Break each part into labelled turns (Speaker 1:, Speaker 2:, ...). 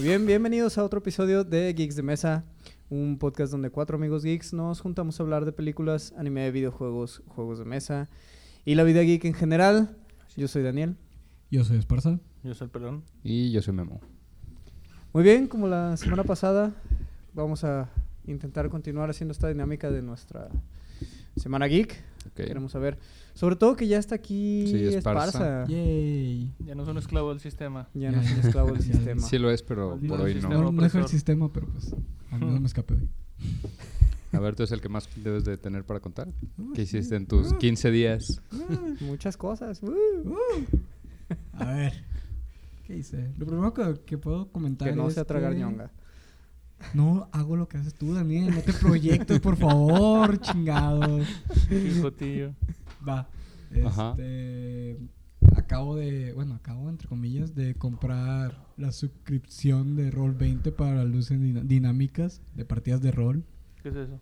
Speaker 1: Bien, bienvenidos a otro episodio de Geeks de Mesa, un podcast donde cuatro amigos geeks nos juntamos a hablar de películas, anime, videojuegos, juegos de mesa y la vida geek en general. Yo soy Daniel.
Speaker 2: Yo soy Esparza.
Speaker 3: Yo soy el pelón.
Speaker 4: Y yo soy Memo.
Speaker 1: Muy bien, como la semana pasada, vamos a intentar continuar haciendo esta dinámica de nuestra semana geek.
Speaker 4: Ok.
Speaker 1: Queremos saber, sobre todo que ya está aquí
Speaker 4: Sí, Esparza.
Speaker 3: Ah.
Speaker 1: Esparza.
Speaker 2: Yay.
Speaker 3: Ya no son esclavo del sistema.
Speaker 1: Ya no es un esclavo del
Speaker 2: Ya.
Speaker 1: sistema.
Speaker 4: Sí lo es, pero
Speaker 3: Maldito
Speaker 4: por hoy
Speaker 3: sistema.
Speaker 4: no.
Speaker 2: No, no dejo el
Speaker 3: opresor.
Speaker 2: sistema, pero pues al menos me escapé hoy.
Speaker 4: A ver, tú es el que más debes de tener para contar. ¿Qué hiciste en tus 15 días?
Speaker 1: Ah, Muchas cosas. ¡uh!
Speaker 2: A ver. ¿Qué hice? Lo primero que, que puedo comentar
Speaker 1: que no
Speaker 2: es
Speaker 1: sea tragar
Speaker 2: que
Speaker 1: ñonga.
Speaker 2: No hago lo que haces tú, Daniel. No te proyectes, por favor, chingado.
Speaker 3: Hijotillo.
Speaker 2: Va.
Speaker 4: Ajá.
Speaker 2: Este. Acabo de. Bueno, acabo, entre comillas, de comprar la suscripción de Roll 20 para luces dina- dinámicas de partidas de rol.
Speaker 3: ¿Qué es eso?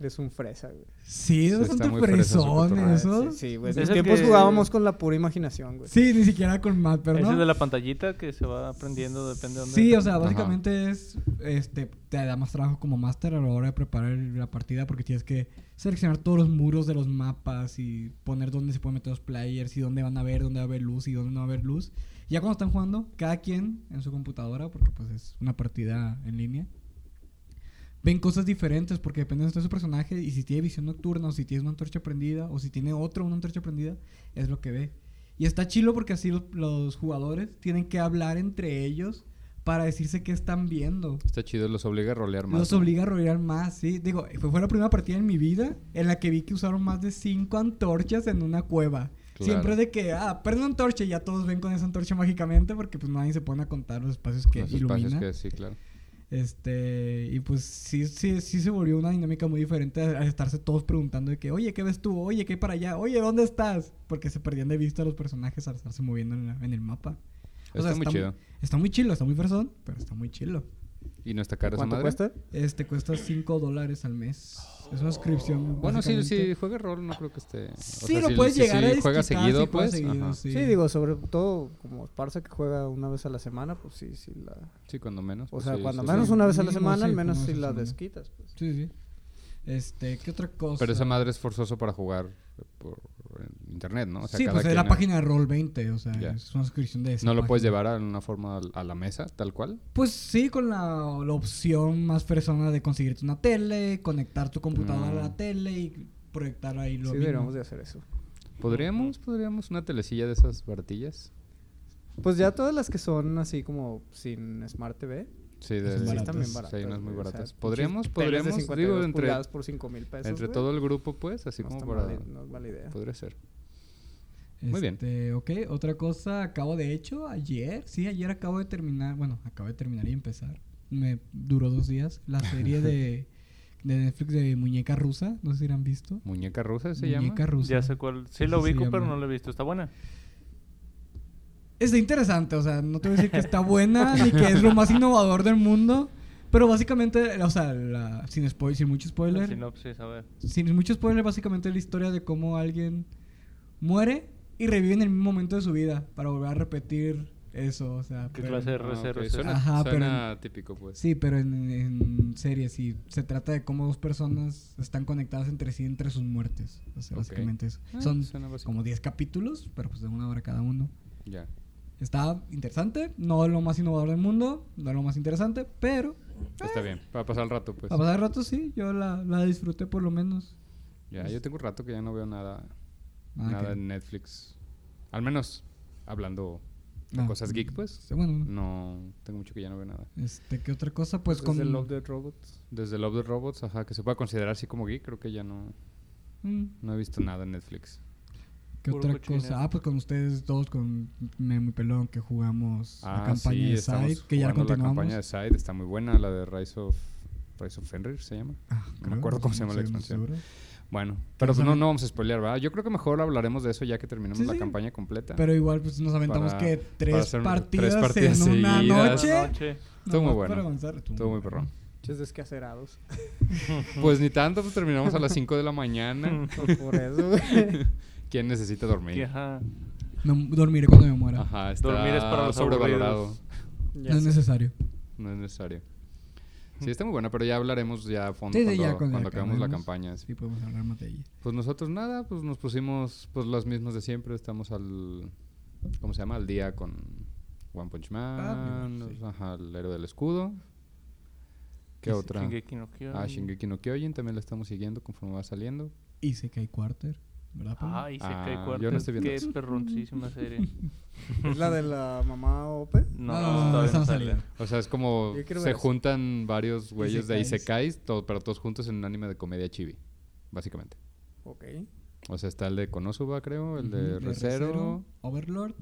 Speaker 1: Eres un fresa, güey.
Speaker 2: Sí,
Speaker 4: Sí,
Speaker 2: es
Speaker 4: está
Speaker 2: bastante
Speaker 4: muy fresa su
Speaker 2: fresón
Speaker 4: cotorreo.
Speaker 2: eso.
Speaker 1: Sí, sí, güey. En mis
Speaker 3: Es el
Speaker 1: tiempos
Speaker 3: que-
Speaker 1: jugábamos con la pura imaginación, güey.
Speaker 2: Sí, ni siquiera con Matt, pero
Speaker 3: Ese
Speaker 2: no.
Speaker 3: es de la pantallita que se va aprendiendo, depende de dónde.
Speaker 2: Sí, o sea,
Speaker 4: Ajá.
Speaker 2: básicamente es, este, te da más trabajo como máster a la hora de preparar la partida porque tienes que seleccionar todos los muros de los mapas y poner dónde se pueden meter los players y dónde van a ver, dónde va a haber luz y dónde no va a haber luz. Ya cuando están jugando, cada quien en su computadora, porque pues es una partida en línea, ven cosas diferentes porque depende de dónde esté su personaje y si tiene visión nocturna o si tiene una antorcha prendida o si tiene otro una antorcha prendida, es lo que ve. Y está chilo porque así los, los jugadores tienen que hablar entre ellos para decirse qué están viendo.
Speaker 4: Está chido, los obliga a rolear más.
Speaker 2: Los
Speaker 4: ¿no?
Speaker 2: obliga a rolear más, sí. Digo, fue, fue la primera partida en mi vida en la que vi que usaron más de cinco antorchas en una cueva.
Speaker 4: Claro.
Speaker 2: Siempre de que, ah, prende una antorcha y ya todos ven con esa antorcha mágicamente porque pues nadie se pone a contar los espacios que
Speaker 4: Los
Speaker 2: ilumina.
Speaker 4: espacios que sí, claro.
Speaker 2: Este, y pues sí, sí, sí se volvió una dinámica muy diferente al al estarse todos preguntando de que, oye, ¿qué ves tú? Oye, ¿qué hay para allá? Oye, ¿dónde estás? Porque se perdían de vista los personajes al estarse moviendo en, la- en el mapa. O
Speaker 4: está
Speaker 2: sea,
Speaker 4: muy chido.
Speaker 2: Está muy chilo, está muy fresón, pero está muy chilo.
Speaker 4: ¿Y no está cara esa
Speaker 1: ¿Cuánto
Speaker 4: madre?
Speaker 1: cuesta?
Speaker 2: Este cuesta 5 dólares al mes. Es una suscripción.
Speaker 4: Oh. Bueno, sí, si
Speaker 2: básicamente.
Speaker 4: juegas rol, no creo que esté. o
Speaker 2: Sí,
Speaker 4: sea,
Speaker 2: lo
Speaker 4: si-
Speaker 2: puedes
Speaker 4: si-
Speaker 2: llegar
Speaker 4: si
Speaker 2: a
Speaker 4: juegas
Speaker 2: desquitar si
Speaker 4: seguido,
Speaker 2: juegas
Speaker 4: pues.
Speaker 2: seguido,
Speaker 4: ajá. sí.
Speaker 2: sí.
Speaker 1: Sí. digo, sobre todo como Esparza que juega una vez a la semana, pues sí, sí la...
Speaker 4: cuando menos.
Speaker 1: O
Speaker 4: pues,
Speaker 1: sea,
Speaker 4: sí,
Speaker 1: cuando
Speaker 4: sí,
Speaker 1: menos
Speaker 4: sí.
Speaker 1: una vez a la
Speaker 2: Mínimo,
Speaker 1: semana,
Speaker 2: sí,
Speaker 1: al
Speaker 2: como
Speaker 1: menos
Speaker 2: una
Speaker 1: si
Speaker 2: vez a la
Speaker 1: la
Speaker 2: semana.
Speaker 1: desquitas. Pues.
Speaker 2: Sí, sí. Este, ¿qué otra cosa?
Speaker 4: Pero esa madre es forzoso para jugar eh, por eh, internet, ¿no? O sea,
Speaker 2: sí,
Speaker 4: cada
Speaker 2: pues es
Speaker 4: quien,
Speaker 2: la
Speaker 4: eh,
Speaker 2: página de Roll20, o sea,
Speaker 4: Ya.
Speaker 2: es una suscripción de esa
Speaker 4: No lo puedes
Speaker 2: página.
Speaker 4: llevar a una forma al- a la mesa, tal cual.
Speaker 2: Pues sí, con la, la opción más persona de conseguirte una tele, conectar tu computadora a la
Speaker 4: Mm.
Speaker 2: tele y proyectar ahí
Speaker 1: Sí,
Speaker 2: lo mismo.
Speaker 1: deberíamos de hacer eso.
Speaker 4: Podríamos, podríamos una telecilla de esas baratillas.
Speaker 1: Pues ya todas las que son así como sin Smart TV,
Speaker 4: Sí, de
Speaker 2: Esas
Speaker 4: sí,
Speaker 2: baratas.
Speaker 1: están bien
Speaker 4: sí,
Speaker 1: baratas.
Speaker 4: hay unas muy
Speaker 1: güey, o sea,
Speaker 4: baratas.
Speaker 1: pinches
Speaker 4: podríamos,
Speaker 1: teles de
Speaker 4: podríamos,
Speaker 1: 52
Speaker 4: digo, entre,
Speaker 1: pulgadas por 5 mil pesos,
Speaker 4: entre
Speaker 1: güey.
Speaker 4: todo el grupo, pues, así
Speaker 1: no
Speaker 4: como
Speaker 1: está
Speaker 4: para...
Speaker 1: mala- no es mala idea.
Speaker 4: Podría ser.
Speaker 2: Muy
Speaker 4: Muy bien.
Speaker 2: bien. Este, Ok, otra cosa, acabo de hecho, ayer, sí, ayer acabo de terminar, bueno, acabo de terminar y empezar. Me duró dos días la serie de, de Netflix de Muñeca Rusa, no sé si la han visto.
Speaker 4: Muñeca rusa se
Speaker 2: Muñeca
Speaker 4: llama.
Speaker 2: Rusa.
Speaker 3: Ya sé cuál. Sí,
Speaker 2: Así
Speaker 3: lo
Speaker 2: se
Speaker 3: ubico,
Speaker 2: llama.
Speaker 3: pero no lo he visto. ¿Está buena?
Speaker 2: Está interesante, o sea, no te voy a decir que está buena ni que es lo más innovador del mundo, pero básicamente, o sea, la- sin spoiler, sin mucho
Speaker 3: La
Speaker 2: spoiler,
Speaker 3: sinopsis, a ver.
Speaker 2: sin mucho spoiler, básicamente es la historia de cómo alguien muere y revive en el mismo momento de su vida para volver a repetir eso, o sea,
Speaker 3: ¿Qué
Speaker 2: pero-
Speaker 3: clase de
Speaker 4: Ah, ok,
Speaker 3: reserva es
Speaker 4: Suena,
Speaker 3: esa?
Speaker 2: Ajá,
Speaker 4: suena típico, pues.
Speaker 2: Sí, pero en, en serie, sí. Se trata de cómo dos personas están conectadas entre sí, entre sus muertes. O sea,
Speaker 4: Ok.
Speaker 2: básicamente eso.
Speaker 4: Ah,
Speaker 2: Son
Speaker 4: suena básico.
Speaker 2: como 10 capítulos, pero pues de una hora cada uno.
Speaker 4: Ya.
Speaker 2: Está interesante, no es lo más innovador del mundo, no es lo más interesante, pero
Speaker 4: Está bien. Para pasar el rato, pues.
Speaker 2: a pasar el rato sí, yo la, la disfruté por lo menos.
Speaker 4: Ya, yo tengo un rato que ya no veo nada,
Speaker 2: Ah,
Speaker 4: nada
Speaker 2: ok.
Speaker 4: en Netflix. Al menos hablando de
Speaker 2: Ah,
Speaker 4: cosas geek, pues.
Speaker 2: sí, Bueno, no.
Speaker 4: No, tengo mucho que ya no veo nada.
Speaker 2: este, ¿qué otra cosa? Pues
Speaker 1: Pues
Speaker 2: con...
Speaker 1: con Love Dead Robots.
Speaker 4: Desde Love the Robots, ajá, que se pueda considerar así como geek, creo que ya no,
Speaker 2: Mm,
Speaker 4: no he visto nada en Netflix.
Speaker 2: ¿Qué
Speaker 3: Puro
Speaker 2: otra
Speaker 3: cochinero.
Speaker 2: cosa? Ah, pues con ustedes dos, con Memo y Pelón, que jugamos la
Speaker 4: Ah,
Speaker 2: campaña de
Speaker 4: estamos
Speaker 2: Side, que ya
Speaker 4: jugando
Speaker 2: continuamos.
Speaker 4: La campaña de Side está muy buena, la de Rise of, Rise of Fenrir se llama.
Speaker 2: Ah,
Speaker 4: No me
Speaker 2: creo,
Speaker 4: acuerdo cómo se llama la
Speaker 2: estoy muy
Speaker 4: expansión.
Speaker 2: seguro.
Speaker 4: Bueno, pero
Speaker 2: es
Speaker 4: pues no,
Speaker 2: una-
Speaker 4: no vamos a spoilear, ¿verdad? Yo creo que mejor hablaremos de eso ya que terminemos
Speaker 2: Sí,
Speaker 4: la
Speaker 2: sí.
Speaker 4: campaña completa.
Speaker 2: Pero igual, pues nos aventamos
Speaker 4: Para-
Speaker 2: que
Speaker 4: para
Speaker 2: tres,
Speaker 4: hacer
Speaker 2: partidas
Speaker 4: tres partidas
Speaker 2: en una
Speaker 4: seguidas.
Speaker 2: noche.
Speaker 3: Buena noche.
Speaker 4: Estuvo muy
Speaker 2: Nomás
Speaker 4: bueno.
Speaker 2: para avanzar. Estuvo
Speaker 4: Estuvo muy
Speaker 2: bueno.
Speaker 4: perrón.
Speaker 1: Pinches descacerados.
Speaker 4: Pues ni tanto, pues terminamos a las 5 de la mañana.
Speaker 1: Por eso, güey.
Speaker 4: ¿Quién necesita
Speaker 3: Y
Speaker 4: dormir?
Speaker 3: ajá.
Speaker 2: No dormiré cuando me muera.
Speaker 4: Ajá, está
Speaker 3: Dormir es para los
Speaker 4: sobrevalorado.
Speaker 3: aburridos.
Speaker 1: Ya
Speaker 2: No es
Speaker 1: sé.
Speaker 2: necesario.
Speaker 4: no es necesario. Sí, está muy buena, pero ya hablaremos ya a fondo
Speaker 2: Sí, sí,
Speaker 4: cuando,
Speaker 2: ya cuando
Speaker 4: cuando acabemos la
Speaker 2: acabemos.
Speaker 4: campaña. sí.
Speaker 2: Sí, podemos hablar más de ella.
Speaker 4: Pues nosotros nada, pues nos pusimos pues los mismos de siempre, estamos al ¿cómo se llama? al día con One Punch Man,
Speaker 2: Ah, mira, sí.
Speaker 4: los- ajá, el héroe del escudo. ¿Qué
Speaker 2: Ese
Speaker 4: otra?
Speaker 3: Shingeki no Kyojin.
Speaker 4: Ah, Shingeki no Kyojin también la estamos siguiendo conforme va saliendo.
Speaker 2: Y sé que hay Quarter, ¿verdad? Pablo?
Speaker 3: Ah, y se
Speaker 4: Ah, yo
Speaker 3: cae
Speaker 4: no
Speaker 3: cuarto.
Speaker 4: estoy viendo
Speaker 3: Qué
Speaker 4: eso.
Speaker 3: perroncísima serie.
Speaker 1: ¿Es la de la mamá Ope?
Speaker 3: No,
Speaker 2: No,
Speaker 3: no,
Speaker 2: no,
Speaker 3: todavía
Speaker 2: esa no
Speaker 3: no
Speaker 2: salió.
Speaker 3: sale.
Speaker 4: O sea, es como
Speaker 1: Yo quiero ver
Speaker 4: se
Speaker 1: eso.
Speaker 4: juntan varios güeyes de
Speaker 2: Isekais.
Speaker 4: Isekais, to- pero todos juntos en un anime de comedia chibi, básicamente.
Speaker 1: Ok.
Speaker 4: O sea, está el de Konosuba, creo, el de
Speaker 2: Ujú,
Speaker 4: Recero. Mm.
Speaker 2: Overlord,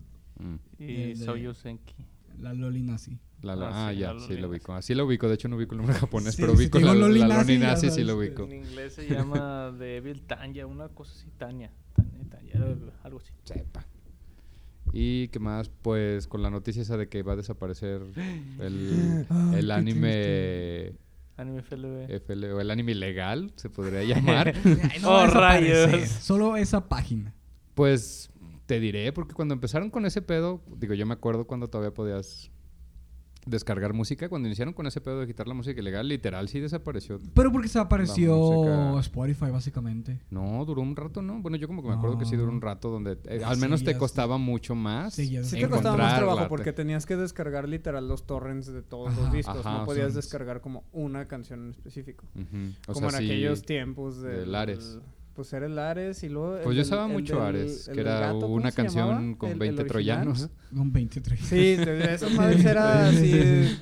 Speaker 3: Y
Speaker 2: El de-
Speaker 3: Soyo Senki.
Speaker 2: la Loli nazi.
Speaker 4: La, la-
Speaker 3: Ah,
Speaker 4: ah,
Speaker 3: sí,
Speaker 4: ya,
Speaker 3: la
Speaker 4: sí
Speaker 3: Loli
Speaker 4: lo
Speaker 3: Nazi.
Speaker 4: ubico. Así lo ubico, de hecho no ubico el nombre japonés,
Speaker 2: Sí,
Speaker 4: pero
Speaker 2: sí,
Speaker 4: ubico
Speaker 2: digo
Speaker 4: la,
Speaker 2: Loli
Speaker 4: la
Speaker 2: Nazi,
Speaker 4: Loni
Speaker 2: ya
Speaker 4: Nazi, sí
Speaker 2: sabes,
Speaker 4: lo
Speaker 2: pues.
Speaker 4: ubico.
Speaker 3: En inglés se llama Devil Tanya, una cosa así, Tanya. Tanya, Tanya, algo así.
Speaker 4: Sepa. Y qué más, pues con la noticia esa de que va a desaparecer el,
Speaker 2: Ay,
Speaker 4: el
Speaker 2: Ah, qué
Speaker 4: anime
Speaker 3: Anime FLB.
Speaker 4: FL, o el anime legal, se podría llamar.
Speaker 2: Ay, va a
Speaker 3: ¡Oh,
Speaker 2: desaparecer,
Speaker 3: rayos!
Speaker 2: Solo esa página.
Speaker 4: Pues te diré, porque cuando empezaron con ese pedo, digo, yo me acuerdo cuando todavía podías descargar música, cuando iniciaron con ese pedo de quitar la música ilegal, literal sí desapareció.
Speaker 2: Pero porque se apareció
Speaker 4: música.
Speaker 2: Spotify, básicamente.
Speaker 4: No, duró un rato, ¿no? Bueno, yo como que me acuerdo que sí
Speaker 2: No.
Speaker 4: duró un rato donde eh,
Speaker 2: Ah,
Speaker 4: al menos te
Speaker 2: seguías-
Speaker 4: costaba mucho más.
Speaker 2: Seguías-
Speaker 1: Sí te costaba más trabajo
Speaker 4: encontrarla,
Speaker 1: porque
Speaker 4: te-
Speaker 1: tenías que descargar literal los torrents de todos
Speaker 2: Ajá.
Speaker 1: los discos.
Speaker 4: Ajá,
Speaker 1: no
Speaker 4: o
Speaker 1: podías
Speaker 4: sea,
Speaker 1: descargar como una canción en específico.
Speaker 4: Ujú. O
Speaker 1: como
Speaker 4: sea,
Speaker 1: en
Speaker 4: sí,
Speaker 1: aquellos tiempos de...
Speaker 4: del Ares.
Speaker 1: Pues era el Ares y luego... el
Speaker 4: Pues yo
Speaker 1: del-
Speaker 4: usaba
Speaker 1: el
Speaker 4: mucho
Speaker 1: del-
Speaker 4: Ares,
Speaker 1: el
Speaker 4: que
Speaker 1: del
Speaker 4: era
Speaker 1: gato, ¿cómo
Speaker 4: una
Speaker 1: se
Speaker 4: canción
Speaker 1: llamaba?
Speaker 4: con
Speaker 1: El- el
Speaker 4: 20
Speaker 1: original.
Speaker 4: troyanos.
Speaker 2: Con 23.
Speaker 1: Sí, de esas madres era así.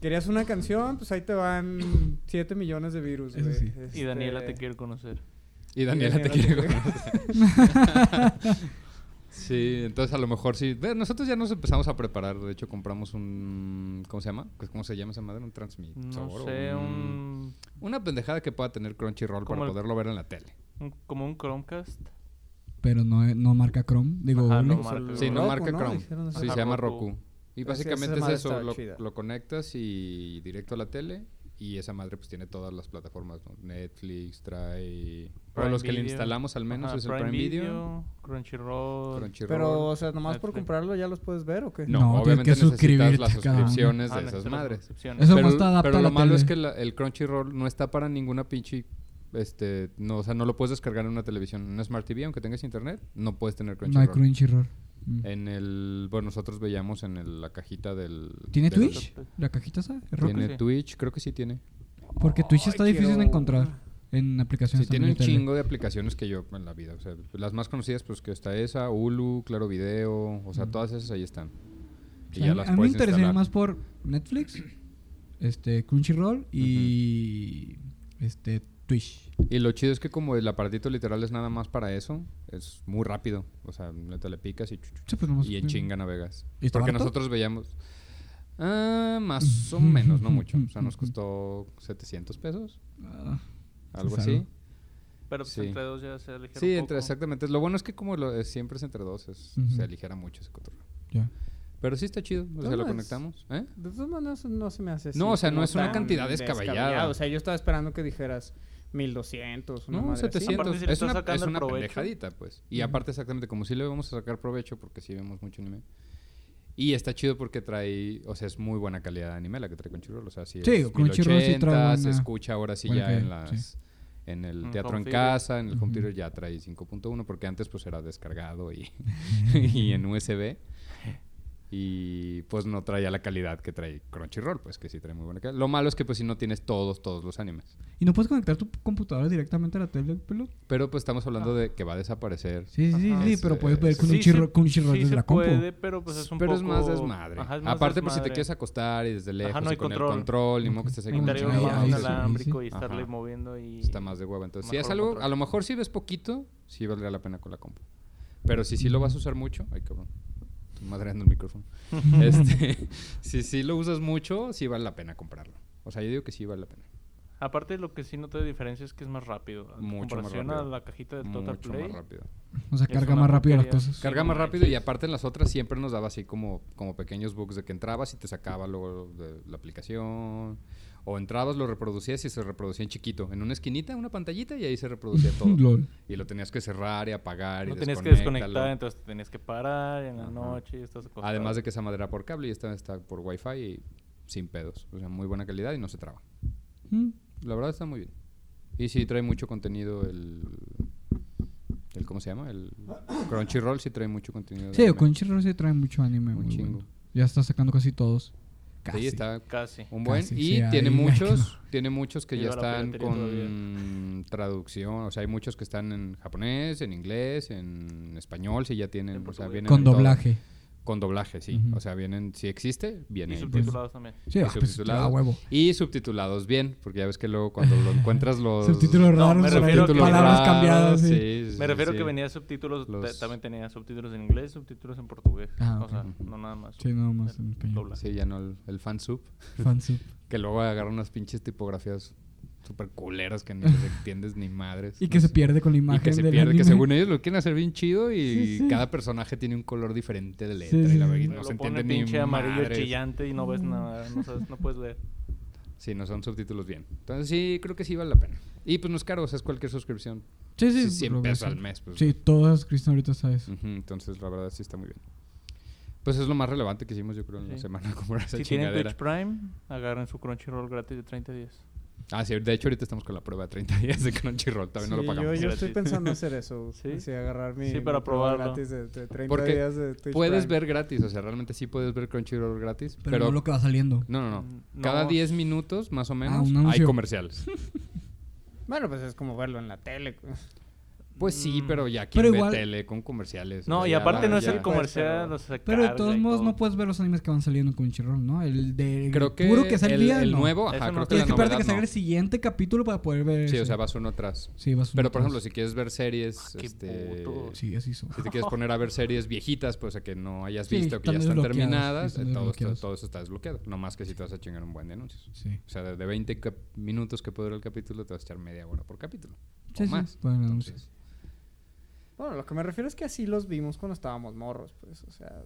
Speaker 1: Querías una canción, pues ahí te van 7 millones de virus,
Speaker 2: Eso
Speaker 1: güey.
Speaker 2: sí.
Speaker 3: Y Daniela te
Speaker 1: Este,
Speaker 3: quiere conocer.
Speaker 4: Y Daniela te
Speaker 1: Daniela
Speaker 4: quiere
Speaker 1: te quiere
Speaker 4: conocer. Sí, entonces a lo mejor sí. Ve, Nosotros ya nos empezamos a preparar. De hecho, compramos un. ¿Cómo se llama? ¿Cómo se llama esa madre? Un transmisor.
Speaker 3: No
Speaker 4: o
Speaker 3: sé, un,
Speaker 4: Una pendejada que pueda tener Crunchyroll
Speaker 3: Como
Speaker 4: para
Speaker 3: el-
Speaker 4: poderlo ver en la tele.
Speaker 3: un- como un Chromecast.
Speaker 2: Pero no, no marca Chrome. Digo,
Speaker 3: Ajá, no
Speaker 2: único.
Speaker 3: marca.
Speaker 4: Sí, no
Speaker 1: Roku,
Speaker 4: marca
Speaker 1: ¿no?
Speaker 4: Chrome.
Speaker 1: Dijeron
Speaker 4: Sí,
Speaker 1: así.
Speaker 4: se
Speaker 3: Ajá,
Speaker 4: llama
Speaker 3: Roku.
Speaker 4: Roku. Y
Speaker 1: Esa- esa
Speaker 4: básicamente
Speaker 1: madre
Speaker 4: es eso.
Speaker 1: estaba
Speaker 4: Lo,
Speaker 1: chida.
Speaker 4: lo conectas y directo a la tele. Y esa madre pues tiene todas las plataformas. ¿no? Netflix, trae... o
Speaker 3: Prime
Speaker 4: los que le
Speaker 3: Video.
Speaker 4: instalamos al menos
Speaker 3: Ajá,
Speaker 4: es el Prime, Video.
Speaker 3: Crunchyroll.
Speaker 4: Crunchyroll.
Speaker 1: Pero, o sea, nomás por
Speaker 3: Netflix.
Speaker 1: comprarlo ya los puedes ver o qué?
Speaker 2: No,
Speaker 4: No,
Speaker 2: tienes
Speaker 4: obviamente
Speaker 2: que suscribirte
Speaker 4: necesitas las
Speaker 2: a cada uno.
Speaker 4: suscripciones
Speaker 3: Ah,
Speaker 4: de esas
Speaker 3: necesitas
Speaker 4: madres.
Speaker 3: suscripciones.
Speaker 2: Eso
Speaker 4: pero
Speaker 2: más te adapta
Speaker 4: pero
Speaker 2: a la
Speaker 4: lo malo
Speaker 2: tele.
Speaker 4: es que la- el Crunchyroll no está para ninguna pinche... Este, no, o sea, no lo puedes descargar en una televisión. En una Smart TV, aunque tengas internet, no puedes tener
Speaker 2: No hay
Speaker 4: Crunchyroll.
Speaker 2: Crunchyroll. Mm.
Speaker 4: En el... Bueno, nosotros veíamos en el- la cajita del...
Speaker 2: ¿Tiene
Speaker 4: de la-
Speaker 2: Twitch? ¿La cajita esa? ¿Roku?
Speaker 4: Tiene
Speaker 3: Sí.
Speaker 4: Twitch, creo que sí tiene.
Speaker 2: Porque Twitch está
Speaker 1: Ay,
Speaker 2: difícil de
Speaker 1: quiero-
Speaker 2: encontrar en
Speaker 4: Sí,
Speaker 2: aplicaciones.
Speaker 4: tiene un
Speaker 2: también de tele.
Speaker 4: chingo de aplicaciones que yo en la vida. O sea, las más conocidas, pues que está esa, Hulu, Claro Video, o sea,
Speaker 2: Mm.
Speaker 4: todas esas ahí están. Y
Speaker 2: A
Speaker 4: ya
Speaker 2: mí-
Speaker 4: las
Speaker 2: a mí me
Speaker 4: puedes
Speaker 2: interesaría
Speaker 4: instalar.
Speaker 2: más por Netflix, este, Crunchyroll y este Twitch.
Speaker 4: Y lo chido es que como el aparatito literal es nada más para eso, es muy rápido. O sea, neta le picas y, chu, chu,
Speaker 2: Sí, pues nomás-
Speaker 4: y en chinga navegas.
Speaker 2: ¿Y está
Speaker 4: Porque
Speaker 2: barato?
Speaker 4: nosotros veíamos... Ah, más o menos, no mucho. O sea, nos costó 700 pesos,
Speaker 2: Ah,
Speaker 4: algo
Speaker 2: Es
Speaker 4: así.
Speaker 2: algo.
Speaker 3: Pero pues
Speaker 4: Sí.
Speaker 3: entre dos ya se eligieron
Speaker 4: Sí, entre,
Speaker 3: poco.
Speaker 4: exactamente. Lo bueno es que como lo- eh, siempre es entre dos, es-
Speaker 2: Ujú.
Speaker 4: se aligera mucho ese cotorreo.
Speaker 2: ya.
Speaker 4: Pero sí está chido, o sea,
Speaker 1: No,
Speaker 4: lo
Speaker 1: es-
Speaker 4: conectamos. ¿eh?
Speaker 1: De todas maneras, no se me hace así
Speaker 4: No, o sea, no
Speaker 1: como
Speaker 4: es una
Speaker 1: tan
Speaker 4: cantidad descabellada.
Speaker 1: O sea, yo estaba esperando que dijeras 1200, una
Speaker 4: No,
Speaker 1: madre así.
Speaker 4: 700.
Speaker 3: Aparte, si le
Speaker 4: es
Speaker 3: estás
Speaker 4: una,
Speaker 3: sacando
Speaker 4: es
Speaker 3: el
Speaker 4: una
Speaker 3: provecho.
Speaker 4: pendejadita, pues. Y
Speaker 2: Ujú.
Speaker 4: aparte, exactamente, como si le vamos a sacar provecho, porque sí vemos mucho anime. Y está chido porque trae, o sea, es muy buena calidad de anime la que trae Crunchyroll. O sea, sí,
Speaker 2: Sí,
Speaker 4: es
Speaker 2: Crunchyroll sí trae
Speaker 4: 1080, se
Speaker 2: buena-
Speaker 4: escucha ahora sí
Speaker 2: buena
Speaker 4: ya en
Speaker 2: calidad, sí.
Speaker 4: las... En el
Speaker 3: En
Speaker 4: teatro
Speaker 3: home
Speaker 4: en
Speaker 3: theater.
Speaker 4: casa, en el home
Speaker 2: Ujú.
Speaker 4: theater ya trae 5.1, porque antes pues era descargado y, y en USB. Y pues no traía la calidad que trae Crunchyroll, pues que sí trae muy buena calidad. Lo malo es que pues si no tienes todos, todos los animes.
Speaker 2: ¿Y no puedes conectar tu computadora directamente a la tele, pelo?
Speaker 4: Pero pues estamos hablando
Speaker 3: Ah.
Speaker 4: de que va a desaparecer.
Speaker 2: Sí, sí,
Speaker 3: Ajá.
Speaker 2: sí,
Speaker 4: Es,
Speaker 2: pero puedes
Speaker 4: eh,
Speaker 2: ver
Speaker 4: sí,
Speaker 2: Crunchyroll,
Speaker 3: se-
Speaker 2: Crunchyroll
Speaker 3: sí
Speaker 2: desde
Speaker 3: se
Speaker 2: la compu.
Speaker 3: puede, pero pues es un
Speaker 4: pero
Speaker 3: poco...
Speaker 4: es más desmadre.
Speaker 3: Ajá, es más
Speaker 4: Aparte, pues si te
Speaker 3: desmadre.
Speaker 4: quieres acostar y desde lejos
Speaker 3: no
Speaker 4: y
Speaker 3: hay
Speaker 4: con
Speaker 3: control.
Speaker 4: el control, ni modo que estés ahí
Speaker 2: Ni
Speaker 4: con
Speaker 2: tarea,
Speaker 3: Necesitaría
Speaker 4: el
Speaker 3: un
Speaker 2: Ah,
Speaker 3: audífono
Speaker 2: sí, sí,
Speaker 3: inalámbrico
Speaker 2: sí.
Speaker 3: y estarle
Speaker 4: Ajá.
Speaker 3: moviendo y...
Speaker 4: pues, Está más de hueva. Entonces, si
Speaker 3: Mejor
Speaker 4: es algo,
Speaker 3: control.
Speaker 4: a lo mejor si ves poquito, sí valdría la pena con la compu. Pero si sí lo vas a usar mucho, ay cabrón, estoy madreando el micrófono. este, si sí lo usas mucho, sí vale la pena comprarlo. O sea, yo digo que sí vale la pena.
Speaker 3: Aparte, lo que sí noto de diferencia es que es más rápido.
Speaker 4: Mucho
Speaker 3: en
Speaker 4: más
Speaker 3: comparación
Speaker 4: rápido.
Speaker 3: a la cajita de Total
Speaker 4: Mucho
Speaker 3: Play.
Speaker 4: más rápido.
Speaker 2: O sea,
Speaker 3: Es
Speaker 2: carga
Speaker 3: una
Speaker 2: más rápido las
Speaker 3: porquería.
Speaker 2: cosas.
Speaker 4: Carga
Speaker 3: no
Speaker 4: más rápido y
Speaker 3: manches.
Speaker 4: aparte en las otras siempre nos daba así como, como pequeños bugs de que entrabas y te sacaba luego de la aplicación. O entrabas, lo reproducías y se reproducía en chiquito. En una esquinita, una pantallita y ahí se reproducía todo.
Speaker 2: Lol.
Speaker 4: y lo tenías que cerrar y apagar
Speaker 3: No
Speaker 4: y
Speaker 3: tenías que
Speaker 4: desconectarlo.
Speaker 3: desconectar, entonces te tenías que parar en la
Speaker 4: Ajá.
Speaker 3: noche y estás acostado.
Speaker 4: Además de que esa madera por cable y esta está por wifi y sin pedos. O sea, muy buena calidad y no se traba.
Speaker 2: Mm.
Speaker 4: La verdad está muy bien. Y sí trae mucho contenido el... el ¿Cómo se llama? El Crunchyroll sí trae mucho contenido. de
Speaker 2: Sí,
Speaker 4: anime.
Speaker 2: Crunchyroll sí trae mucho anime.
Speaker 4: Un
Speaker 2: muy
Speaker 4: chingo.
Speaker 2: bueno. Ya está sacando casi todos. Casi.
Speaker 4: Sí, está
Speaker 3: Casi.
Speaker 4: un buen.
Speaker 2: Casi,
Speaker 4: y
Speaker 2: sí, ahí
Speaker 4: tiene
Speaker 2: hay que
Speaker 4: muchos, tiene muchos que ya
Speaker 3: Viva la
Speaker 4: están
Speaker 3: piratería
Speaker 4: con traducción. O sea, hay muchos que están en japonés, en inglés, en español, si ya tienen...
Speaker 3: En
Speaker 4: o sea,
Speaker 3: portugués.
Speaker 4: vienen
Speaker 2: Con
Speaker 4: en todo.
Speaker 2: doblaje.
Speaker 4: Con doblaje, sí.
Speaker 2: Ujú.
Speaker 4: O sea, vienen... Si existe,
Speaker 3: Y
Speaker 4: viene. ahí.
Speaker 3: subtitulados también.
Speaker 2: Sí,
Speaker 4: Y
Speaker 2: ah, pues,
Speaker 4: subtitulados.
Speaker 2: a huevo.
Speaker 4: Y subtitulados bien, porque ya ves que luego cuando lo encuentras los...
Speaker 2: Subtítulos
Speaker 3: No,
Speaker 2: raros,
Speaker 3: me refiero a que-
Speaker 2: palabras
Speaker 4: raros,
Speaker 2: cambiadas. sí.
Speaker 4: sí, sí,
Speaker 3: Me refiero
Speaker 4: sí.
Speaker 3: que venía subtítulos, ta-
Speaker 4: Los-
Speaker 3: también tenía subtítulos en inglés, subtítulos en portugués.
Speaker 2: Ah,
Speaker 3: O sea,
Speaker 4: ok.
Speaker 3: no nada más.
Speaker 2: Sí, nada más en español.
Speaker 3: Doblaje.
Speaker 4: Sí, ya no, el, el fansub.
Speaker 2: Fansub.
Speaker 4: Que luego agarran unas pinches tipografías súper culeras que ni les entiendes ni madres.
Speaker 2: Y
Speaker 4: no
Speaker 2: que se
Speaker 4: sé.
Speaker 2: pierde con la
Speaker 4: Y
Speaker 2: imagen
Speaker 4: que se
Speaker 2: del
Speaker 4: pierde,
Speaker 2: anime.
Speaker 4: que según ellos lo quieren hacer bien chido y
Speaker 2: Sí, sí.
Speaker 4: cada personaje tiene un color diferente de letra
Speaker 2: Sí,
Speaker 4: y la
Speaker 2: sí,
Speaker 4: verga,
Speaker 2: sí.
Speaker 4: y no
Speaker 3: Lo
Speaker 4: se
Speaker 3: pone
Speaker 4: entiende ni
Speaker 3: pinche amarillo
Speaker 4: madres. Mm.
Speaker 3: chillante y no ves nada, no, sabes, no puedes leer.
Speaker 4: Sí, no son subtítulos bien. Entonces sí, creo que sí vale la pena. Y pues no es caro, o sea, es cualquier suscripción.
Speaker 2: Sí, sí.
Speaker 4: Sí, 100
Speaker 2: lo
Speaker 4: pesos
Speaker 2: ves.
Speaker 4: al mes, Mm. pues.
Speaker 2: Sí, todas Cristian ahorita sabes.
Speaker 4: Ujú, entonces la verdad sí está muy bien. Pues es lo más relevante que hicimos yo creo en la
Speaker 3: Sí.
Speaker 4: semana comprar esa
Speaker 3: Si tienen
Speaker 4: chingadera.
Speaker 3: Twitch Prime, agarren su Crunchyroll gratis de 30 días.
Speaker 4: Ah, sí, de hecho ahorita estamos con la prueba de 30 días de Crunchyroll, todavía no
Speaker 1: Sí,
Speaker 4: lo
Speaker 1: yo,
Speaker 4: pagamos.
Speaker 1: yo estoy
Speaker 3: Gratis.
Speaker 1: pensando hacer eso.
Speaker 3: Sí.
Speaker 1: así, agarrar mi.
Speaker 3: Sí, para
Speaker 1: mi prueba
Speaker 3: probarlo.
Speaker 1: Gratis de, de 30
Speaker 4: Porque
Speaker 1: días de Twitch
Speaker 4: Puedes
Speaker 1: Prime.
Speaker 4: ver gratis, o sea, realmente sí puedes ver Crunchyroll gratis,
Speaker 2: Pero,
Speaker 4: pero,
Speaker 2: no lo que va saliendo.
Speaker 4: no, no, no.
Speaker 3: Mm,
Speaker 4: Cada
Speaker 3: no.
Speaker 4: 10 minutos más o menos
Speaker 2: Ah, un
Speaker 4: hay
Speaker 2: anuncio.
Speaker 4: comerciales.
Speaker 1: Bueno, pues es como verlo en la tele.
Speaker 4: Pues sí,
Speaker 3: Mm.
Speaker 4: pero ya quién
Speaker 2: Pero
Speaker 4: ve
Speaker 2: igual-
Speaker 4: tele con comerciales. o
Speaker 3: No,
Speaker 4: sea,
Speaker 3: y
Speaker 4: ya
Speaker 3: aparte
Speaker 4: la-
Speaker 3: no es
Speaker 4: ya-
Speaker 3: el comercial, o sea, se
Speaker 2: Pero de
Speaker 3: carga
Speaker 2: todos
Speaker 3: y
Speaker 2: modos
Speaker 3: todo.
Speaker 2: no puedes ver los animes que van saliendo con Crunchyroll, ¿no? El de
Speaker 4: Creo que
Speaker 2: puro que
Speaker 4: el,
Speaker 2: salía
Speaker 4: el
Speaker 2: no.
Speaker 4: nuevo,
Speaker 3: Eso no.
Speaker 4: ajá, creo que
Speaker 2: Tienes
Speaker 4: la
Speaker 2: que esperarte que
Speaker 4: novedad
Speaker 2: salga el
Speaker 4: no.
Speaker 2: siguiente capítulo para poder ver.
Speaker 4: Sí, o
Speaker 2: ese.
Speaker 4: sea, vas uno atrás.
Speaker 2: Sí, vas
Speaker 4: Pero
Speaker 2: uno
Speaker 4: por ejemplo,
Speaker 2: atrás.
Speaker 4: si quieres ver series,
Speaker 3: Ah, qué
Speaker 4: este,
Speaker 3: puto.
Speaker 4: si
Speaker 2: Sí, así son.
Speaker 4: te quieres poner a ver series viejitas, pues a que no hayas
Speaker 2: Sí,
Speaker 4: visto, que ya
Speaker 2: están
Speaker 4: están
Speaker 2: desbloqueadas,
Speaker 4: terminadas,
Speaker 2: están
Speaker 4: eh, todo, esto-
Speaker 2: desbloqueadas.
Speaker 4: todo eso está desbloqueado. No más que si te vas a chingar un buen de anuncios.
Speaker 2: Sí.
Speaker 4: O sea, de, de 20 cap- minutos que puede durar el capítulo, te vas a echar media hora por capítulo.
Speaker 2: Sí,
Speaker 4: o
Speaker 2: sí,
Speaker 4: más.
Speaker 2: pueden
Speaker 4: Entonces,
Speaker 2: anuncios.
Speaker 1: Bueno, lo que me refiero es que así los vimos cuando estábamos morros, pues, o sea,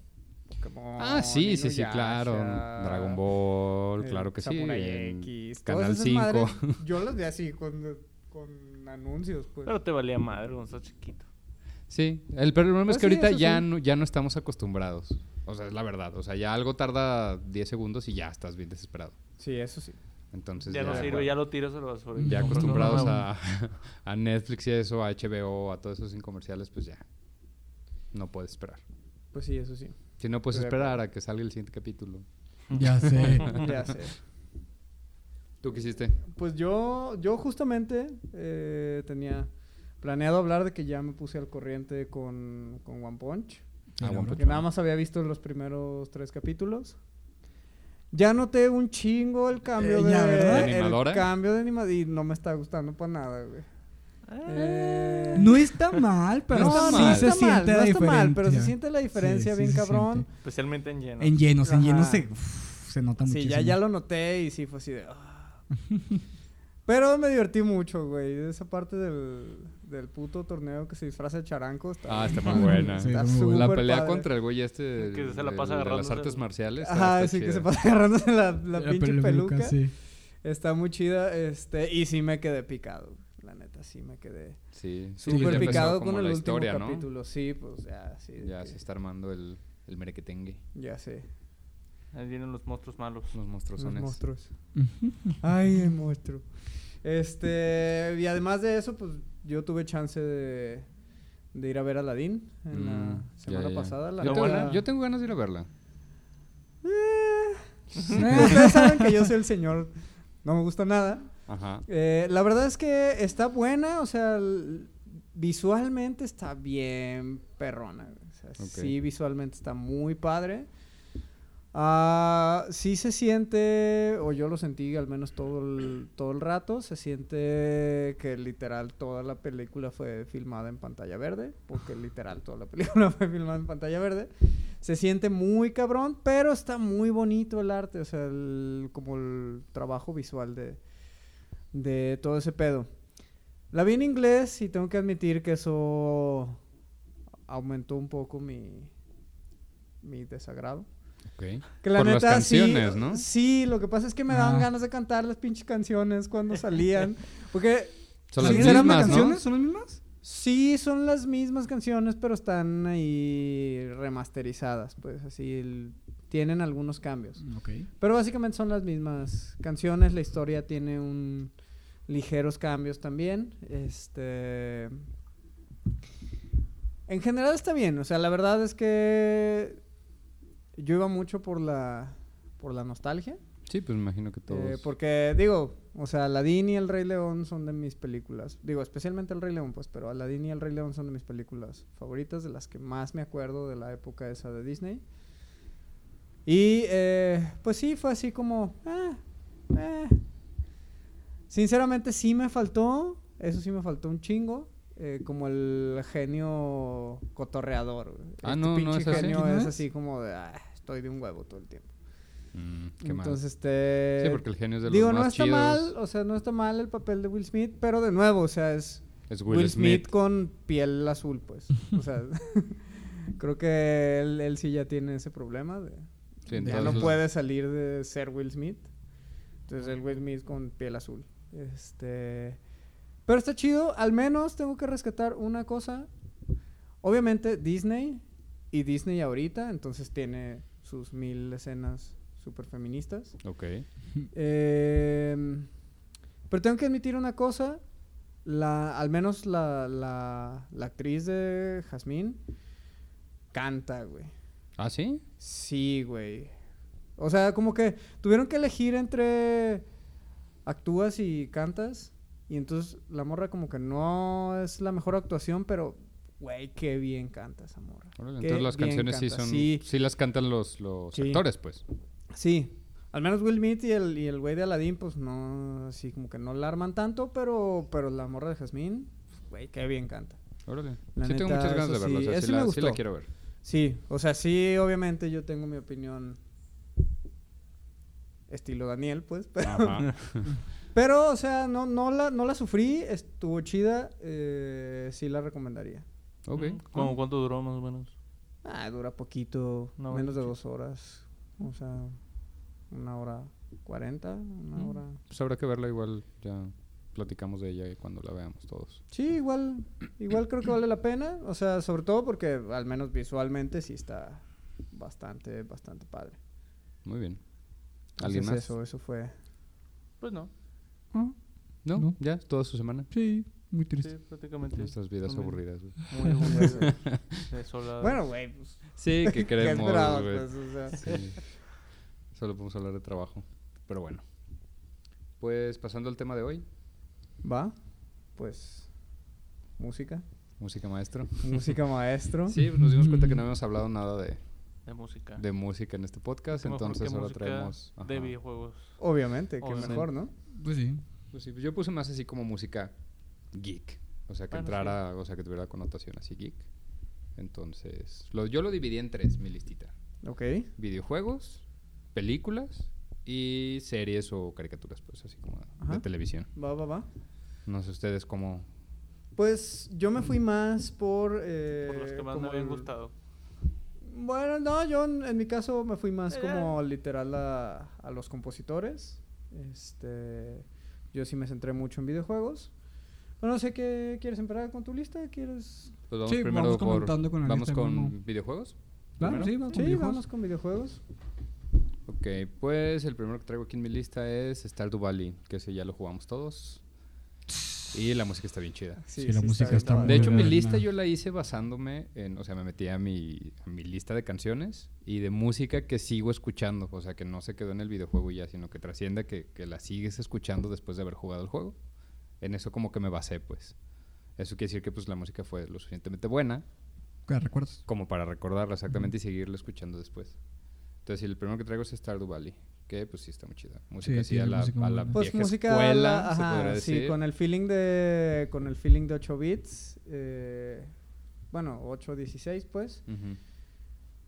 Speaker 1: Pokémon.
Speaker 4: Ah, sí, sí, sí,
Speaker 1: Inuyasha,
Speaker 4: claro. Dragon Ball,
Speaker 1: eh,
Speaker 4: claro que sí.
Speaker 1: Samurai
Speaker 4: en
Speaker 1: X, todas
Speaker 4: Canal
Speaker 1: esas
Speaker 4: 5.
Speaker 1: madres, yo los vi así con, con anuncios, pues.
Speaker 3: Pero te valía madre cuando estás chiquito.
Speaker 4: Sí, el problema
Speaker 1: Pues
Speaker 4: es que
Speaker 1: sí,
Speaker 4: ahorita
Speaker 1: eso
Speaker 4: ya,
Speaker 1: sí.
Speaker 4: no, ya no estamos acostumbrados. O sea, es la verdad. O sea, ya algo tarda 10 segundos y ya estás bien desesperado.
Speaker 1: Sí, eso sí.
Speaker 4: Entonces
Speaker 3: Ya no sirve, ya lo tiras a la basura.
Speaker 4: Pues ya
Speaker 2: No, no, no,
Speaker 4: acostumbrados
Speaker 2: no.
Speaker 4: a, a Netflix y eso, a HBO, a todos esos sin comerciales, pues ya no puedes esperar.
Speaker 1: Pues sí, eso sí.
Speaker 4: Si no puedes
Speaker 1: Estoy de
Speaker 4: esperar a que salga el siguiente capítulo.
Speaker 2: Ya sé.
Speaker 4: Ah,
Speaker 1: Ya sé.
Speaker 4: ¿Tú qué hiciste?
Speaker 1: Pues yo, yo justamente eh, tenía planeado hablar de que ya me puse al corriente con, con One Punch.
Speaker 4: Ah,
Speaker 2: Mira,
Speaker 4: One
Speaker 2: bro.
Speaker 4: Punch
Speaker 1: Que nada más había visto los primeros tres capítulos. Ya noté un chingo el cambio
Speaker 2: Eh,
Speaker 1: de,
Speaker 2: ya, ¿verdad?
Speaker 1: el
Speaker 4: ¿De animadora?
Speaker 1: cambio de animador y no me está gustando para nada, güey.
Speaker 3: Ah.
Speaker 1: Eh,
Speaker 2: No está mal, pero
Speaker 4: pues, No está
Speaker 2: sí
Speaker 4: mal.
Speaker 2: se
Speaker 1: está mal,
Speaker 2: siente
Speaker 1: no
Speaker 2: la
Speaker 1: está mal,
Speaker 2: diferencia.
Speaker 1: pero se siente la diferencia
Speaker 2: Sí,
Speaker 1: bien
Speaker 2: sí se
Speaker 1: cabrón.
Speaker 2: siente.
Speaker 3: Especialmente en lleno.
Speaker 2: En llenos, en
Speaker 1: Ajá.
Speaker 2: llenos se, uf, se nota
Speaker 1: Sí,
Speaker 2: muchísimo.
Speaker 1: ya, ya lo noté y sí fue así de. "Ah". Pero me divertí mucho, güey. Esa parte del, del puto torneo que se disfraza de charanco está.
Speaker 4: Ah, está muy buena.
Speaker 2: Sí,
Speaker 1: está
Speaker 2: muy buena.
Speaker 4: La
Speaker 1: súper
Speaker 4: pelea
Speaker 1: padre.
Speaker 4: contra el güey este
Speaker 3: Que se la pasa
Speaker 4: del- de las
Speaker 3: agarrándose
Speaker 4: artes
Speaker 3: el-
Speaker 4: marciales. está-
Speaker 1: Ajá,
Speaker 4: está
Speaker 1: sí, que se
Speaker 4: chida.
Speaker 1: pasa agarrándose la, la pinche peluca.
Speaker 2: sí.
Speaker 1: Está muy chida, este, y sí me quedé picado, la neta, sí me quedé
Speaker 4: Sí, sí,
Speaker 1: súper
Speaker 4: ya empezó
Speaker 1: picado
Speaker 4: como
Speaker 1: con el
Speaker 4: la
Speaker 1: último
Speaker 4: historia, ¿no?
Speaker 1: capítulo, sí, pues ya, sí, de
Speaker 4: Ya
Speaker 1: que-
Speaker 4: se está armando el, el merequetengue, Pues,
Speaker 1: ya sé,
Speaker 3: Ahí vienen los monstruos malos.
Speaker 4: los
Speaker 1: los
Speaker 4: monstruosones.
Speaker 1: monstruos,
Speaker 2: Ujú.
Speaker 1: ay, el monstruo, este, y además de eso, pues, yo tuve chance de, de ir a ver a Aladdin en la
Speaker 4: Mm, ya,
Speaker 1: semana
Speaker 4: ya.
Speaker 1: pasada, la
Speaker 4: yo,
Speaker 1: neta,
Speaker 4: tengo, yo tengo ganas de ir a verla.
Speaker 1: eh, ustedes saben que yo soy el señor, no me gusta nada,
Speaker 4: Ajá.
Speaker 1: Eh, la verdad es que está buena, o sea, l- visualmente está bien perrona. güey. O sea,
Speaker 4: Ok.
Speaker 1: Sí, visualmente está muy padre. Ah, sí se siente, o yo lo sentí al menos todo el, todo el rato, se siente que literal toda la película fue filmada en pantalla verde, porque literal toda la película fue filmada en pantalla verde. Se siente muy cabrón, pero está muy bonito el arte, o sea, el- como el trabajo visual de, de todo ese pedo. La vi en inglés y tengo que admitir que eso aumentó un poco mi, mi desagrado.
Speaker 4: Ok.
Speaker 1: Que la
Speaker 4: Por las
Speaker 1: neta,
Speaker 4: canciones,
Speaker 1: sí,
Speaker 4: ¿no?
Speaker 1: Sí, lo que pasa es que me daban
Speaker 2: Ah.
Speaker 1: ganas de cantar las pinches canciones cuando salían. Porque
Speaker 4: Son
Speaker 1: Sí,
Speaker 4: las
Speaker 1: ¿serán
Speaker 4: mismas, ¿no?
Speaker 2: canciones? ¿Son las mismas?
Speaker 1: sí son las mismas canciones, pero están ahí remasterizadas. Pues así el- Tienen algunos cambios.
Speaker 2: Ok.
Speaker 1: Pero básicamente son las mismas canciones. La historia tiene un ligeros cambios también. Este. En general está bien. O sea, la verdad es que yo iba mucho por la. por la nostalgia.
Speaker 4: Sí, pues me imagino que
Speaker 1: Eh,
Speaker 4: todos.
Speaker 1: porque, digo, o sea, Aladdin y El Rey León son de mis películas. Digo, especialmente El Rey León, pues, pero Aladdin y El Rey León son de mis películas favoritas, de las que más me acuerdo de la época esa de Disney. Y, eh, pues sí, fue así como... ah, eh. Sinceramente, sí me faltó, eso sí me faltó un chingo. eh, como el genio cotorreador. güey. Este
Speaker 4: Ah, no, no
Speaker 1: pinche
Speaker 4: es así.
Speaker 1: genio
Speaker 2: ¿No
Speaker 1: es
Speaker 2: es?
Speaker 1: así como de, "Ah, estoy de un huevo todo el tiempo.
Speaker 4: Mm, qué
Speaker 1: Entonces,
Speaker 4: mal.
Speaker 1: este...
Speaker 4: Sí, porque el genio es de los
Speaker 1: Digo,
Speaker 4: más
Speaker 1: no está
Speaker 4: chidos.
Speaker 1: mal, o sea, no está mal el papel de Will Smith, pero de nuevo, o sea, es
Speaker 4: Es
Speaker 1: Will, Smith. con piel azul, pues. O sea, creo que él, él sí ya tiene ese problema de
Speaker 4: Sí, en
Speaker 1: ya
Speaker 4: todos
Speaker 1: no
Speaker 4: los-
Speaker 1: puede salir de ser Will Smith. Entonces, el Will Smith con piel azul. Este, pero está chido, al menos tengo que rescatar una cosa. Obviamente Disney y Disney ahorita, entonces tiene sus mil escenas super feministas.
Speaker 4: Ok.
Speaker 1: Eh, pero tengo que admitir una cosa. La, al menos la, la, la actriz de Jazmín canta, güey.
Speaker 4: ¿Ah, sí?
Speaker 1: Sí, güey. O sea, como que tuvieron que elegir entre actúas y cantas. Y entonces la morra como que no es la mejor actuación, pero, güey, qué bien canta esa morra.
Speaker 4: Órale,
Speaker 1: Qué
Speaker 4: entonces las
Speaker 1: bien
Speaker 4: canciones sí
Speaker 1: canta.
Speaker 4: son.
Speaker 1: Sí,
Speaker 4: Sí, las cantan los, los
Speaker 1: Sí.
Speaker 4: actores, pues.
Speaker 1: Sí. Al menos Will Smith y el, y el güey de Aladdin, pues no, así como que no la arman tanto, pero, pero la morra de Jazmín, güey, qué bien canta.
Speaker 4: Órale.
Speaker 1: La
Speaker 4: sí, tengo
Speaker 1: neta,
Speaker 4: muchas ganas de
Speaker 1: eso
Speaker 4: verla.
Speaker 1: sí,
Speaker 4: o sea,
Speaker 1: eso
Speaker 4: sí,
Speaker 1: me
Speaker 4: la, sí la
Speaker 1: gustó.
Speaker 4: quiero ver.
Speaker 1: Sí, o sea, sí, obviamente yo tengo mi opinión estilo Daniel, pues, pero,
Speaker 4: Ajá.
Speaker 1: pero, o sea, no, no, la, no la sufrí, estuvo chida, eh, sí la recomendaría.
Speaker 4: ok. ah,
Speaker 3: Mm, ¿Cómo cuánto duró más o menos?
Speaker 1: Ah, dura poquito,
Speaker 3: No,
Speaker 1: menos de
Speaker 3: sí.
Speaker 1: dos horas, o sea, una hora cuarenta, una
Speaker 3: Mm.
Speaker 1: hora...
Speaker 4: Pues habrá que verla igual. Ya platicamos de ella cuando la veamos todos.
Speaker 1: Sí, igual, igual creo que vale la pena. O sea, sobre todo porque al menos visualmente sí está bastante, bastante padre.
Speaker 4: Muy bien. ¿Alguien
Speaker 1: Entonces,
Speaker 4: más?
Speaker 1: Eso, eso fue.
Speaker 3: Pues no.
Speaker 4: ¿No?
Speaker 2: No.
Speaker 4: ¿Ya? ¿Toda su semana?
Speaker 2: Sí, muy
Speaker 3: Sí,
Speaker 2: triste.
Speaker 3: prácticamente.
Speaker 4: Nuestras vidas
Speaker 3: también.
Speaker 4: aburridas. güey.
Speaker 3: Muy aburrido. Desolado.
Speaker 1: Bueno, güey, pues,
Speaker 4: Sí, que
Speaker 1: ¿qué
Speaker 4: queremos.
Speaker 1: esperabas,
Speaker 4: güey.
Speaker 1: pues? O sea,
Speaker 4: Sí. Solo podemos hablar de trabajo. Pero bueno. Pues pasando al tema de hoy,
Speaker 1: Va, pues, música.
Speaker 4: música maestro.
Speaker 1: Música maestro.
Speaker 4: Sí, pues nos dimos cuenta que no habíamos hablado nada de,
Speaker 3: de música.
Speaker 4: de música en este podcast,
Speaker 3: Qué mejor
Speaker 4: entonces
Speaker 3: que
Speaker 4: ahora
Speaker 3: música
Speaker 4: traemos...
Speaker 3: De
Speaker 4: ajá.
Speaker 3: videojuegos.
Speaker 1: Obviamente, que
Speaker 3: Obviamente.
Speaker 1: mejor, ¿no?
Speaker 2: Pues sí.
Speaker 4: Pues sí, pues yo puse más así como música geek, o
Speaker 2: Ah,
Speaker 4: sea, que
Speaker 3: Bueno, sí.
Speaker 4: entrara, o sea, que tuviera connotación así geek. Entonces, lo- yo lo dividí en tres, mi listita.
Speaker 1: Ok.
Speaker 4: Videojuegos, películas y series o caricaturas, pues así como de-
Speaker 1: Ajá.
Speaker 4: de televisión.
Speaker 1: Va, va, va.
Speaker 4: No sé ustedes cómo...
Speaker 1: Pues yo me fui más por.
Speaker 3: Por los
Speaker 1: eh,
Speaker 3: que más me
Speaker 1: como
Speaker 3: habían
Speaker 1: el-
Speaker 3: gustado.
Speaker 1: Bueno, no, yo en, en mi caso me fui más
Speaker 3: Eh.
Speaker 1: como literal a, a los compositores. Este, yo sí me centré mucho en videojuegos. Bueno, no sé qué quieres empezar con tu lista, quieres.
Speaker 4: Pues vamos
Speaker 2: Sí,
Speaker 4: primero
Speaker 2: vamos
Speaker 4: por-
Speaker 2: comentando con la
Speaker 4: ¿Vamos
Speaker 2: lista
Speaker 4: con
Speaker 2: como-
Speaker 4: videojuegos?
Speaker 2: Claro,
Speaker 4: Primero.
Speaker 2: sí, vamos
Speaker 1: Sí,
Speaker 2: con videojuegos.
Speaker 1: vamos con videojuegos.
Speaker 4: Ok, pues el primero que traigo aquí en mi lista es Stardew Valley, que ese ya lo jugamos todos. Y la música está bien chida.
Speaker 2: Sí, la música
Speaker 1: bien
Speaker 2: está
Speaker 1: padre.
Speaker 4: De
Speaker 2: muy
Speaker 4: hecho, mi
Speaker 2: buena.
Speaker 4: lista yo la hice basándome en, o sea, me metí a mi, a mi lista de canciones y de música que sigo escuchando, o sea, que no se quedó en el videojuego y ya, sino que trascienda, que, que la sigues escuchando después de haber jugado el juego. En eso como que me basé, pues. Eso quiere decir que pues la música fue lo suficientemente buena
Speaker 2: ¿Qué recuerdas?
Speaker 4: como para recordarla exactamente y seguirla escuchando después. Entonces, el primero que traigo es Stardew Valley, que pues sí está muy chida. Música
Speaker 2: Sí,
Speaker 4: así
Speaker 2: tiene
Speaker 4: a la,
Speaker 2: música muy
Speaker 4: a la
Speaker 2: buena.
Speaker 1: Pues
Speaker 4: vieja
Speaker 1: música,
Speaker 4: escuela,
Speaker 1: la-
Speaker 4: se
Speaker 1: ajá,
Speaker 4: podría
Speaker 1: sí,
Speaker 4: decir.
Speaker 1: con el feeling de con el feeling de 8 bits, eh, bueno, 8 16 pues,
Speaker 4: Ujú.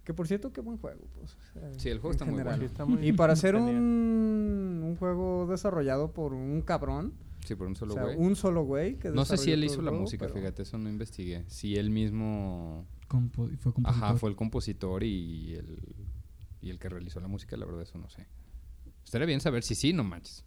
Speaker 1: que por cierto qué buen juego, pues. o sea,
Speaker 4: Sí, el juego
Speaker 1: en
Speaker 4: está muy
Speaker 1: general.
Speaker 4: bueno.
Speaker 3: Sí, está muy
Speaker 1: Y para hacer
Speaker 3: genial.
Speaker 1: un, un juego desarrollado por un cabrón,
Speaker 4: Sí, por un
Speaker 1: o
Speaker 4: solo
Speaker 1: sea,
Speaker 4: güey.
Speaker 1: un solo güey que
Speaker 4: No sé si
Speaker 1: desarrolló
Speaker 4: él
Speaker 1: todo
Speaker 4: hizo
Speaker 1: el
Speaker 4: la
Speaker 1: juego,
Speaker 4: música,
Speaker 1: pero-
Speaker 4: fíjate, eso no investigué. Si él mismo...
Speaker 2: Compo- fue compositor.
Speaker 4: Ajá, fue el compositor y el, y el que realizó la música, la verdad, eso no sé. Estaría bien saber si sí, no manches.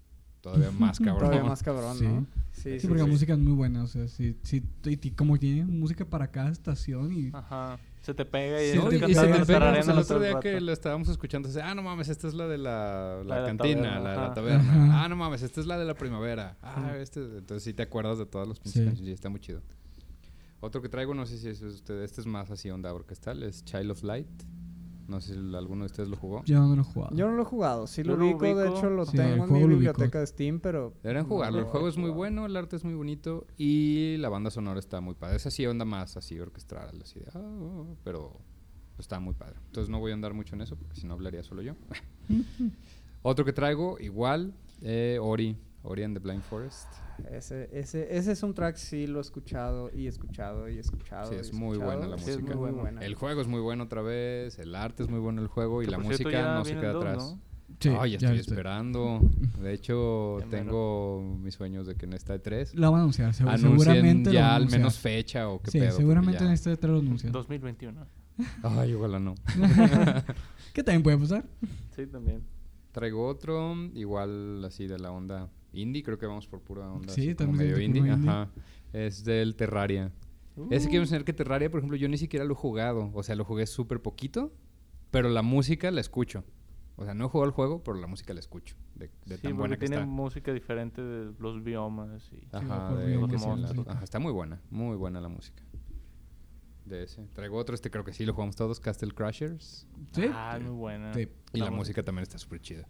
Speaker 4: todavía más cabrón.
Speaker 1: Todavía más cabrón,
Speaker 2: Sí.
Speaker 1: ¿no? Sí,
Speaker 2: Sí, porque la música es muy buena, o sea, sí, sí, y, ti- como tiene música para cada estación y...
Speaker 3: Ajá. Se te pega y,
Speaker 4: Sí,
Speaker 3: estás
Speaker 4: te- y se
Speaker 3: cantando
Speaker 4: te pega,
Speaker 3: tarareando
Speaker 4: o sea, el otro
Speaker 3: todo el
Speaker 4: día que
Speaker 3: rato.
Speaker 4: la estábamos escuchando, dice, ah, no mames, esta es la de la, la
Speaker 3: La de la
Speaker 4: cantina,
Speaker 3: taberna,
Speaker 4: la de la
Speaker 3: ajá.
Speaker 4: taberna.
Speaker 2: Ajá.
Speaker 4: Ah, no mames, esta es la de la primavera. Ah,
Speaker 2: Sí.
Speaker 4: este, entonces sí te acuerdas de todas las pinches
Speaker 2: Sí.
Speaker 4: canciones y está muy chido. Otro que traigo, no sé si es usted, este es más así onda orquestal, es Child of Light. No sé si el- alguno de ustedes lo jugó.
Speaker 2: Yo no lo he jugado.
Speaker 1: Yo no lo he jugado, sí lo
Speaker 3: Yo lo
Speaker 1: ubico, de
Speaker 3: ubico.
Speaker 1: hecho lo
Speaker 2: Sí, el
Speaker 1: tengo en
Speaker 2: juego
Speaker 1: mi
Speaker 2: lo ubico.
Speaker 1: biblioteca de Steam, pero...
Speaker 4: Deberían
Speaker 1: no
Speaker 4: jugarlo, el
Speaker 1: lo
Speaker 4: juego
Speaker 1: he
Speaker 4: es muy
Speaker 1: jugado.
Speaker 4: bueno, el arte es muy bonito y la banda sonora está muy padre. Esa sí onda más así orquestral, así de, ah, oh, oh, pero está muy padre. Entonces no voy a andar mucho en eso porque si no hablaría solo yo. Otro que traigo, igual, eh, Ori, Ori and the Blind Forest.
Speaker 1: Ese, ese, ese soundtrack sí lo he escuchado y escuchado y
Speaker 3: Ah,
Speaker 1: escuchado.
Speaker 4: Sí,
Speaker 1: y
Speaker 4: es muy
Speaker 1: escuchado.
Speaker 4: buena la
Speaker 3: Sí, es
Speaker 4: música.
Speaker 3: muy buena.
Speaker 4: El juego es muy bueno otra vez, el arte es muy bueno el juego y
Speaker 3: Que,
Speaker 4: la
Speaker 3: por cierto,
Speaker 4: música
Speaker 3: ya
Speaker 4: no se
Speaker 3: viene
Speaker 4: queda
Speaker 3: el dos,
Speaker 4: atrás.
Speaker 3: ¿no?
Speaker 2: Sí,
Speaker 4: Ay,
Speaker 2: ya
Speaker 4: estoy
Speaker 2: lo
Speaker 4: esperando. De hecho,
Speaker 3: Ya mero.
Speaker 4: tengo mis sueños de que en esta E E3
Speaker 2: La van a anunciar, segu-
Speaker 4: anuncien
Speaker 2: seguramente. lo van
Speaker 4: ya
Speaker 2: a
Speaker 4: al
Speaker 2: anunciar.
Speaker 4: menos fecha o qué
Speaker 2: Sí,
Speaker 4: pedo. porque
Speaker 2: seguramente
Speaker 4: ya-
Speaker 2: en este trato lo anuncian.
Speaker 3: 2021.
Speaker 4: Ay, ojalá no.
Speaker 2: ¿Qué también puede pasar?
Speaker 3: Sí, también.
Speaker 4: Traigo otro, igual así de la onda indie, creo que vamos por pura onda.
Speaker 2: Sí,
Speaker 4: así como
Speaker 2: también
Speaker 4: medio
Speaker 2: siento
Speaker 4: indie.
Speaker 2: como indie. Uh.
Speaker 4: Ajá. Es del Terraria. Ese quiero mencionar que Terraria, por ejemplo, yo ni siquiera lo he jugado. O sea, lo jugué súper poquito, pero la música la escucho. O sea, no he jugado el juego, pero la música la escucho. De,
Speaker 3: Uh,
Speaker 4: de
Speaker 3: sí,
Speaker 4: tan
Speaker 3: porque
Speaker 4: buena que
Speaker 3: tiene
Speaker 4: está.
Speaker 3: música diferente de los biomas y...
Speaker 4: Ajá,
Speaker 2: por
Speaker 4: de-
Speaker 2: biomas,
Speaker 4: que
Speaker 3: sí,
Speaker 4: son las-
Speaker 2: sí.
Speaker 4: ajá, está muy buena, muy buena la música. De ese. Traigo otro, este creo que sí lo jugamos todos, Castle Crashers.
Speaker 2: Sí.
Speaker 3: Ah, es muy buena.
Speaker 2: Sí.
Speaker 4: Y la,
Speaker 3: La
Speaker 4: música también está súper chida.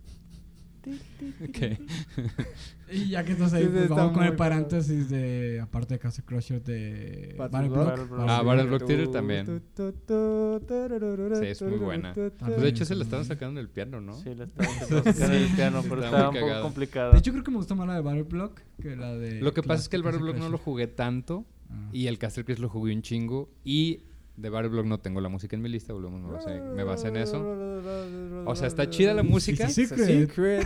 Speaker 2: Y ya que estás ahí,
Speaker 1: Sí,
Speaker 2: pues
Speaker 1: está
Speaker 2: vamos con
Speaker 1: muy
Speaker 2: el
Speaker 1: padre.
Speaker 2: paréntesis de, aparte de Castle Crusher, de
Speaker 1: Battle
Speaker 2: Battle
Speaker 1: Block.
Speaker 2: Block.
Speaker 3: Battle Block.
Speaker 4: Ah,
Speaker 2: sí.
Speaker 4: Battle Block Theater
Speaker 1: Tu,
Speaker 4: también.
Speaker 1: tu, tu, tu, tararara,
Speaker 4: Sí, es muy buena.
Speaker 1: tararara,
Speaker 4: Ah, pues de hecho, se la
Speaker 2: sí.
Speaker 4: estaban sacando del piano, ¿no?
Speaker 3: Sí, la estaba intentando sacar en el piano, pero
Speaker 4: Está
Speaker 3: estaba
Speaker 4: muy
Speaker 3: un poco
Speaker 4: cagada.
Speaker 3: complicada.
Speaker 2: De hecho, creo que me gusta más la de Battle Block que la de.
Speaker 4: Lo que pasa es que el Battle
Speaker 2: Castle
Speaker 4: Block no lo
Speaker 2: Crusher.
Speaker 4: jugué tanto
Speaker 2: Ah.
Speaker 4: y el Castle Crest lo jugué un chingo y de Battle Block no tengo la música en mi lista, volvemos, me basé, me basé en eso. O sea, está chida la música,
Speaker 2: Sí, sí, sí.
Speaker 1: Secret.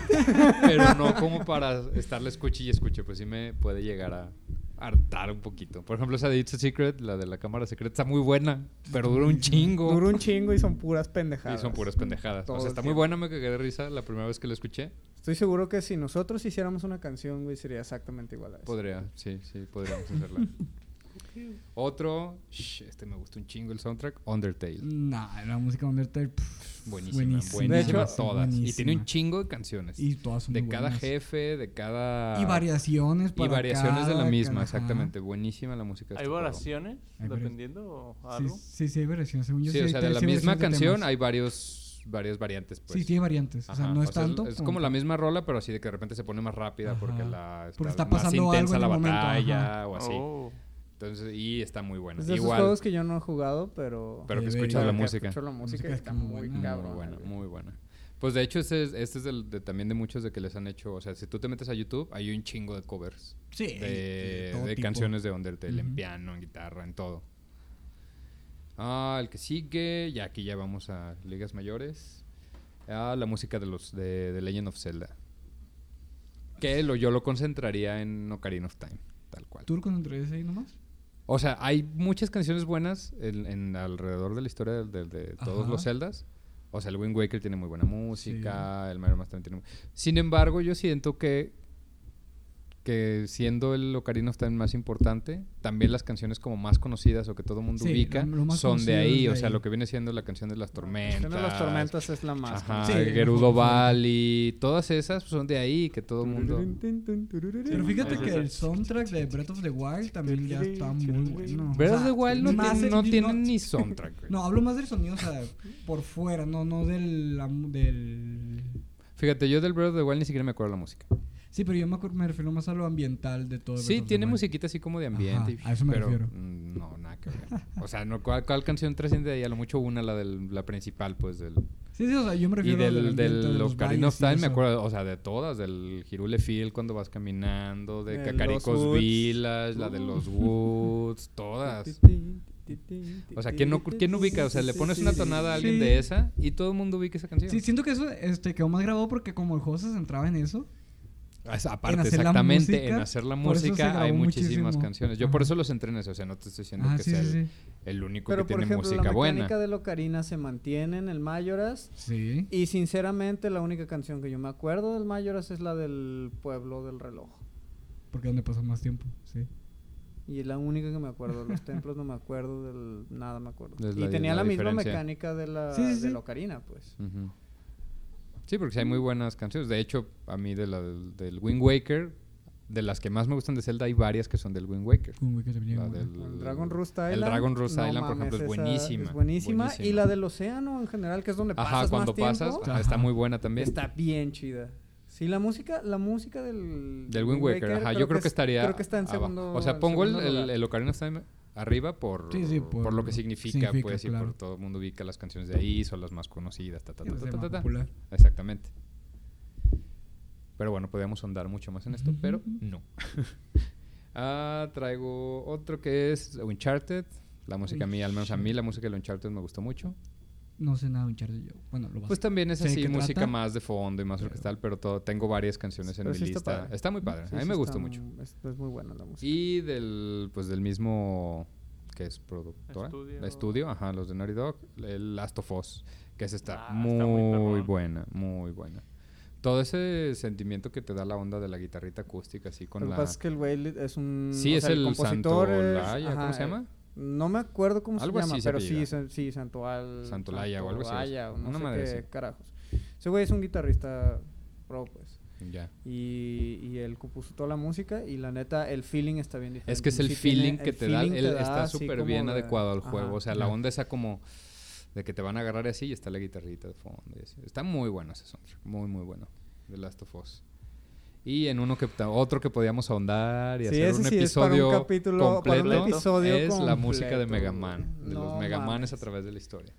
Speaker 4: pero no como para estarle escuche y escuche, pues sí me puede llegar a hartar un poquito. Por ejemplo, esa de It's a Secret, la de la cámara secreta, está muy buena, pero dura un chingo.
Speaker 1: Dura un chingo y son puras pendejadas.
Speaker 4: y son puras pendejadas. O
Speaker 1: Todo
Speaker 4: sea,
Speaker 1: el
Speaker 4: está muy
Speaker 1: tiempo.
Speaker 4: buena, me cagué de risa la primera vez que la escuché.
Speaker 1: Estoy seguro que si nosotros hiciéramos una canción, güey, sería exactamente igual a eso.
Speaker 4: Podría, sí, sí, podríamos hacerla. Otro, shh, este me gusta un chingo el soundtrack, Undertale.
Speaker 2: Nah, la música de Undertale. pff,
Speaker 4: Buenísima,
Speaker 2: buenísima.
Speaker 4: buenísima
Speaker 1: De hecho-
Speaker 4: todas. Y tiene
Speaker 2: buenísima.
Speaker 4: un chingo de canciones.
Speaker 2: Y todas son
Speaker 4: de
Speaker 2: muy
Speaker 4: cada
Speaker 2: buenas.
Speaker 4: jefe, de cada...
Speaker 2: Y variaciones
Speaker 4: y
Speaker 2: para
Speaker 4: variaciones de la
Speaker 2: cada-
Speaker 4: misma,
Speaker 2: ajá.
Speaker 4: exactamente. Buenísima la música. de
Speaker 3: ¿Hay
Speaker 4: este juego.
Speaker 3: variaciones?
Speaker 2: Hay vari-
Speaker 3: Dependiendo o
Speaker 2: Sí,
Speaker 3: algo.
Speaker 2: sí, sí, hay variaciones. Según yo,
Speaker 4: Sí, o
Speaker 2: hay
Speaker 4: sea, de
Speaker 2: tres-
Speaker 4: la
Speaker 2: sí hay
Speaker 4: misma
Speaker 2: variaciones de
Speaker 4: canción
Speaker 2: temas.
Speaker 4: hay varios, varias variantes. Pues.
Speaker 2: Sí, sí, hay variantes. O sea,
Speaker 4: Ajá,
Speaker 2: no es
Speaker 4: es-
Speaker 2: tanto.
Speaker 4: Es, como la misma rola, pero así de que de repente se pone más rápida porque
Speaker 2: Ajá.
Speaker 4: la
Speaker 2: Porque está
Speaker 4: más
Speaker 2: pasando algo
Speaker 4: intensa
Speaker 2: en
Speaker 4: la
Speaker 2: el momento, ajá. Pues
Speaker 4: batalla o así.
Speaker 3: Oh.
Speaker 4: Entonces, y está muy buena.
Speaker 1: Es de esos
Speaker 4: Igual,
Speaker 1: juegos que yo no he jugado, pero...
Speaker 4: pero que
Speaker 2: Debería.
Speaker 4: escuchas la
Speaker 1: que
Speaker 4: música.
Speaker 1: escucho la música y
Speaker 2: música
Speaker 1: está
Speaker 2: está muy
Speaker 1: muy
Speaker 2: buena.
Speaker 1: cabrona,
Speaker 4: muy buena,
Speaker 1: güey.
Speaker 4: muy buena. Pues de hecho, este es, este es del- de- también de muchos de que les han hecho. O sea, si tú te metes a YouTube, hay un chingo de covers
Speaker 2: Sí,
Speaker 4: de,
Speaker 2: este, todo
Speaker 4: de
Speaker 2: tipo.
Speaker 4: canciones de Undertale, en
Speaker 2: Ujú.
Speaker 4: piano, en guitarra, en todo. Ah, el que sigue, ya aquí ya vamos a ligas mayores. Ah, la música de los de, de Legend of Zelda. Que lo, yo lo concentraría en Ocarina of Time, tal cual.
Speaker 2: ¿Tú lo concentrarías ahí nomás?
Speaker 4: O sea, hay muchas canciones buenas en, en alrededor de la historia del- del- de, todos
Speaker 2: Ajá.
Speaker 4: los Zeldas. O sea, el Wind Waker tiene muy buena música, el Mario Master también tiene... mu- Sin embargo, yo siento que que siendo el Ocarina of Time más importante, también las canciones como más conocidas o que todo el mundo
Speaker 2: Sí,
Speaker 4: ubica
Speaker 2: lo- lo más
Speaker 4: son de
Speaker 2: conocido es
Speaker 4: ahí,
Speaker 2: de
Speaker 4: o sea,
Speaker 2: ahí.
Speaker 4: lo que viene siendo la canción de las tormentas.
Speaker 1: Una de las tormentas es la más...
Speaker 4: Ajá,
Speaker 2: Sí,
Speaker 4: Gerudo
Speaker 2: mejor.
Speaker 4: Valley, todas esas son de ahí que todo el mundo...
Speaker 2: Pero fíjate
Speaker 3: mames.
Speaker 2: que el soundtrack de Breath of the Wild también ya está muy bueno.
Speaker 4: Breath
Speaker 2: O
Speaker 4: of
Speaker 2: sea,
Speaker 4: the Wild no,
Speaker 2: más
Speaker 4: tiene,
Speaker 2: el-
Speaker 4: no tiene ni soundtrack. güey.
Speaker 2: No, hablo más del sonido, o sea, por fuera, no, no del, la mu- del...
Speaker 4: Fíjate, yo del Breath of the Wild ni siquiera me acuerdo la música.
Speaker 2: Sí, pero yo me, acuer- me refiero más a lo ambiental de todo. Breath
Speaker 4: Sí,
Speaker 2: of the
Speaker 4: tiene
Speaker 2: Wild.
Speaker 4: musiquita así como de ambiente.
Speaker 2: Ajá, a eso me
Speaker 4: pero,
Speaker 2: refiero.
Speaker 4: mm, No, nada que ver. O sea, no, ¿cuál, cuál canción trasciende ahí? A lo mucho una, la, del, la principal, pues. Del,
Speaker 2: Sí, sí, o sea, yo me
Speaker 4: y
Speaker 2: refiero
Speaker 4: del,
Speaker 2: ambiente, de
Speaker 4: del
Speaker 2: los
Speaker 4: Ocarina of
Speaker 2: valles y
Speaker 4: Time, me
Speaker 2: eso.
Speaker 4: acuerdo, o sea, de todas. Del Hirule Field cuando vas caminando, de
Speaker 1: De los
Speaker 4: Cacaricos
Speaker 1: Woods. Uh.
Speaker 4: Village, la de los Woods, todas. O sea, ¿quién, no, ¿quién ubica? O sea, le pones una tonada a alguien
Speaker 2: Sí.
Speaker 4: de esa y todo el mundo ubica esa canción.
Speaker 2: Sí, siento que eso este, quedó más grabado porque como el juego se centraba en eso,
Speaker 4: Es- Aparte,
Speaker 2: hacer la
Speaker 4: exactamente,
Speaker 2: música,
Speaker 4: en hacer la
Speaker 2: por eso se
Speaker 4: música
Speaker 2: grabó
Speaker 4: hay muchísimas
Speaker 2: muchísimo.
Speaker 4: canciones. Yo
Speaker 2: Ajá.
Speaker 4: por eso los entrenes, o sea, no te estoy diciendo
Speaker 2: Ah,
Speaker 4: que
Speaker 2: sí,
Speaker 4: sea
Speaker 2: sí,
Speaker 4: el,
Speaker 2: sí.
Speaker 4: el único
Speaker 1: Pero
Speaker 4: que
Speaker 1: por
Speaker 4: tiene
Speaker 1: ejemplo, la
Speaker 4: música
Speaker 1: mecánica
Speaker 4: buena.
Speaker 1: de Locarina se mantiene en el Mayoras.
Speaker 2: Sí.
Speaker 1: Y sinceramente, la única canción que yo me acuerdo del Mayoras es la del Pueblo del Reloj.
Speaker 2: Porque donde pasó más tiempo, sí.
Speaker 1: Y es la única que me acuerdo. Los templos no me acuerdo del nada, me acuerdo.
Speaker 4: Es
Speaker 1: y
Speaker 4: la-
Speaker 1: tenía la,
Speaker 4: la
Speaker 1: misma
Speaker 4: diferencia.
Speaker 1: mecánica de la
Speaker 2: Sí, sí,
Speaker 1: de
Speaker 2: sí.
Speaker 1: Locarina, pues.
Speaker 4: Ujú. Sí, porque sí hay muy buenas canciones. De hecho, a mí de la, del Wind Waker, de las que más me gustan de Zelda, hay varias que son del Wind Waker.
Speaker 2: Un güey que se venía
Speaker 4: La
Speaker 2: muy
Speaker 4: del-
Speaker 1: El Dragon Roost Island.
Speaker 4: El Dragon Roost
Speaker 1: no
Speaker 4: Island, por
Speaker 1: mames,
Speaker 4: ejemplo, es
Speaker 1: esa
Speaker 4: buenísima.
Speaker 1: Es buenísima. Y la del océano en general, que es donde pasas
Speaker 4: Ajá, cuando
Speaker 1: más tiempo,
Speaker 4: pasas, ajá, está
Speaker 2: Ajá.
Speaker 4: muy buena también.
Speaker 1: Está bien chida. Sí, la música, la música del...
Speaker 4: Del Wind Waker, ajá. Yo creo que,
Speaker 1: es-
Speaker 4: estaría.
Speaker 1: Creo que está en
Speaker 4: abajo.
Speaker 1: segundo
Speaker 4: O sea,
Speaker 1: en
Speaker 4: pongo el,
Speaker 1: segundo
Speaker 4: el,
Speaker 1: lugar.
Speaker 4: el Ocarina of Time arriba por,
Speaker 2: Sí, sí,
Speaker 4: por,
Speaker 2: por-
Speaker 4: lo que significa,
Speaker 2: significa,
Speaker 4: pues, y
Speaker 2: claro.
Speaker 4: por todo el mundo ubica las canciones de ahí, son las más conocidas, ta, ta, ta,
Speaker 2: Es
Speaker 4: ta,
Speaker 2: el
Speaker 4: ta,
Speaker 2: más
Speaker 4: ta, ta.
Speaker 2: popular.
Speaker 4: Exactamente. Pero bueno, podríamos ahondar mucho más en esto, pero no. ah, traigo otro que es Uncharted. La música a mí, al menos a mí, la música de Uncharted me gustó mucho.
Speaker 2: No sé nada de Uncharted yo. Bueno, lo
Speaker 4: Pues
Speaker 2: básico.
Speaker 4: también es
Speaker 2: ¿Sé de
Speaker 4: así,
Speaker 2: qué
Speaker 4: música
Speaker 2: trata?
Speaker 4: más de fondo y más orquestal, pero todo, tengo varias canciones en
Speaker 1: Pero
Speaker 4: mi
Speaker 1: sí está
Speaker 4: lista. Está,
Speaker 1: padre.
Speaker 4: muy padre,
Speaker 1: Sí,
Speaker 4: a mí
Speaker 1: sí
Speaker 4: me
Speaker 1: está
Speaker 4: gustó mucho.
Speaker 1: mu- Es, es muy buena la música.
Speaker 4: Y del, pues del mismo que es productora,
Speaker 3: Estudio.
Speaker 4: estudio, ajá, los de Naughty Dog, el Last of Us, que es está
Speaker 3: Ah,
Speaker 4: muy,
Speaker 3: está muy perrón.
Speaker 4: buena, muy buena. Todo ese sentimiento que te da la onda de la guitarrita acústica, así con
Speaker 1: Lo que
Speaker 4: la...
Speaker 1: pasa es que el güey li- es un...
Speaker 4: Sí,
Speaker 1: o
Speaker 4: es
Speaker 1: sea,
Speaker 4: el
Speaker 1: compositor es-
Speaker 4: Santolaya, ¿cómo
Speaker 1: ajá, eh,
Speaker 4: se llama?
Speaker 1: No me acuerdo cómo
Speaker 4: Algo
Speaker 1: se llama,
Speaker 4: así se
Speaker 1: pero sí,
Speaker 4: apellida.
Speaker 1: san- sí, Santoal...
Speaker 4: Santolaya o algo así,
Speaker 1: Santolaya, o no
Speaker 4: una
Speaker 1: sé
Speaker 4: madre
Speaker 1: qué
Speaker 4: así.
Speaker 1: carajos. Ese güey es un guitarrista pro, pues.
Speaker 4: Ya.
Speaker 1: Y, y él compuso toda la música y la neta, el feeling está bien diferente.
Speaker 4: Es que es el
Speaker 1: Sí tiene-
Speaker 4: feeling que te da,
Speaker 1: feeling
Speaker 4: él
Speaker 1: te da
Speaker 4: está
Speaker 1: así
Speaker 4: súper
Speaker 1: como
Speaker 4: bien
Speaker 1: de-
Speaker 4: adecuado al
Speaker 1: ajá.
Speaker 4: juego, o sea, la
Speaker 2: Ya.
Speaker 4: onda esa como de que te van a agarrar así y está la guitarrita de fondo. y así. Está muy bueno ese soundtrack, muy muy bueno, The Last of Us. Y en uno que ta- otro que podíamos ahondar y
Speaker 1: Sí,
Speaker 4: hacer
Speaker 1: ese
Speaker 4: un
Speaker 1: sí es para un
Speaker 4: episodio
Speaker 1: capítulo- para un
Speaker 4: completo
Speaker 1: episodio
Speaker 4: es la música de
Speaker 1: completo,
Speaker 4: Mega Man,
Speaker 1: güey.
Speaker 4: de los
Speaker 1: No
Speaker 4: Mega Manes a
Speaker 1: mames.
Speaker 4: través de la historia.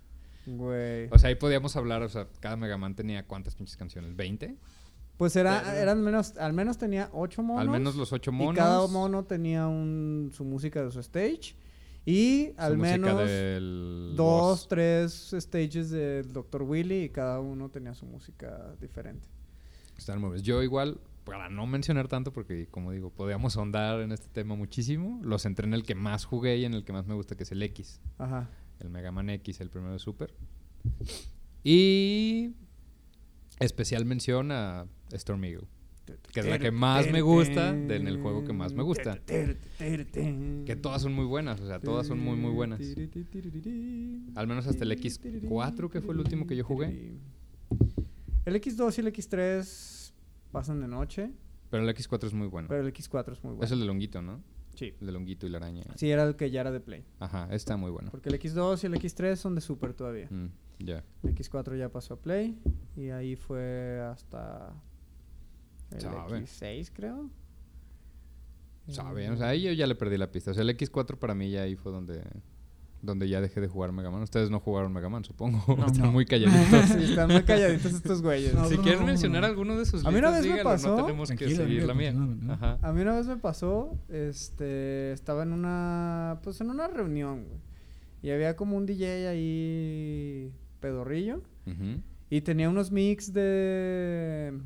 Speaker 1: Güey.
Speaker 4: O sea, ahí podíamos hablar, o sea, cada Mega Man tenía cuántas pinches canciones, 20,
Speaker 1: Pues era, eran menos, al menos tenía ocho monos.
Speaker 4: al menos los 8 monos.
Speaker 1: Y cada mono tenía un, su música de su stage. Y
Speaker 4: su
Speaker 1: al
Speaker 4: música
Speaker 1: menos
Speaker 4: del
Speaker 1: dos,
Speaker 4: boss.
Speaker 1: tres stages del Dr. Willy y cada uno tenía su música diferente.
Speaker 4: Están muy bien. Yo igual, para no mencionar tanto, porque como digo, podíamos ahondar en este tema muchísimo, los entré en el que más jugué y en el que más me gusta, que es el X,
Speaker 1: Ajá.
Speaker 4: el Mega Man X, el primero de Super. Y especial mención a Storm Eagle, que es la que más me gusta de- en el juego que más me gusta. Que
Speaker 1: Que
Speaker 4: todas son muy buenas, o sea, todas son muy, muy buenas. Al menos hasta el X4, que fue el último que yo jugué.
Speaker 1: El X2 y el X3 pasan de noche,
Speaker 4: Pero el X4 es muy bueno.
Speaker 1: pero el X4 es muy bueno.
Speaker 4: Es el de Longuito, ¿no?
Speaker 1: Sí.
Speaker 4: El de Longuito y la araña.
Speaker 1: Sí, era el que ya era de Play.
Speaker 4: Ajá, está muy bueno.
Speaker 1: Porque el X2 y el X3 son de Super todavía.
Speaker 4: Mm, ya.
Speaker 1: El X4 ya pasó a Play y ahí fue hasta el
Speaker 4: Sabe.
Speaker 1: X6, creo.
Speaker 4: Sabe,
Speaker 1: Eh,
Speaker 4: o sea, ahí yo ya le perdí la pista. O sea, el X4 para mí ya ahí fue donde, donde ya dejé de jugar Mega Man. Ustedes no jugaron Mega Man, supongo. Están
Speaker 2: No.
Speaker 4: muy calladitos.
Speaker 1: Sí, están muy calladitos estos güeyes.
Speaker 2: No,
Speaker 4: si
Speaker 2: no,
Speaker 4: quieren
Speaker 2: no,
Speaker 4: mencionar
Speaker 2: no.
Speaker 4: alguno de sus
Speaker 1: A mí una
Speaker 4: listas,
Speaker 1: vez me
Speaker 4: díganlo,
Speaker 1: pasó.
Speaker 4: No tenemos que
Speaker 2: Tranquilo,
Speaker 4: seguir la mía.
Speaker 2: continúa, continúa.
Speaker 4: Ajá.
Speaker 1: A mí una vez me pasó, este, estaba en una, pues en una reunión, güey. Y había como un DJ ahí pedorrillo
Speaker 4: Ujú.
Speaker 1: y tenía unos mix de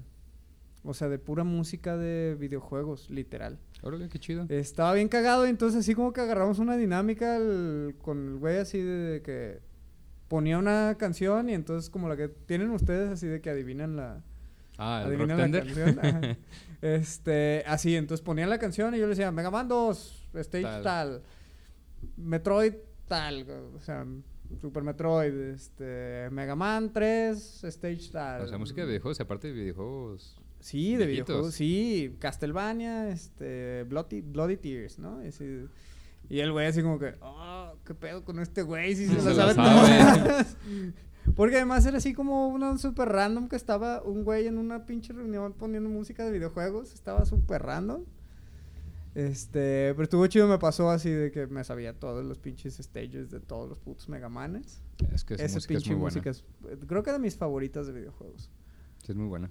Speaker 1: o sea, de pura música de videojuegos, literal.
Speaker 4: Órale, qué chido.
Speaker 1: Estaba bien cagado, entonces así como que agarramos una dinámica al- con el güey así de que ponía una canción y entonces como la que tienen ustedes así de que adivinan la
Speaker 4: ah, el Rock
Speaker 1: adivinan la
Speaker 4: Tender.
Speaker 1: canción. ajá. Este, así, entonces ponía la canción y yo le decía Mega Man 2, Stage
Speaker 4: Tal.
Speaker 1: tal, Metroid tal, o sea, Super Metroid, este, Mega Man 3, Stage tal.
Speaker 4: O sea, música de videojuegos, y aparte de videojuegos.
Speaker 1: Sí, de
Speaker 4: Viejitos.
Speaker 1: videojuegos, sí, Castlevania, este, Bloody, Bloody Tears, ¿no? Y, así- y el güey así como que, oh, qué pedo con este güey, si se,
Speaker 4: Se
Speaker 1: la sabe,
Speaker 4: la sabe.
Speaker 1: todas". Porque además era así como una super random que estaba un güey en una pinche reunión poniendo música de videojuegos, estaba super random. Este, pero estuvo chido, me pasó así de que me sabía todos los pinches stages de todos los putos Megamanes.
Speaker 4: Es que esa
Speaker 1: Esa
Speaker 4: música es
Speaker 1: pinche
Speaker 4: muy buena.
Speaker 1: música es, creo que de mis favoritas de videojuegos.
Speaker 4: Sí, es muy buena.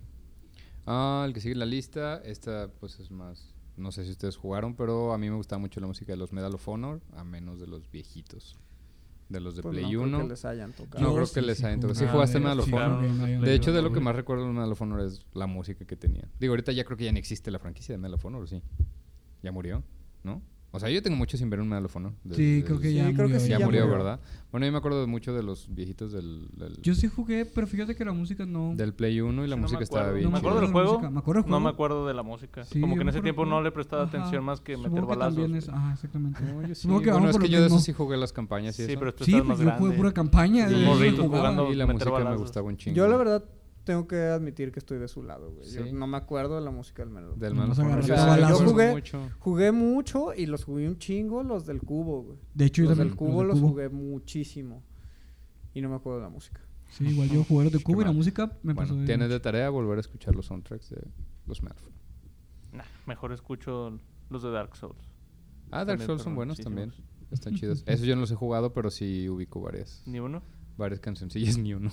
Speaker 4: Ah, el que sigue en la lista, esta pues es más... No sé si ustedes jugaron, pero a mí me gustaba mucho la música de los Medal of Honor, a menos de los viejitos. de los de
Speaker 1: Pues
Speaker 4: Play
Speaker 1: no creo
Speaker 4: 1.
Speaker 1: que les hayan tocado.
Speaker 4: No
Speaker 2: Yo
Speaker 4: creo
Speaker 2: sí,
Speaker 4: que les
Speaker 2: sí
Speaker 4: haya entrado.
Speaker 2: jugué.
Speaker 4: Sí
Speaker 3: Ah,
Speaker 4: jugaste en
Speaker 3: de- sí, claro.
Speaker 4: Alofón.
Speaker 2: Play
Speaker 4: De hecho,
Speaker 2: uno,
Speaker 4: de lo que
Speaker 2: güey.
Speaker 4: más recuerdo de Medal of Honor es la música que tenía. Digo, ahorita ya creo que ya no existe la franquicia de Medal of Honor, sí. Ya murió, ¿no? O sea, yo tengo mucho sin ver un Medal of Honor. Desde-
Speaker 2: Sí, creo que
Speaker 4: desde-
Speaker 2: ya
Speaker 1: Sí, creo que
Speaker 2: murió.
Speaker 1: sí,
Speaker 4: ya,
Speaker 1: ya
Speaker 4: murió,
Speaker 1: murió.
Speaker 4: ¿verdad? Bueno, yo me acuerdo mucho de los viejitos del, del,
Speaker 2: Yo sí jugué, pero fíjate que la música no...
Speaker 4: del Play 1 y
Speaker 3: Sí,
Speaker 4: la
Speaker 3: no me
Speaker 4: música estaba
Speaker 3: acuerdo.
Speaker 4: bien.
Speaker 3: No me
Speaker 2: chida.
Speaker 3: acuerdo del juego.
Speaker 2: Música, me acuerdo del
Speaker 3: No me
Speaker 2: juego.
Speaker 3: acuerdo de la música.
Speaker 2: Sí,
Speaker 3: Como que en
Speaker 2: yo
Speaker 3: ese
Speaker 2: creo
Speaker 3: tiempo
Speaker 2: que-
Speaker 3: no le prestaba
Speaker 2: Ajá.
Speaker 3: atención más que
Speaker 2: Supongo
Speaker 3: meter balazos.
Speaker 2: también
Speaker 3: güey.
Speaker 2: es- Ajá, exactamente.
Speaker 1: No, yo sí.
Speaker 2: Supongo que
Speaker 4: Bueno,
Speaker 2: vamos
Speaker 4: es
Speaker 2: por
Speaker 4: que
Speaker 2: lo
Speaker 4: yo de
Speaker 2: mismo.
Speaker 4: eso sí jugué las campañas y
Speaker 3: Sí,
Speaker 4: eso.
Speaker 3: pero tú
Speaker 2: Sí,
Speaker 3: estás
Speaker 2: pues
Speaker 3: más
Speaker 2: yo jugué
Speaker 3: grande.
Speaker 2: pura campaña.
Speaker 3: Sí,
Speaker 2: de-
Speaker 3: morrito
Speaker 2: jugaba.
Speaker 3: jugando.
Speaker 4: y la
Speaker 3: meter
Speaker 4: música me
Speaker 3: balazos.
Speaker 4: gustaba un chingo.
Speaker 1: Yo la verdad tengo que admitir que estoy de su lado, güey. Yo
Speaker 4: Sí.
Speaker 1: no me acuerdo de la música del Medal of
Speaker 4: Del
Speaker 2: No
Speaker 4: Medal of
Speaker 2: se
Speaker 4: Honor.
Speaker 1: agarró
Speaker 4: Yo
Speaker 1: a
Speaker 4: sí me
Speaker 1: balazos.
Speaker 4: acuerdo
Speaker 1: Jugué-
Speaker 4: mucho.
Speaker 1: Jugué mucho y los jugué un chingo los del cubo, güey.
Speaker 2: De hecho, yo
Speaker 1: los
Speaker 2: también.
Speaker 1: del cubo
Speaker 2: del
Speaker 1: los jugué muchísimo. Y no me acuerdo de la música.
Speaker 2: Sí, igual yo jugué los de
Speaker 4: Qué
Speaker 2: cubo y la
Speaker 4: mal.
Speaker 2: música me pasó.
Speaker 4: Bueno,
Speaker 2: de-
Speaker 4: tienes de tarea volver a escuchar los soundtracks de los Medal of Honor.
Speaker 3: Nah, mejor escucho los de Dark Souls.
Speaker 4: Ah, Dark
Speaker 3: También,
Speaker 4: Souls
Speaker 3: pero
Speaker 4: son
Speaker 3: no,
Speaker 4: buenos
Speaker 3: sí, sí,
Speaker 4: también.
Speaker 3: sí.
Speaker 4: Están chidos. Eso yo no los he jugado, pero sí ubico varias,
Speaker 3: Ni uno.
Speaker 4: varias cancioncillas, ni uno.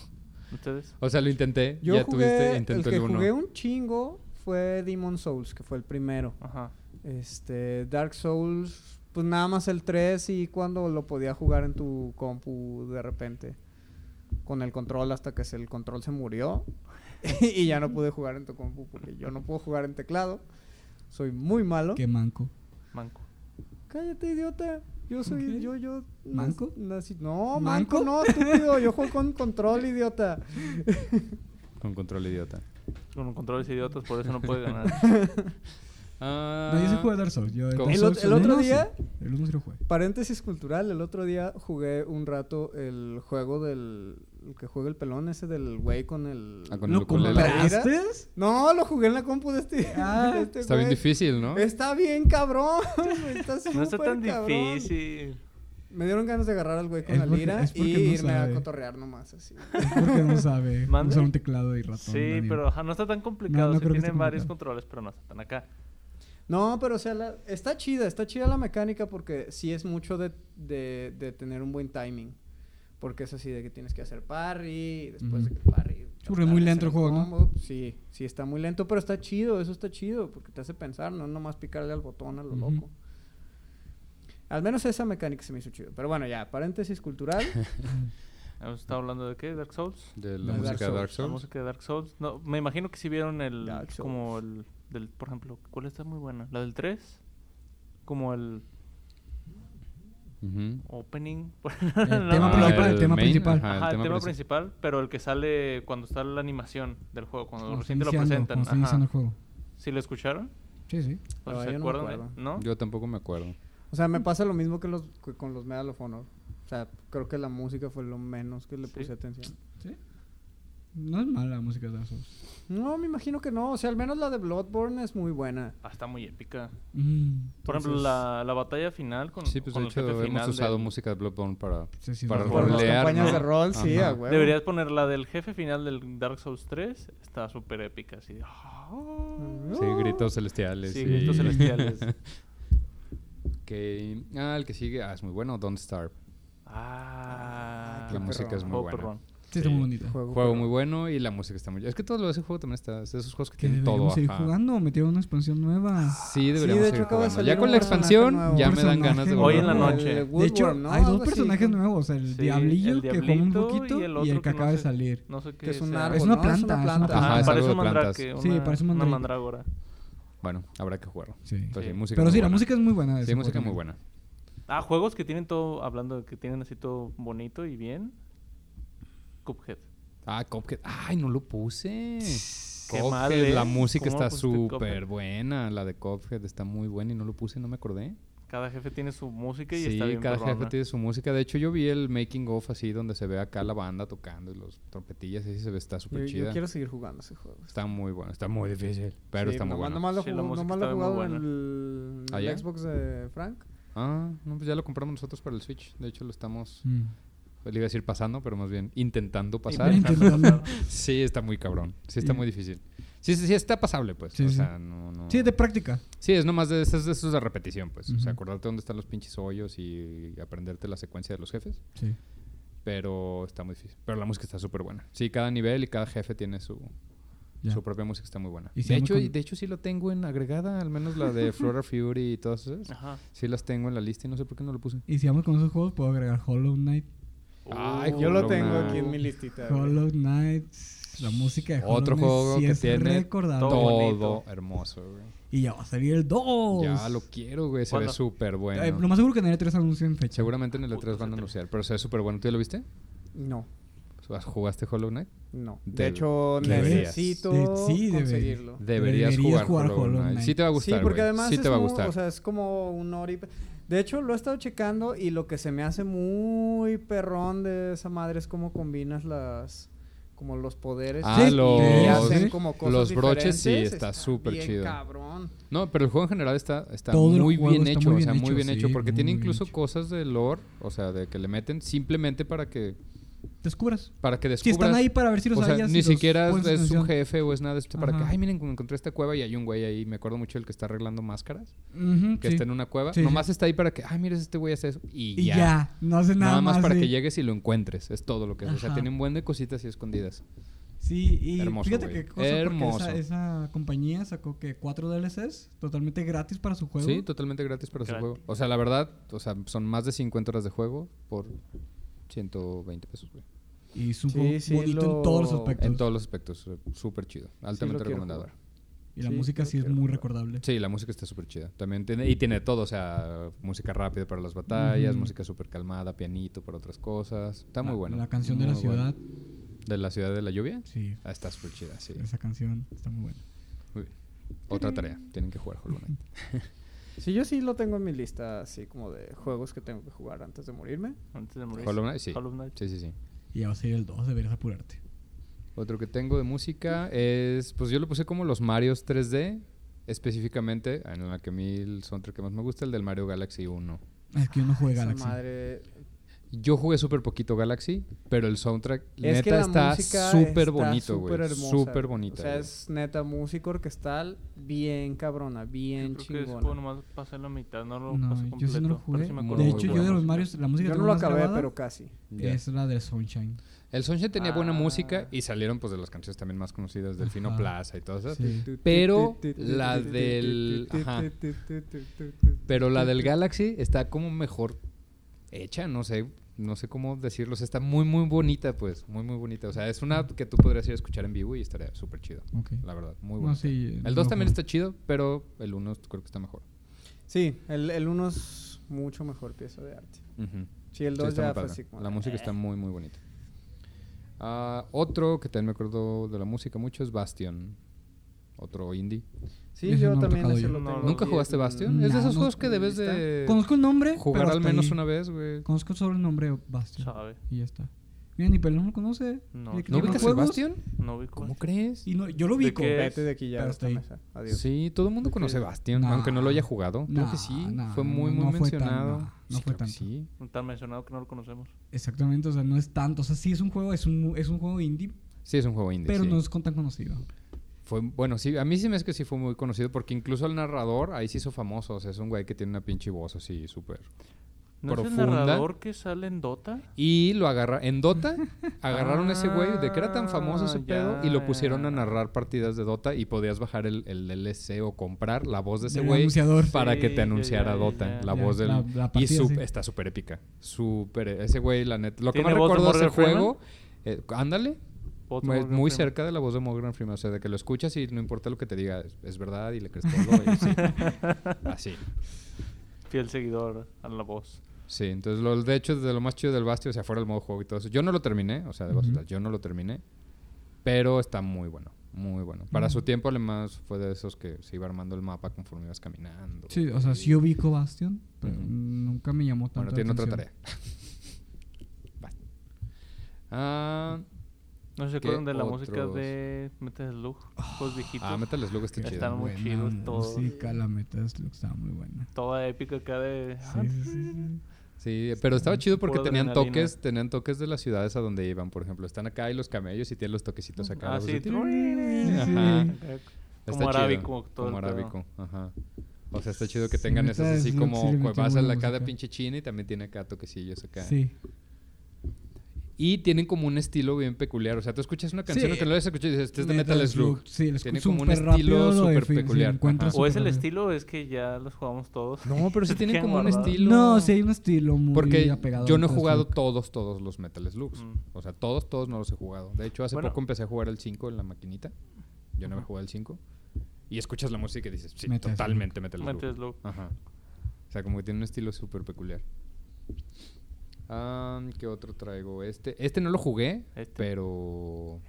Speaker 3: ¿Ustedes?
Speaker 4: O sea, lo intenté.
Speaker 1: Yo
Speaker 4: ya
Speaker 1: jugué,
Speaker 4: tuviste,
Speaker 1: el
Speaker 4: intento
Speaker 1: que
Speaker 4: el uno.
Speaker 1: jugué un chingo fue Demon Souls, que fue el primero.
Speaker 3: Ajá.
Speaker 1: Este, Dark Souls, pues nada más el 3 y cuando lo podía jugar en tu compu de repente. Con el control hasta que se- el control se murió. y ya no pude jugar en tu compu porque yo no puedo jugar en teclado. Soy muy malo.
Speaker 2: Qué manco.
Speaker 3: Manco.
Speaker 1: Cállate, idiota. Yo soy,
Speaker 2: ¿Qué?
Speaker 1: yo, yo... nac-
Speaker 2: ¿Manco?
Speaker 1: nací- No,
Speaker 2: ¿Manco?
Speaker 1: manco no, estúpido. Yo juego con control, idiota.
Speaker 4: Con control idiota.
Speaker 3: Con controles idiotas, por eso no puede ganar.
Speaker 4: Ah,
Speaker 2: No, yo sí jugué Dark Souls. Yo de
Speaker 4: ¿Cómo?
Speaker 2: Dark
Speaker 4: El
Speaker 2: Souls
Speaker 1: ot- el
Speaker 2: no,
Speaker 1: otro
Speaker 2: sí.
Speaker 1: día-
Speaker 2: El uno sí lo jugué.
Speaker 1: Paréntesis cultural, el otro día jugué un rato el juego del... El que juega el pelón ese del güey con el...
Speaker 4: Ah, con el
Speaker 2: ¿Lo
Speaker 4: ukulele.
Speaker 1: compré.
Speaker 2: compraste?
Speaker 1: No, lo jugué en la compu de este...
Speaker 2: Ah,
Speaker 1: de este
Speaker 4: Está bien
Speaker 1: güey.
Speaker 4: difícil, ¿no?
Speaker 1: Está bien cabrón. güey, Está
Speaker 3: No está
Speaker 1: súper
Speaker 3: tan
Speaker 1: cabrón.
Speaker 3: difícil.
Speaker 1: Me dieron ganas de agarrar al güey con
Speaker 2: Es
Speaker 1: la
Speaker 2: porque-
Speaker 1: lira
Speaker 2: es
Speaker 1: y
Speaker 2: porque no
Speaker 1: irme
Speaker 2: sabe.
Speaker 1: a cotorrear nomás así.
Speaker 2: Porque no sabe
Speaker 3: ¿Mande?
Speaker 2: usar un teclado y ratón.
Speaker 3: sí,
Speaker 2: Daniel.
Speaker 3: pero ajá, no está tan complicado.
Speaker 2: no
Speaker 3: Sí
Speaker 2: creo que esté
Speaker 3: tienen varios
Speaker 2: complicado.
Speaker 3: controles, pero no está tan acá.
Speaker 1: No, pero o sea, la- está chida, está chida la mecánica porque sí es mucho de, de- de tener un buen timing. Porque es así de que tienes que hacer parry, y después de
Speaker 2: Ujú.
Speaker 1: que el parry.
Speaker 2: porque es muy
Speaker 1: tratar de
Speaker 2: lento el
Speaker 1: hacer
Speaker 2: juego, ¿no?
Speaker 1: combo. Sí, sí, está muy lento, pero está chido, eso está chido, porque te hace pensar, no nomás picarle al botón a lo
Speaker 2: Ujú.
Speaker 1: loco. Al menos esa mecánica se me hizo chido. Pero bueno, ya, paréntesis cultural.
Speaker 3: Hemos estado hablando de qué? Dark Souls.
Speaker 4: De
Speaker 2: De
Speaker 4: la
Speaker 1: Dark
Speaker 4: música de
Speaker 1: Souls.
Speaker 4: Dark
Speaker 3: La
Speaker 4: Souls.
Speaker 3: música de Dark Souls. No, me imagino que si vieron el.
Speaker 1: Dark
Speaker 3: Como el. Del, por ejemplo, ¿cuál está muy buena? ¿La del 3? Como el
Speaker 4: Ujú. Ah,
Speaker 3: opening.
Speaker 2: El
Speaker 3: No,
Speaker 2: tema
Speaker 3: no,
Speaker 2: principal,
Speaker 3: pero-
Speaker 2: el tema
Speaker 4: main,
Speaker 2: principal.
Speaker 4: ajá,
Speaker 3: Ajá, el tema principal, pero el que sale cuando está la animación del juego, cuando
Speaker 2: Como
Speaker 3: recién te lo
Speaker 2: iniciando,
Speaker 3: presentan.
Speaker 2: como estoy iniciando
Speaker 3: Ajá.
Speaker 2: el juego.
Speaker 3: ¿Sí lo escucharon?
Speaker 2: Sí, sí.
Speaker 3: ¿O
Speaker 1: Ah,
Speaker 3: sea, ¿Se
Speaker 1: yo no me
Speaker 3: acuerdan? de-
Speaker 1: acuerdo.
Speaker 3: ¿No?
Speaker 4: Yo tampoco me acuerdo.
Speaker 1: O sea, me pasa lo mismo que los, que con los Medal of Honor. O sea, creo que la música fue lo menos que le
Speaker 3: Sí.
Speaker 1: puse atención.
Speaker 2: No es mala la música de Dark Souls.
Speaker 1: No, me imagino que no. O sea, al menos la de Bloodborne es muy buena.
Speaker 3: Ah, está muy épica.
Speaker 2: Mm,
Speaker 3: Por ejemplo, la, la batalla final con,
Speaker 4: Sí, pues
Speaker 3: con
Speaker 4: de
Speaker 3: el jefe
Speaker 4: hecho hemos
Speaker 3: final
Speaker 4: usado
Speaker 3: del-
Speaker 4: música de Bloodborne para...
Speaker 2: sí, sí,
Speaker 4: para
Speaker 2: no.
Speaker 1: Por las
Speaker 4: rolear,
Speaker 1: campañas
Speaker 4: ¿no?
Speaker 1: de rol, sí,
Speaker 4: Ajá.
Speaker 1: a huevo.
Speaker 3: Deberías poner la del jefe final del Dark Souls 3. Está súper épica, así. de, ah, oh.
Speaker 1: Uh.
Speaker 4: Sí, gritos celestiales.
Speaker 3: Sí,
Speaker 4: y-
Speaker 3: gritos celestiales.
Speaker 4: Que- Ah, el que sigue. Ah, es muy bueno. Don't Starve.
Speaker 3: Ah,
Speaker 1: qué
Speaker 4: La música es
Speaker 1: perrón.
Speaker 4: muy
Speaker 3: Oh,
Speaker 4: buena.
Speaker 3: perrón.
Speaker 2: Sí, está
Speaker 4: Sí.
Speaker 2: muy bonita.
Speaker 4: Juego muy bueno y la música está muy... Es que todo lo de ese juego también está... Es de esos juegos que
Speaker 2: Que
Speaker 4: tienen todo,
Speaker 2: deberíamos seguir
Speaker 4: ajá.
Speaker 2: jugando. Metieron una expansión nueva.
Speaker 4: Sí, deberíamos
Speaker 1: de
Speaker 4: seguir
Speaker 1: hecho, acaba de
Speaker 4: jugando.
Speaker 1: salir
Speaker 4: Ya con
Speaker 1: un
Speaker 4: la
Speaker 1: personaje
Speaker 4: expansión
Speaker 1: nuevo.
Speaker 2: Un
Speaker 4: ya me dan
Speaker 2: personaje
Speaker 4: ganas de
Speaker 2: nuevo.
Speaker 3: Hoy en
Speaker 4: volver.
Speaker 3: la
Speaker 1: El
Speaker 3: noche. De
Speaker 1: Woodward,
Speaker 2: De hecho,
Speaker 1: ¿no?
Speaker 2: hay dos
Speaker 1: Algo así,
Speaker 2: personajes
Speaker 1: ¿no?
Speaker 2: nuevos. El
Speaker 3: Sí,
Speaker 2: diablillo, que come un
Speaker 3: diablito
Speaker 2: poquito, y el,
Speaker 3: otro
Speaker 2: que acaba
Speaker 3: no
Speaker 2: de
Speaker 3: sé-
Speaker 2: salir.
Speaker 3: No sé qué
Speaker 1: Que es un
Speaker 3: sea.
Speaker 1: árbol.
Speaker 2: Es una
Speaker 1: ¿no?
Speaker 2: planta, es una
Speaker 3: Ajá,
Speaker 4: Ajá, es
Speaker 3: parece
Speaker 4: algo
Speaker 3: un
Speaker 4: de plantas.
Speaker 3: mandrake.
Speaker 2: Sí,
Speaker 3: una-
Speaker 2: parece un
Speaker 3: Una
Speaker 2: mandrake.
Speaker 3: mandrágora.
Speaker 4: Bueno, habrá que jugarlo.
Speaker 2: Sí.
Speaker 4: Pero
Speaker 3: Sí.
Speaker 4: música
Speaker 2: Pero
Speaker 4: muy
Speaker 2: sí, la
Speaker 4: buena.
Speaker 2: música es muy buena. de
Speaker 4: Sí,
Speaker 2: ese
Speaker 4: música
Speaker 2: juego
Speaker 4: muy
Speaker 2: también.
Speaker 4: buena.
Speaker 3: Ah, juegos que tienen todo, hablando de que tienen así todo bonito y bien. Cuphead.
Speaker 4: Ah, Cuphead. Ay, no lo puse.
Speaker 3: Qué
Speaker 4: Cuphead,
Speaker 3: mal,
Speaker 4: la
Speaker 3: ¿eh?
Speaker 4: música
Speaker 3: ¿Cómo
Speaker 4: está
Speaker 3: no pusiste Cuphead?
Speaker 4: súper buena. La de Cuphead está muy buena y no lo puse, no me acordé.
Speaker 3: Cada jefe tiene su música y
Speaker 4: Sí,
Speaker 3: está bien
Speaker 4: cada jefe
Speaker 3: perrona.
Speaker 4: tiene su música. De hecho, yo vi el making of así, donde se ve acá la banda tocando y los trompetillas. Y sí se ve, está
Speaker 1: Yo,
Speaker 4: súper
Speaker 1: yo
Speaker 4: chida.
Speaker 1: quiero seguir jugando ese juego.
Speaker 4: Está muy bueno, está muy difícil, pero
Speaker 1: Sí,
Speaker 4: está muy
Speaker 1: nomás-
Speaker 4: bueno.
Speaker 1: Nomás lo,
Speaker 3: Sí, la
Speaker 1: jugó-
Speaker 3: música
Speaker 1: nomás lo
Speaker 3: está muy
Speaker 1: jugado en
Speaker 3: buena.
Speaker 1: el,
Speaker 4: ¿Ah,
Speaker 1: el
Speaker 4: ya?
Speaker 1: Xbox de Frank.
Speaker 4: Ah, no, pues ya lo compramos nosotros para el Switch. De hecho, lo estamos,
Speaker 2: Mm.
Speaker 4: le iba a decir pasando, pero más bien intentando pasar.
Speaker 2: Intentando.
Speaker 4: Sí, está muy cabrón. Sí, está
Speaker 2: Y-
Speaker 4: muy difícil. Sí, sí, sí, está pasable, pues.
Speaker 2: Sí,
Speaker 4: o
Speaker 2: sí.
Speaker 4: sea, no, no.
Speaker 2: Sí, de práctica.
Speaker 4: Sí, es nomás de esos de, esos de repetición, pues. O
Speaker 2: Ujú.
Speaker 4: sea, acordarte dónde están los pinches hoyos y aprenderte la secuencia de los jefes.
Speaker 2: Sí.
Speaker 4: Pero está muy difícil. Pero la música está súper buena. Sí, cada nivel y cada jefe tiene su,
Speaker 2: ya.
Speaker 4: su propia música, está muy buena.
Speaker 2: Y
Speaker 4: de,
Speaker 2: se llama
Speaker 4: hecho,
Speaker 2: con-
Speaker 4: y de hecho, sí lo tengo en agregada, al menos la de Flora Fury y todas esas.
Speaker 3: Ajá.
Speaker 4: Sí las tengo en la lista y no sé por qué no lo puse.
Speaker 2: Y si vamos con esos juegos, puedo agregar Hollow Knight.
Speaker 4: Ay,
Speaker 1: Yo lo
Speaker 4: Hollow
Speaker 1: tengo
Speaker 4: Knight.
Speaker 1: aquí en mi listita. güey.
Speaker 2: Hollow Knight, la música de Hollow
Speaker 4: Otro
Speaker 2: Knight
Speaker 4: juego
Speaker 2: sí
Speaker 4: que
Speaker 2: es
Speaker 4: tiene
Speaker 2: recordable.
Speaker 3: todo.
Speaker 4: Todo
Speaker 3: bonito.
Speaker 4: hermoso, güey.
Speaker 2: Y ya va a salir el 2.
Speaker 4: Ya lo quiero, güey. Se ve
Speaker 3: ¿Cuándo?
Speaker 4: súper bueno.
Speaker 2: Eh, lo más seguro que en el E3 anuncian fecha.
Speaker 4: Seguramente en el
Speaker 3: Putos
Speaker 4: E3 van a
Speaker 3: E3.
Speaker 4: anunciar, pero se ve súper bueno. ¿Tú ya lo viste?
Speaker 1: No,
Speaker 4: ¿Jugaste Hollow Knight?
Speaker 1: no. De
Speaker 4: Debe-
Speaker 1: hecho,
Speaker 4: deberías.
Speaker 1: necesito
Speaker 2: De- sí, debe-
Speaker 1: conseguirlo.
Speaker 4: Deberías, jugar, Hollow Knight. Sí te va a gustar,
Speaker 1: sí, porque
Speaker 4: güey.
Speaker 1: además
Speaker 4: Sí
Speaker 1: es
Speaker 4: te va a
Speaker 1: mu-
Speaker 4: gustar.
Speaker 1: o sea, es como un hora y pe- De hecho, lo he estado checando y lo que se me hace muy perrón de esa madre es cómo combinas las como los poderes
Speaker 4: Ah,
Speaker 1: y
Speaker 4: los-
Speaker 1: hacen como cosas
Speaker 4: los broches sí,
Speaker 1: diferentes.
Speaker 4: está súper
Speaker 1: bien
Speaker 4: chido.
Speaker 1: cabrón.
Speaker 4: No, pero el juego en general está, está
Speaker 2: Todo el
Speaker 4: muy
Speaker 2: juego
Speaker 4: bien
Speaker 2: está
Speaker 4: hecho,
Speaker 2: muy
Speaker 4: o sea,
Speaker 2: bien
Speaker 4: muy
Speaker 2: hecho,
Speaker 4: bien hecho,
Speaker 2: sí,
Speaker 4: porque
Speaker 2: muy
Speaker 4: tiene
Speaker 2: bien
Speaker 4: incluso
Speaker 2: hecho.
Speaker 4: cosas de lore, o sea, de que le meten simplemente para que
Speaker 2: Descubras.
Speaker 4: para que
Speaker 2: Si
Speaker 4: descubras.
Speaker 2: están ahí para ver si los
Speaker 4: o sea,
Speaker 2: hallas. y
Speaker 4: ni
Speaker 2: los
Speaker 4: siquiera es,
Speaker 2: pones en
Speaker 4: es un
Speaker 2: atención.
Speaker 4: jefe o es nada, es para que,
Speaker 2: Ajá.
Speaker 4: ay, miren, me encontré esta cueva y hay un güey ahí, me acuerdo mucho el que está arreglando máscaras,
Speaker 2: Ujú,
Speaker 4: que
Speaker 2: sí.
Speaker 4: está en una cueva,
Speaker 2: Sí, sí.
Speaker 4: nomás está ahí para que, ay, mira, este güey hace eso y,
Speaker 2: Y ya.
Speaker 4: ya.
Speaker 2: No hace nada,
Speaker 4: Nada, más para
Speaker 2: sí.
Speaker 4: que llegues y lo encuentres, es todo lo que es. O sea,
Speaker 2: Ajá.
Speaker 4: tiene un buen de cositas y escondidas.
Speaker 2: Sí, y
Speaker 4: Hermoso,
Speaker 2: fíjate
Speaker 4: güey.
Speaker 2: qué cosa, porque
Speaker 4: Hermoso.
Speaker 2: Esa, esa compañía sacó que cuatro DLCs totalmente gratis para su juego.
Speaker 4: Sí, totalmente gratis para su
Speaker 3: Gratis.
Speaker 4: juego. O sea, la verdad, o sea, son más de 50 horas de juego por 120 pesos, güey.
Speaker 2: y es un
Speaker 1: Sí,
Speaker 2: juego
Speaker 1: sí,
Speaker 2: bonito
Speaker 1: lo-
Speaker 2: en todos los aspectos.
Speaker 4: En todos los aspectos, eh, súper chido, altamente
Speaker 1: quiero
Speaker 4: recomendado.
Speaker 1: jugar.
Speaker 2: Y la
Speaker 1: Sí,
Speaker 2: música
Speaker 1: creo
Speaker 2: sí es
Speaker 1: que-
Speaker 2: muy recomendable.
Speaker 4: Sí, la música está súper chida. También tiene, y tiene todo, o sea, música rápida para las batallas,
Speaker 2: Ujú.
Speaker 4: música súper calmada, pianito para otras cosas. Está muy
Speaker 2: La-
Speaker 4: bueno.
Speaker 2: La canción de la
Speaker 4: muy bueno.
Speaker 2: ciudad.
Speaker 4: ¿De la ciudad de la lluvia?
Speaker 2: Sí,
Speaker 4: Ah, está súper chida, sí.
Speaker 2: esa canción está muy buena.
Speaker 4: Muy bien. Otra tarea, tienen que jugar Hollow Knight.
Speaker 1: Sí, yo sí lo tengo en mi lista así como de juegos que tengo que jugar antes de morirme.
Speaker 3: Uh, Antes de morir.
Speaker 4: Hollow Knight, sí.
Speaker 3: Hollow Knight.
Speaker 4: Sí, sí, sí.
Speaker 2: Y ya va a salir el 2, deberías apurarte.
Speaker 4: Otro que tengo de música es, pues yo lo puse como los Marios 3D, específicamente, en la que a mí el soundtrack que más me gusta, el del Mario Galaxy 1.
Speaker 2: Es que yo no jugué
Speaker 1: Esa
Speaker 2: Galaxy.
Speaker 1: madre
Speaker 4: Yo jugué súper poquito Galaxy, pero el soundtrack
Speaker 1: Es que
Speaker 4: neta
Speaker 1: la
Speaker 4: está
Speaker 1: música
Speaker 4: súper
Speaker 1: está
Speaker 4: bonito,
Speaker 1: súper
Speaker 4: güey.
Speaker 1: hermosa,
Speaker 4: Súper
Speaker 1: güey.
Speaker 4: bonito.
Speaker 1: O sea, es neta música orquestal bien cabrona, bien
Speaker 3: Yo creo que ese
Speaker 1: chingona.
Speaker 3: juego nomás pasé la mitad, no lo pasé
Speaker 2: No,
Speaker 3: completo.
Speaker 2: yo sí no lo
Speaker 3: pero
Speaker 2: jugué.
Speaker 3: sí me acuerdo
Speaker 2: de
Speaker 3: muy
Speaker 2: hecho, yo
Speaker 3: bueno.
Speaker 2: de los Marios, la música
Speaker 1: Yo no
Speaker 2: que tengo
Speaker 1: lo
Speaker 2: más
Speaker 1: acabé,
Speaker 2: grabada
Speaker 1: pero casi.
Speaker 4: Ya.
Speaker 2: es la de Sunshine.
Speaker 4: El Sunshine tenía buena
Speaker 3: Ah.
Speaker 4: música y salieron pues de las canciones también más conocidas, Delfino
Speaker 2: Ajá.
Speaker 4: Plaza y todas esas.
Speaker 2: Sí.
Speaker 4: Pero la del- ajá. Pero la del Galaxy está como mejor hecha, no sé, no sé cómo decirlo. O sea, está muy, muy bonita, pues, muy, muy bonita. O sea, es una que tú podrías ir a escuchar en vivo y estaría súper chido.
Speaker 2: Ok.
Speaker 4: La verdad, muy
Speaker 2: No,
Speaker 4: bueno.
Speaker 2: sí,
Speaker 4: el
Speaker 2: no
Speaker 4: 2 también
Speaker 2: jugué.
Speaker 4: está chido, pero el 1 creo que está mejor.
Speaker 1: Sí, el, el uno es mucho mejor pieza de arte.
Speaker 4: Ujú.
Speaker 1: Sí, el
Speaker 4: Sí,
Speaker 1: 2
Speaker 4: está
Speaker 1: ya fue
Speaker 4: muy padre.
Speaker 1: así como
Speaker 4: La
Speaker 1: de- "Eh".
Speaker 4: música está muy, muy bonita. Ah, otro que también me acuerdo de la música mucho es Bastion. Otro indie.
Speaker 1: Sí,
Speaker 2: Ese no
Speaker 1: yo
Speaker 2: lo he
Speaker 1: también
Speaker 2: tocado
Speaker 1: ese
Speaker 2: yo.
Speaker 1: lo
Speaker 3: No,
Speaker 1: tengo
Speaker 4: ¿Nunca
Speaker 1: bien-
Speaker 4: jugaste Bastion? es de
Speaker 2: No,
Speaker 4: esos
Speaker 2: no
Speaker 4: juegos que
Speaker 1: en mi
Speaker 4: debes
Speaker 1: lista.
Speaker 4: de
Speaker 2: Conozco el nombre.
Speaker 4: jugar
Speaker 2: pero
Speaker 4: al
Speaker 2: hasta
Speaker 4: menos
Speaker 2: ahí.
Speaker 4: una vez, güey.
Speaker 2: Conozco solo el nombre Bastion.
Speaker 3: Sabe.
Speaker 2: Y ya está. Mira, ni pelón lo conoce.
Speaker 3: No.
Speaker 2: Mira que
Speaker 4: ¿No
Speaker 2: tiene
Speaker 4: ubicas el
Speaker 2: juegos.
Speaker 4: Bastion?
Speaker 3: No vi cuál.
Speaker 4: ¿Cómo crees?
Speaker 2: Y no, yo lo
Speaker 3: ¿De
Speaker 2: ubico.
Speaker 3: qué?
Speaker 1: Vete de aquí ya
Speaker 2: Pero
Speaker 1: de
Speaker 2: está
Speaker 1: esta
Speaker 2: ahí.
Speaker 1: mesa. Adiós.
Speaker 4: Sí, todo el mundo
Speaker 1: Creo
Speaker 4: conoce
Speaker 1: que-
Speaker 4: Bastion,
Speaker 2: Nah.
Speaker 4: aunque no lo haya jugado. Creo que
Speaker 2: Nah,
Speaker 4: sí.
Speaker 2: nah,
Speaker 4: fue muy,
Speaker 2: no
Speaker 4: muy
Speaker 2: fue tan- nah,
Speaker 4: mencionado.
Speaker 2: no
Speaker 4: Sí,
Speaker 2: fue
Speaker 4: claro que
Speaker 2: tanto.
Speaker 4: sí.
Speaker 3: Tan mencionado que no lo conocemos.
Speaker 2: Exactamente, o sea, no es tanto. O sea, sí es un juego, es un, es un juego indie,
Speaker 4: Sí, es un juego indie.
Speaker 2: pero
Speaker 4: sí.
Speaker 2: no es con tan conocido.
Speaker 4: Fue, bueno, sí, a mí sí me es que sí fue muy conocido porque incluso el narrador ahí se hizo famoso. O sea, es un güey que tiene una pinche voz así súper.
Speaker 3: ¿No
Speaker 4: Profunda.
Speaker 3: es el narrador que sale en Dota?
Speaker 4: Y lo agarra en Dota, agarraron a ese güey de que era tan famoso ese
Speaker 3: Ah,
Speaker 4: pedo y
Speaker 3: ya.
Speaker 4: lo pusieron a narrar partidas de Dota y podías bajar el, el DLC o comprar la voz de ese
Speaker 2: Del
Speaker 4: güey
Speaker 2: anunciador.
Speaker 4: para
Speaker 3: Sí,
Speaker 4: que te
Speaker 3: ya,
Speaker 4: anunciara
Speaker 3: ya,
Speaker 4: Dota,
Speaker 3: ya,
Speaker 4: la
Speaker 2: ya.
Speaker 4: voz del
Speaker 2: La- la
Speaker 4: y
Speaker 2: partida,
Speaker 4: sup-
Speaker 2: sí.
Speaker 4: está súper épica, súper ese güey la neta. Lo que más
Speaker 3: ¿Tiene voz de
Speaker 4: recuerdo de ese
Speaker 3: Morgan Freeman?
Speaker 4: juego, eh, ándale,
Speaker 3: Voz de
Speaker 4: muy,
Speaker 3: Morgan
Speaker 4: Pues, muy
Speaker 3: Freeman.
Speaker 4: cerca de la voz de Morgan Freeman, o sea, de que lo escuchas y no importa lo que te diga, es, es verdad y le crees todo, y sí. así.
Speaker 3: Fiel seguidor a la voz.
Speaker 4: Sí, entonces lo, de hecho, de lo más chido del Bastion, o sea, fuera el modo juego y todo eso. Yo no lo terminé, o sea, de
Speaker 2: Ujú.
Speaker 4: verdad, yo no lo terminé. Pero está muy bueno, muy bueno. Para su tiempo, además, fue de esos que se iba armando el mapa conforme ibas caminando.
Speaker 2: Sí, o sea, sí ubico Bastion, pero
Speaker 4: Ujú.
Speaker 2: nunca me llamó tanto.
Speaker 4: Bueno,
Speaker 2: la
Speaker 4: tiene otra
Speaker 2: atención.
Speaker 4: tarea. Basta. Ah,
Speaker 3: No se
Speaker 4: ¿Qué
Speaker 3: acuerdan de la música
Speaker 4: otros?
Speaker 3: de Metal Slug, juegos viejitos.
Speaker 4: ah, Metal Slug está
Speaker 3: Está
Speaker 4: chido.
Speaker 3: muy-
Speaker 2: Buena
Speaker 3: chidos todos.
Speaker 2: música, la meta es- estaba muy buena.
Speaker 3: Toda épica acá de. ah,
Speaker 2: Sí, sí, sí, sí.
Speaker 4: Sí, pero estaba chido porque
Speaker 3: Pura
Speaker 4: tenían
Speaker 3: adrenalina.
Speaker 4: toques, tenían toques de las ciudades a donde iban. Por ejemplo, están acá y los camellos y tienen los toquecitos acá.
Speaker 3: Ah,
Speaker 4: los
Speaker 3: sí.
Speaker 4: de-
Speaker 2: sí.
Speaker 4: Ajá.
Speaker 3: Como
Speaker 4: Está chido,
Speaker 3: arábico, todo
Speaker 4: como
Speaker 3: el pedo.
Speaker 4: arábico, ajá. O sea, está chido que
Speaker 2: Sí,
Speaker 4: tengan
Speaker 2: neta,
Speaker 4: esas así
Speaker 2: es lo que
Speaker 4: como
Speaker 2: sí le
Speaker 4: que
Speaker 2: metió
Speaker 4: vas a
Speaker 2: buena
Speaker 4: la cada
Speaker 2: música.
Speaker 4: pinche china y también tiene acá toquecillos acá.
Speaker 2: Sí.
Speaker 4: Y tienen como un estilo bien peculiar. O sea, tú escuchas una canción
Speaker 2: Sí.
Speaker 4: que no la has escuchado y dices, este es de Metal, Slug.
Speaker 2: Sí, lo escu-
Speaker 4: Tiene como un
Speaker 2: súper
Speaker 4: estilo
Speaker 2: rápido, lo
Speaker 4: súper
Speaker 2: defin- sí,
Speaker 4: peculiar.
Speaker 2: encuentras
Speaker 4: Ajá.
Speaker 3: O es
Speaker 2: súper
Speaker 3: el
Speaker 2: rápido.
Speaker 3: estilo, o es que ya los jugamos todos.
Speaker 4: No, pero sí
Speaker 3: Se
Speaker 4: tienen
Speaker 3: quedan
Speaker 4: como un
Speaker 3: guardados.
Speaker 4: estilo.
Speaker 2: No, sí, hay un estilo muy
Speaker 4: Porque
Speaker 2: apegado.
Speaker 4: yo
Speaker 2: al
Speaker 4: no he
Speaker 2: Metal
Speaker 4: jugado
Speaker 2: Slug.
Speaker 4: todos, todos los Metal Slugs.
Speaker 3: Mm.
Speaker 4: O sea, todos, todos no los he jugado. De hecho, hace
Speaker 3: Bueno.
Speaker 4: poco empecé a jugar el 5 en la maquinita. Yo no me jugué el 5. Y escuchas la música y dices, sí,
Speaker 2: Metal Slug.
Speaker 4: totalmente Metal Slug.
Speaker 3: Metal Slug.
Speaker 4: Ajá. O sea, como que tiene un estilo súper peculiar. Ah, ¿Qué otro traigo? Este. Este no lo jugué,
Speaker 3: Este.
Speaker 4: pero...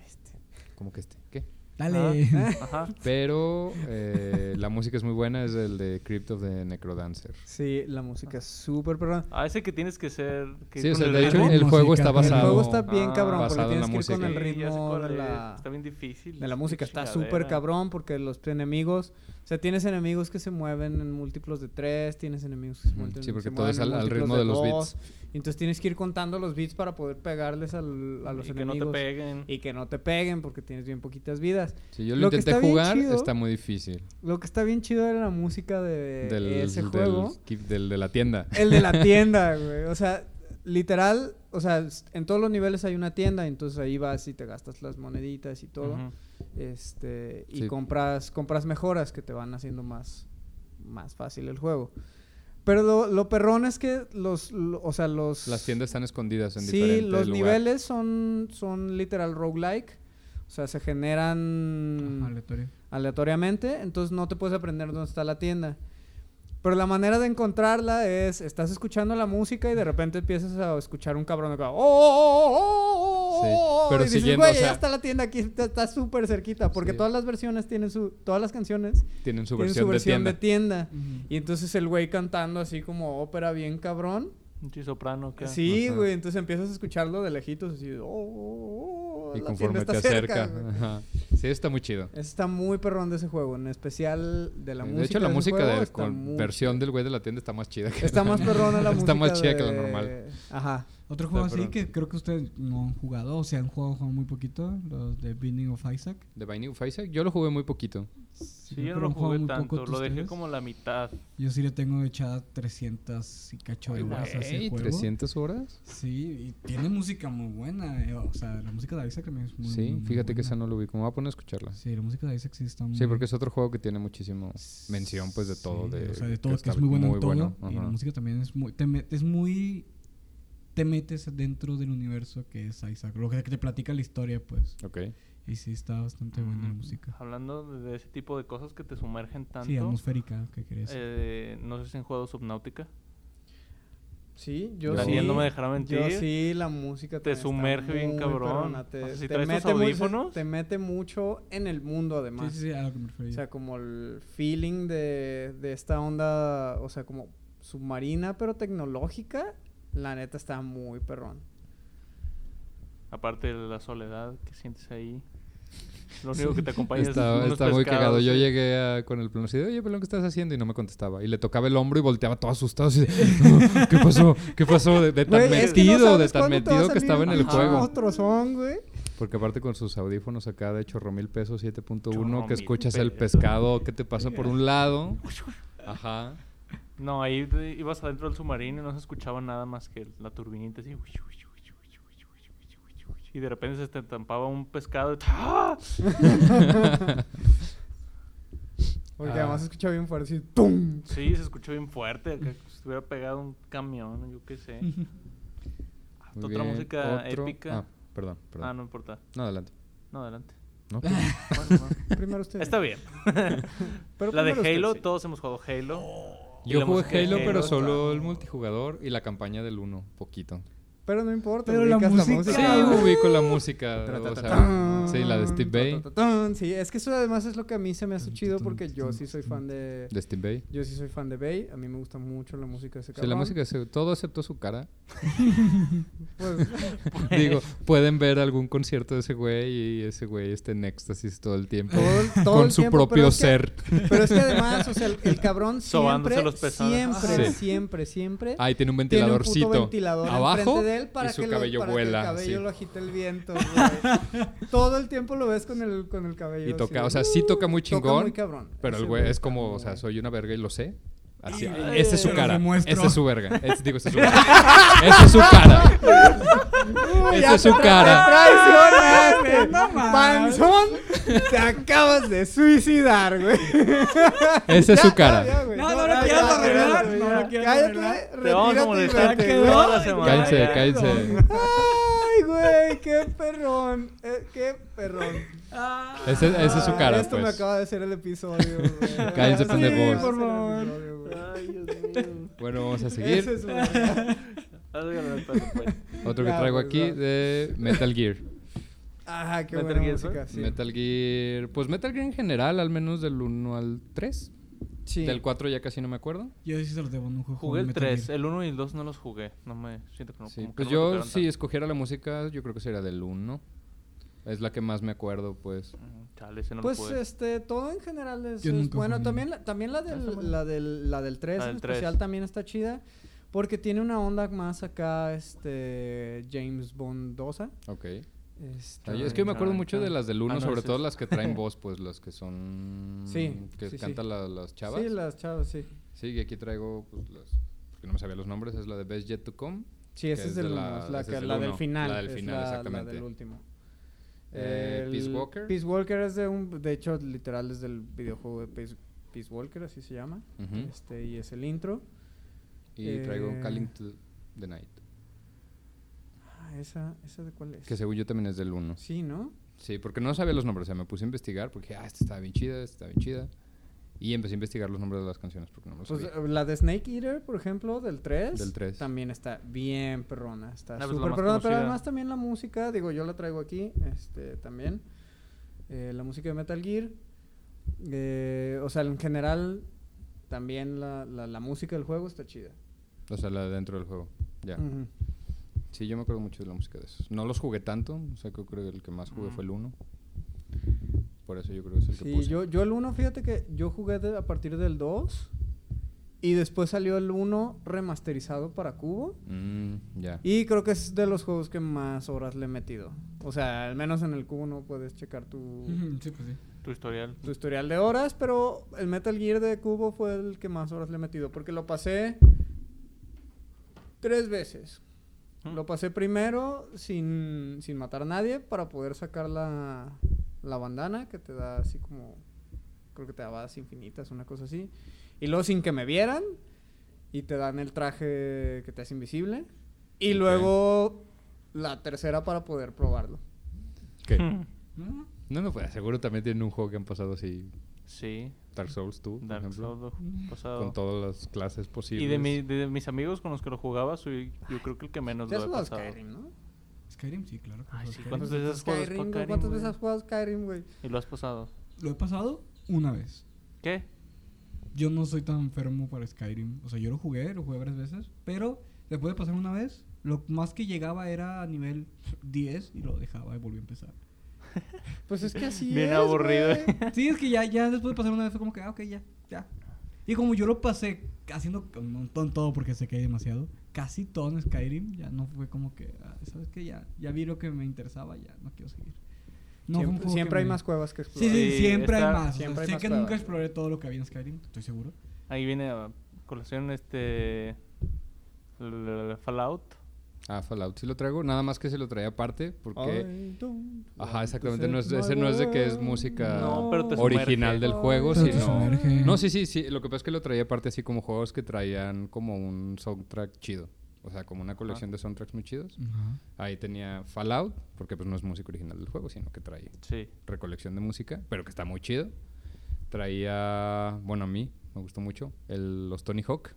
Speaker 4: ¿Cómo que este? ¿Qué?
Speaker 2: Dale.
Speaker 3: Ajá.
Speaker 4: Pero eh, la música es muy buena, es el de Crypt of the Necrodancer.
Speaker 1: Sí, la música es súper perrón.
Speaker 3: A Ah, ese que tienes que ser. Que
Speaker 4: Sí, o
Speaker 3: con
Speaker 4: sea,
Speaker 3: el
Speaker 4: de hecho
Speaker 3: ritmo.
Speaker 4: el juego
Speaker 2: Música,
Speaker 4: está
Speaker 2: pero el
Speaker 1: El
Speaker 4: basado...
Speaker 1: juego está bien
Speaker 3: Ah,
Speaker 1: cabrón, porque
Speaker 4: basado en
Speaker 1: tienes que
Speaker 4: la
Speaker 1: ir con el
Speaker 4: música.
Speaker 3: Sí, ya sé
Speaker 1: ritmo
Speaker 3: cuál
Speaker 1: de
Speaker 3: es.
Speaker 1: la,
Speaker 3: Está bien difícil.
Speaker 1: de la música. Está
Speaker 3: chingadera.
Speaker 1: súper cabrón porque los enemigos... O sea, tienes enemigos que se mueven en múltiplos de tres, tienes enemigos que Pues, se
Speaker 4: Ujú,
Speaker 1: mueven
Speaker 4: sí, porque
Speaker 1: se
Speaker 4: todo
Speaker 1: mueven
Speaker 4: es
Speaker 1: en
Speaker 4: al- al
Speaker 1: múltiplos
Speaker 4: ritmo de los beats.
Speaker 1: dos, y entonces tienes que ir contando los beats para poder pegarles al- a los
Speaker 3: y
Speaker 1: enemigos.
Speaker 3: Que no te peguen.
Speaker 1: Y que no te peguen porque tienes bien poquitas vidas.
Speaker 4: Si yo lo,
Speaker 1: Lo que
Speaker 4: intenté
Speaker 1: está bien
Speaker 4: jugar,
Speaker 1: chido-
Speaker 4: está muy difícil.
Speaker 1: Lo que está bien chido era la música de
Speaker 4: Del,
Speaker 1: ese
Speaker 4: del-
Speaker 1: juego.
Speaker 4: del- del de la tienda.
Speaker 1: El de la tienda, güey. O sea, literal, o sea, s- en todos los niveles hay una tienda, entonces ahí vas y te gastas las moneditas y todo.
Speaker 3: Ujú.
Speaker 1: Este, y
Speaker 4: Sí.
Speaker 1: compras, compras mejoras que te van haciendo más, más fácil el juego. Pero lo, lo perrón es que los, lo- o sea, los...
Speaker 4: Las tiendas están escondidas en
Speaker 1: Sí,
Speaker 4: diferentes
Speaker 1: los
Speaker 4: lugares.
Speaker 1: niveles son, son literal roguelike. O sea, se generan
Speaker 2: Ajá, aleatorio.
Speaker 1: aleatoriamente, entonces no te puedes aprender dónde está la tienda. Pero la manera de encontrarla es, estás escuchando la música y de repente empiezas a escuchar un cabrón acá, ¡Oh, oh, oh, oh, oh,
Speaker 4: Sí,
Speaker 1: oh, oh",
Speaker 4: pero
Speaker 1: y dices,
Speaker 4: siguiendo,
Speaker 1: güey,
Speaker 4: o sea-
Speaker 1: ya está la tienda aquí, está está súper cerquita, porque
Speaker 4: Sí.
Speaker 1: todas las versiones tienen su, todas las canciones
Speaker 4: Tienen su
Speaker 1: tienen
Speaker 4: versión,
Speaker 1: su versión
Speaker 4: de tienda.
Speaker 1: de tienda.
Speaker 2: Ujú.
Speaker 1: Y entonces el güey cantando así como ópera bien cabrón.
Speaker 3: Un chisoprano acá.
Speaker 1: Sí,
Speaker 4: Ajá.
Speaker 1: güey, entonces empiezas a escucharlo de lejitos así, "Oh, oh, oh,
Speaker 4: y
Speaker 1: la
Speaker 4: conforme
Speaker 1: tienda
Speaker 4: te
Speaker 1: está cerca",
Speaker 4: acerca.
Speaker 1: güey.
Speaker 4: ajá. Sí, está muy chido.
Speaker 1: Está muy perrón de ese juego, en especial de la música.
Speaker 4: de hecho, la
Speaker 1: ese
Speaker 4: música
Speaker 1: juego
Speaker 4: de
Speaker 1: está
Speaker 4: con
Speaker 1: muy
Speaker 4: versión
Speaker 1: chida.
Speaker 4: del güey de la tienda está más chida. que
Speaker 1: Está
Speaker 4: la-
Speaker 1: más perrona la música.
Speaker 4: Está más chida que la
Speaker 1: de-
Speaker 4: normal.
Speaker 1: Ajá.
Speaker 2: Otro juego
Speaker 4: Está
Speaker 2: así
Speaker 4: perrón.
Speaker 2: que creo que ustedes no han jugado, o sea, han jugado, jugado muy poquito, los de Binding of Isaac.
Speaker 4: De Binding of Isaac, yo lo jugué muy poquito.
Speaker 2: Sí,
Speaker 3: Sí,
Speaker 2: creo
Speaker 3: yo no
Speaker 2: que
Speaker 3: lo
Speaker 2: han jugado
Speaker 3: jugué
Speaker 2: muy poco
Speaker 3: tanto. Lo dejé
Speaker 2: ustedes.
Speaker 3: como la mitad.
Speaker 2: Yo sí le tengo echada 300 y cacho de
Speaker 4: Ay,
Speaker 2: horas a ese
Speaker 4: güey,
Speaker 2: juego.
Speaker 4: 300 horas.
Speaker 2: Sí, y tiene música muy buena. eh, O sea, la música de Isaac también es muy
Speaker 4: sí,
Speaker 2: muy, muy
Speaker 4: fíjate que esa
Speaker 2: buena.
Speaker 4: no lo vi. Como voy a poner a escucharla.
Speaker 2: Sí, la música de Isaac sí está muy
Speaker 4: Sí, porque es otro juego que tiene muchísimo
Speaker 2: S-
Speaker 4: mención, pues, de todo.
Speaker 2: Mm. sí,
Speaker 4: de,
Speaker 2: o sea, de todo, que,
Speaker 4: está
Speaker 2: es muy bueno en todo. Y la
Speaker 4: ajá.
Speaker 2: música también es muy. Te met- es muy. Te metes dentro del universo que es Isaac. Lo que que te platica la historia, pues.
Speaker 4: Ok.
Speaker 2: Y sí, está bastante buena la música.
Speaker 3: Hablando de ese tipo de cosas que te sumergen tanto.
Speaker 2: Sí, atmosférica, ¿qué querés?
Speaker 3: eh, no sé si han jugado Subnautica.
Speaker 1: Sí, yo
Speaker 4: Daniel
Speaker 1: sí.
Speaker 4: no me
Speaker 3: dejará mentir.
Speaker 1: Yo sí, la música
Speaker 3: Te
Speaker 1: también está
Speaker 3: sumerge bien
Speaker 1: muy
Speaker 3: cabrón.
Speaker 1: perrona, Te,
Speaker 3: O sea,
Speaker 1: te
Speaker 3: si traes tus
Speaker 1: mete mucho-
Speaker 3: audífonos.
Speaker 1: te mete mucho en el mundo,
Speaker 2: sí,
Speaker 1: además.
Speaker 2: sí, sí, a lo que me
Speaker 1: O
Speaker 2: refería.
Speaker 1: sea, como el feeling de, de esta onda, o sea, como submarina, pero tecnológica. La neta está muy perrón.
Speaker 3: Aparte de la soledad que sientes ahí. Lo único que te acompaña es
Speaker 4: Está,
Speaker 3: unos
Speaker 4: está muy cagado.
Speaker 3: pescados, ¿eh?
Speaker 4: Yo
Speaker 3: sí.
Speaker 4: llegué a- con el plano así de, oye, pelón, ¿qué estás haciendo? Y no me contestaba. Y le tocaba el hombro y volteaba todo asustado. Así de, "Ah, ¿qué pasó? ¿Qué pasó? De, de tan
Speaker 1: Güey, es que no
Speaker 4: metido, de
Speaker 1: sabes
Speaker 4: tan
Speaker 1: cuándo te va a
Speaker 4: metido que
Speaker 1: salir
Speaker 4: estaba en el
Speaker 1: pinche
Speaker 4: juego.
Speaker 1: monstruozón, güey.
Speaker 4: Porque aparte con sus audífonos acá de chorro mil pesos, 7.1,
Speaker 3: Chorro
Speaker 4: que
Speaker 3: mil
Speaker 4: escuchas el
Speaker 3: pesos.
Speaker 4: pescado que te pasa por un lado. Ajá.
Speaker 3: No, ahí de- ibas adentro del submarino y no se escuchaba nada más que la turbinita así. Y de repente se te estampaba un pescado. y ¡Ah!
Speaker 1: Porque
Speaker 4: Ah.
Speaker 1: además se escucha bien fuerte así, ¡tum!
Speaker 3: Sí, se escuchó bien fuerte. que si estuviera pegado un camión, yo qué sé.
Speaker 4: Muy
Speaker 3: Otra
Speaker 4: bien.
Speaker 3: música
Speaker 4: Otro-
Speaker 3: épica.
Speaker 4: Ah, perdón, perdón.
Speaker 3: Ah,
Speaker 4: no.
Speaker 3: no importa.
Speaker 4: adelante.
Speaker 3: No, adelante.
Speaker 4: No,
Speaker 1: Ah.
Speaker 3: Bueno, no.
Speaker 1: Primero usted.
Speaker 3: Está bien.
Speaker 1: Pero
Speaker 3: la
Speaker 1: primero
Speaker 3: de
Speaker 1: usted,
Speaker 3: Halo,
Speaker 1: sí.
Speaker 3: todos hemos jugado Halo. Y
Speaker 4: Oh. Yo
Speaker 3: la
Speaker 4: jugué
Speaker 3: música de
Speaker 4: Halo, pero
Speaker 3: está-
Speaker 4: solo el multijugador y la campaña del 1, poquito.
Speaker 1: Pero no importa.
Speaker 2: Pero la
Speaker 1: ubicas
Speaker 2: música-
Speaker 4: Sí,
Speaker 2: güey.
Speaker 4: ubico la música. o sea,
Speaker 1: Tan,
Speaker 4: sí, la de Steve Bay.
Speaker 1: tan, tan, Sí, es que eso además es lo que a mí se me hace
Speaker 2: Tan,
Speaker 1: chido
Speaker 2: tan,
Speaker 1: porque yo
Speaker 2: tan,
Speaker 1: sí soy
Speaker 2: tan,
Speaker 1: fan de...
Speaker 4: De Steve Bay.
Speaker 1: Yo sí soy fan de Bay. A mí me gusta mucho la música de ese
Speaker 4: Sí,
Speaker 1: cabrón.
Speaker 4: la música, se- todo excepto su cara.
Speaker 1: Pues,
Speaker 4: Digo, pueden ver algún concierto de ese güey y ese güey está en éxtasis todo el tiempo.
Speaker 1: todo, el- todo
Speaker 4: con
Speaker 1: el
Speaker 4: su
Speaker 1: tiempo, pero
Speaker 4: propio
Speaker 1: es que-
Speaker 4: ser.
Speaker 1: Pero es que además, o sea, el, el cabrón
Speaker 3: Sobándose
Speaker 1: siempre,
Speaker 3: los pezones.
Speaker 1: siempre,
Speaker 4: Ah, Sí.
Speaker 1: siempre, siempre...
Speaker 4: Ahí tiene un
Speaker 1: Tiene un puto
Speaker 4: ventiladorcito.
Speaker 1: ventilador
Speaker 4: abajo
Speaker 1: enfrente de él para
Speaker 4: y su
Speaker 1: que lo-
Speaker 4: cabello
Speaker 1: para que
Speaker 4: vuela.
Speaker 1: el cabello
Speaker 4: sí.
Speaker 1: lo agite el viento. güey. Todo el tiempo lo ves con el, con el cabello.
Speaker 4: Y
Speaker 1: así
Speaker 4: toca,
Speaker 1: de, "Uh,
Speaker 4: o sea, sí toca muy
Speaker 1: Toca
Speaker 4: chingón,
Speaker 1: muy cabrón.
Speaker 4: Pero el
Speaker 1: Ese
Speaker 4: güey es
Speaker 1: está
Speaker 4: como, o
Speaker 1: muy-
Speaker 4: sea, soy una verga y lo sé. Así,
Speaker 3: Ay,
Speaker 4: esa es
Speaker 3: te
Speaker 4: su
Speaker 3: lo
Speaker 4: cara.
Speaker 2: demuestro.
Speaker 4: Esa es su verga. Es- digo, esa es su verga. Esa es su cara. Esa
Speaker 1: ya
Speaker 4: es su
Speaker 1: te
Speaker 4: cara.
Speaker 1: traicionaste.
Speaker 2: No mames.
Speaker 1: Panzón, te acabas de suicidar, güey.
Speaker 4: Esa es
Speaker 1: Ya,
Speaker 4: su cara.
Speaker 1: ya, güey.
Speaker 2: No, no lo quieras
Speaker 1: ya,
Speaker 2: arreglar,
Speaker 1: ya,
Speaker 2: no
Speaker 1: ya.
Speaker 2: lo quieras arreglar.
Speaker 1: Cállate,
Speaker 3: Te vamos a
Speaker 1: retírate y
Speaker 3: molestar
Speaker 1: vete,
Speaker 3: que
Speaker 1: güey.
Speaker 3: no la semana.
Speaker 4: Cállense,
Speaker 3: Ya,
Speaker 4: cállense.
Speaker 1: Ay, güey, qué perrón. Eh, qué perrón.
Speaker 4: Esa, esa es su
Speaker 1: Ah,
Speaker 4: cara,
Speaker 1: Esto me
Speaker 4: pues.
Speaker 1: acaba de hacer el episodio, güey.
Speaker 4: Cállense,
Speaker 1: Sí,
Speaker 4: pendejos.
Speaker 1: por favor.
Speaker 3: Ay, Dios mío.
Speaker 4: Bueno, vamos a seguir.
Speaker 1: Ese es bueno.
Speaker 3: Hazle ganar el paso, pues.
Speaker 4: Otro que
Speaker 1: Ya,
Speaker 4: traigo
Speaker 1: pues,
Speaker 4: aquí
Speaker 1: va.
Speaker 4: de Metal Gear.
Speaker 1: Ah, qué
Speaker 3: Metal
Speaker 1: buena
Speaker 3: Gear
Speaker 1: música. Sí.
Speaker 4: Metal Gear. Pues Metal Gear en general, al menos del 1 al 3.
Speaker 1: Sí.
Speaker 4: Del 4 ya casi no me acuerdo.
Speaker 2: Yo sí se los debo, nunca
Speaker 3: Jugué el
Speaker 2: Metal Gear.
Speaker 3: 3, el 1 y el 2 no los jugué. No me siento que no.
Speaker 4: Sí,
Speaker 3: como que
Speaker 4: pues
Speaker 3: no me
Speaker 4: yo,
Speaker 3: tocaron
Speaker 4: si
Speaker 3: tanto.
Speaker 4: escogiera la música, yo creo que sería del 1. Es la que más me acuerdo, pues.
Speaker 3: Mm, Chale, ese no
Speaker 1: Pues
Speaker 3: lo jugué.
Speaker 1: este, todo en general es,
Speaker 2: Yo
Speaker 1: es
Speaker 2: nunca
Speaker 1: bueno.
Speaker 2: jugué.
Speaker 1: También la, también la
Speaker 3: Ah, está
Speaker 1: del,
Speaker 3: bueno.
Speaker 1: la del, la del 3
Speaker 3: La
Speaker 1: en
Speaker 3: del 3.
Speaker 1: especial también está chida. Porque tiene una onda más acá, este, James Bondosa.
Speaker 4: Ok.
Speaker 1: Este,
Speaker 4: Ay, es que me acuerdo
Speaker 3: Chan,
Speaker 4: mucho de
Speaker 3: chan.
Speaker 4: las del 1,
Speaker 3: Ah, no,
Speaker 4: sobre
Speaker 3: ese
Speaker 4: todo
Speaker 3: es.
Speaker 4: las que traen voz, pues las que son.
Speaker 1: Sí,
Speaker 4: Que
Speaker 1: sí, sí.
Speaker 4: cantan la- las chavas.
Speaker 1: Sí, las chavas, sí.
Speaker 4: Sí, y aquí traigo pues, las. Que no me sabía los nombres, es la de Best Yet to Come.
Speaker 1: Sí, esa
Speaker 4: Que
Speaker 1: es
Speaker 4: es
Speaker 1: del
Speaker 4: de la-
Speaker 1: uno, es la,
Speaker 4: esa
Speaker 1: que-
Speaker 4: es del
Speaker 1: la del
Speaker 4: uno,
Speaker 1: final.
Speaker 4: la del
Speaker 1: es
Speaker 4: final,
Speaker 1: la-
Speaker 4: exactamente.
Speaker 1: La del último.
Speaker 4: Eh, Peace
Speaker 1: El-
Speaker 4: Walker.
Speaker 1: Peace Walker es de un. De hecho, literal es del videojuego de Peace, Peace Walker, así se llama.
Speaker 4: Ujú.
Speaker 1: Este, y es el intro.
Speaker 4: Y traigo
Speaker 1: Eh,
Speaker 4: Calling to the Night.
Speaker 1: Ah, esa, ¿esa de cuál es?
Speaker 4: Que según yo también es del 1.
Speaker 1: Sí, ¿no?
Speaker 4: Sí, porque no sabía los nombres. O sea, me puse a investigar porque, ah, esta está bien chida, esta está bien chida. Y empecé a investigar los nombres de las canciones porque no me los
Speaker 1: Pues,
Speaker 4: sabía.
Speaker 1: eh, la de Snake Eater, por ejemplo, del 3.
Speaker 4: Del 3.
Speaker 1: También está bien perrona. Está
Speaker 3: Ah, pues, la
Speaker 1: súper perrona.
Speaker 3: más
Speaker 1: Pero
Speaker 3: conocida.
Speaker 1: además también la música, digo, yo la traigo aquí, este, también. Eh, la música de Metal Gear. Eh, o sea, en general, también la, la, la música del juego está chida.
Speaker 4: O sea, la de dentro del juego. Ya.
Speaker 1: Ujú.
Speaker 4: Sí, yo me acuerdo mucho de la música de esos. No los jugué tanto. O sea, que creo que el que más jugué fue el 1. Por eso yo creo que es el que
Speaker 1: Mm. Sí,
Speaker 4: puse.
Speaker 1: yo, yo el 1, fíjate que yo jugué de- a partir del 2. Y después salió el 1 remasterizado para Cubo.
Speaker 4: Mm, ya.
Speaker 1: Y creo que es de los juegos que más horas le he metido. O sea, al menos en el cubo no puedes checar tu,
Speaker 2: Ujú, Sí, pues sí.
Speaker 3: Tu historial.
Speaker 1: tu historial de horas, pero el Metal Gear de cubo fue el que más horas le he metido. Porque lo pasé tres veces.
Speaker 3: Mm.
Speaker 1: Lo pasé primero sin, sin matar a nadie para poder sacar la, la bandana que te da así como... Creo que te daba balas infinitas, una cosa así. Y luego sin que me vieran y te dan el traje que te hace invisible. Y
Speaker 4: Ok.
Speaker 1: luego la tercera para poder probarlo.
Speaker 4: Ok.
Speaker 3: Mm.
Speaker 2: Ah,
Speaker 4: No me puedo. Seguro también tienen un juego que han pasado así.
Speaker 3: Sí,
Speaker 4: Dark Souls 2, por
Speaker 3: Dark
Speaker 4: ejemplo.
Speaker 3: Souls lo ju- pasado.
Speaker 4: Con todas las clases posibles.
Speaker 3: y de, mi- de mis amigos con los que lo jugaba, soy yo creo que el que menos
Speaker 1: Ya
Speaker 3: lo
Speaker 1: has
Speaker 3: he
Speaker 1: jugado
Speaker 3: pasado.
Speaker 1: Skyrim, ¿no?
Speaker 2: Skyrim, sí, claro. que
Speaker 3: Ay,
Speaker 2: juego Skyrim.
Speaker 3: sí, ¿cuántas veces has jugado
Speaker 1: Skyrim, güey?
Speaker 3: Skyrim,
Speaker 1: ¿Cuántas
Speaker 3: güey?
Speaker 1: veces has jugado Skyrim, güey?
Speaker 3: Y lo has pasado.
Speaker 2: Lo he pasado una vez.
Speaker 3: ¿Qué?
Speaker 2: Yo no soy tan enfermo para Skyrim. O sea, yo lo jugué, lo jugué varias veces. Pero después de pasar una vez, lo más que llegaba era a nivel 10 y lo dejaba y volví a empezar.
Speaker 1: Pues es que así
Speaker 3: Bien
Speaker 1: es,
Speaker 3: aburrido.
Speaker 1: güey.
Speaker 2: Sí, es que ya, ya después de pasar una vez fue como que, ah, ok, ya, ya. Y como yo lo pasé haciendo un montón todo porque sé que hay demasiado, casi todo en Skyrim, ya no fue como que, ah, ¿sabes qué? Ya, ya vi lo que me interesaba, ya no quiero seguir. No,
Speaker 1: siempre
Speaker 2: fue un juego
Speaker 1: siempre
Speaker 2: que
Speaker 1: hay
Speaker 2: me-
Speaker 1: más cuevas que
Speaker 2: Sí,
Speaker 1: explorar.
Speaker 2: sí,
Speaker 3: Sí,
Speaker 2: siempre
Speaker 3: está-
Speaker 2: hay más. o sea,
Speaker 1: siempre hay
Speaker 2: sé
Speaker 1: más
Speaker 2: que nunca
Speaker 1: cuevas.
Speaker 2: exploré todo lo que había en Skyrim, estoy seguro.
Speaker 3: Ahí viene a colación este. el Fallout.
Speaker 4: Ah, Fallout. Sí lo traigo. Nada más que se lo traía aparte porque...
Speaker 1: I don't
Speaker 4: Ajá,
Speaker 1: want
Speaker 4: exactamente.
Speaker 1: to
Speaker 4: No es,
Speaker 1: set
Speaker 4: ese no es de que es
Speaker 1: my
Speaker 4: música
Speaker 3: No, pero te sumerge.
Speaker 4: original del juego,
Speaker 2: Pero te
Speaker 4: sino...
Speaker 2: sumerge.
Speaker 4: No, sí, sí, sí. Lo que pasa es que lo traía aparte así como juegos que traían como un soundtrack chido. O sea, como una colección de soundtracks muy chidos.
Speaker 2: Ajá.
Speaker 4: Ahí tenía Fallout, porque pues no es música original del juego, sino que trae
Speaker 3: Sí.
Speaker 4: recolección de música, pero que está muy chido. Traía, bueno, a mí me gustó mucho, el- los Tony Hawk.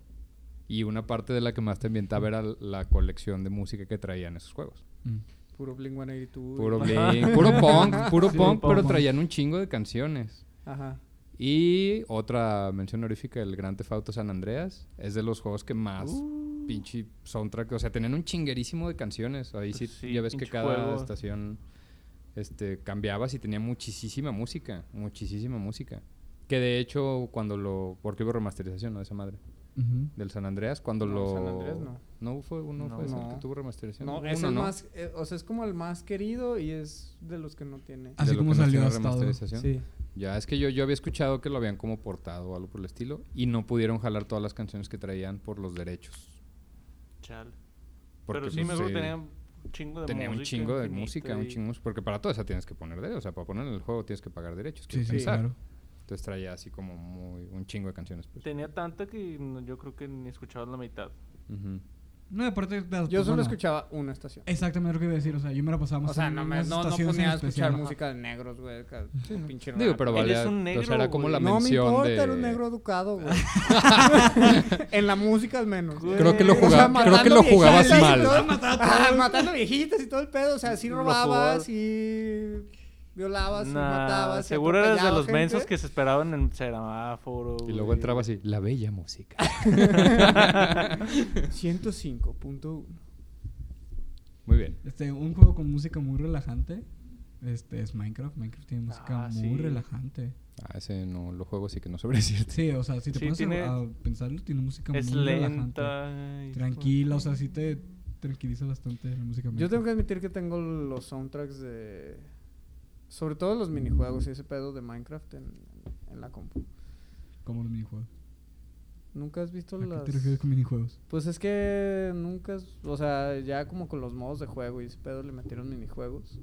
Speaker 4: Y una parte de la que más te ambientaba era la colección de música que traían esos juegos.
Speaker 2: Mm.
Speaker 1: Puro Blink-182.
Speaker 4: Puro
Speaker 1: Ajá.
Speaker 4: bling, puro punk, puro
Speaker 2: Sí,
Speaker 4: punk,
Speaker 2: punk,
Speaker 4: pero
Speaker 2: punk.
Speaker 4: traían un chingo de canciones.
Speaker 1: Ajá.
Speaker 4: Y otra mención honorífica, el Gran Auto San Andreas, es de los juegos que más
Speaker 3: Uh,
Speaker 4: pinche soundtrack, o sea, tenían un chinguerísimo de canciones. Ahí sí,
Speaker 3: Pues sí,
Speaker 4: ya ves que
Speaker 3: pinche
Speaker 4: cada
Speaker 3: juego.
Speaker 4: estación este, cambiabas y tenía muchísima música, muchísima música. Que de hecho, cuando lo. Porque hubo remasterización, ¿no? De esa madre.
Speaker 2: Ujú.
Speaker 4: Del San Andreas, cuando
Speaker 1: No,
Speaker 4: lo.
Speaker 1: San Andreas no.
Speaker 4: fue uno,
Speaker 3: No.
Speaker 4: fue ese el
Speaker 1: No.
Speaker 4: que tuvo remasterización.
Speaker 1: No,
Speaker 4: Hubo
Speaker 1: es
Speaker 4: uno,
Speaker 1: el
Speaker 4: ¿no?
Speaker 1: más... eh, o sea, es como el más querido y es de los que no tiene.
Speaker 2: Ah, Así
Speaker 4: De lo
Speaker 2: como
Speaker 4: que no
Speaker 2: salió
Speaker 4: tiene
Speaker 2: hasta ahora.
Speaker 4: remasterización.
Speaker 1: Sí.
Speaker 4: Ya, es que yo, yo había escuchado que lo habían como portado o algo por el estilo y no pudieron jalar todas las canciones que traían por los derechos.
Speaker 3: Chale.
Speaker 4: Porque,
Speaker 3: Pero sí
Speaker 4: pues,
Speaker 3: me acuerdo
Speaker 4: eh,
Speaker 3: que tenía un chingo de
Speaker 4: tenía
Speaker 3: música.
Speaker 4: un chingo de
Speaker 3: infinito
Speaker 4: música,
Speaker 3: y-
Speaker 4: un chingo, porque para todo eso tienes que poner derechos, o sea, para poner en el juego tienes que pagar derechos,
Speaker 2: Sí,
Speaker 4: que
Speaker 2: sí,
Speaker 4: pensar.
Speaker 2: claro.
Speaker 4: Entonces traía así como muy un chingo de canciones. pues.
Speaker 3: Tenía tanta que no- yo creo que ni escuchaba la mitad.
Speaker 4: Ujú.
Speaker 2: No, y aparte. las
Speaker 1: Yo solo
Speaker 2: personas-
Speaker 1: escuchaba una estación.
Speaker 2: Exactamente lo que iba a decir. O sea, yo me la pasaba más
Speaker 1: O sea,
Speaker 2: en
Speaker 1: no, me,
Speaker 2: unas
Speaker 1: no, no
Speaker 2: estaciones en
Speaker 1: ponía a escuchar
Speaker 2: especial.
Speaker 1: música de negros, güey. acá, pinche Eh,
Speaker 4: Digo,
Speaker 1: rata.
Speaker 4: pero
Speaker 3: Él es
Speaker 4: valía,
Speaker 3: un
Speaker 4: o sea, era
Speaker 3: negro,
Speaker 4: como la
Speaker 3: güey.
Speaker 1: No me
Speaker 4: mención
Speaker 1: importa,
Speaker 4: de
Speaker 1: era un negro educado, güey. en la música al menos. güey.
Speaker 4: Creo que lo
Speaker 1: O sea,
Speaker 4: jugaba- creo que
Speaker 1: matando
Speaker 4: lo jugabas
Speaker 1: viejitas y
Speaker 4: mal.
Speaker 1: todo. Ah, matando viejitas y todo el pedo. O sea, sí
Speaker 3: Lo
Speaker 1: robabas
Speaker 3: jugabas.
Speaker 1: y violabas y
Speaker 3: Nah,
Speaker 1: matabas. y
Speaker 3: seguro eras de
Speaker 1: atropellabas
Speaker 3: los mensos
Speaker 1: gente.
Speaker 3: que se esperaban en semáforo.
Speaker 4: Y luego
Speaker 3: güey.
Speaker 4: entraba así, la bella música.
Speaker 1: 105.1.
Speaker 4: Muy bien.
Speaker 2: Este, un juego con música muy relajante. Este es Minecraft. Minecraft tiene música
Speaker 3: Ah,
Speaker 2: muy
Speaker 3: sí.
Speaker 2: relajante.
Speaker 4: Ah, ese no lo juego, así que no sobre decirte.
Speaker 2: Sí, o sea, si te
Speaker 3: Sí,
Speaker 2: pones a-
Speaker 3: tiene-
Speaker 2: a pensarlo, tiene música
Speaker 3: Es
Speaker 2: muy relajante.
Speaker 3: lenta. y-
Speaker 2: Tranquila, o sea, sí te tranquiliza bastante la música.
Speaker 1: Yo tengo
Speaker 2: Minecraft.
Speaker 1: que admitir que tengo los soundtracks de. Sobre todo los minijuegos y ese pedo de Minecraft en, en la compu.
Speaker 2: Como los minijuegos.
Speaker 1: ¿Nunca has visto
Speaker 2: ¿A
Speaker 1: las.?
Speaker 2: qué te refieres con minijuegos?
Speaker 1: Pues es que nunca, es- o sea, ya como con los modos de juego y ese pedo le metieron minijuegos.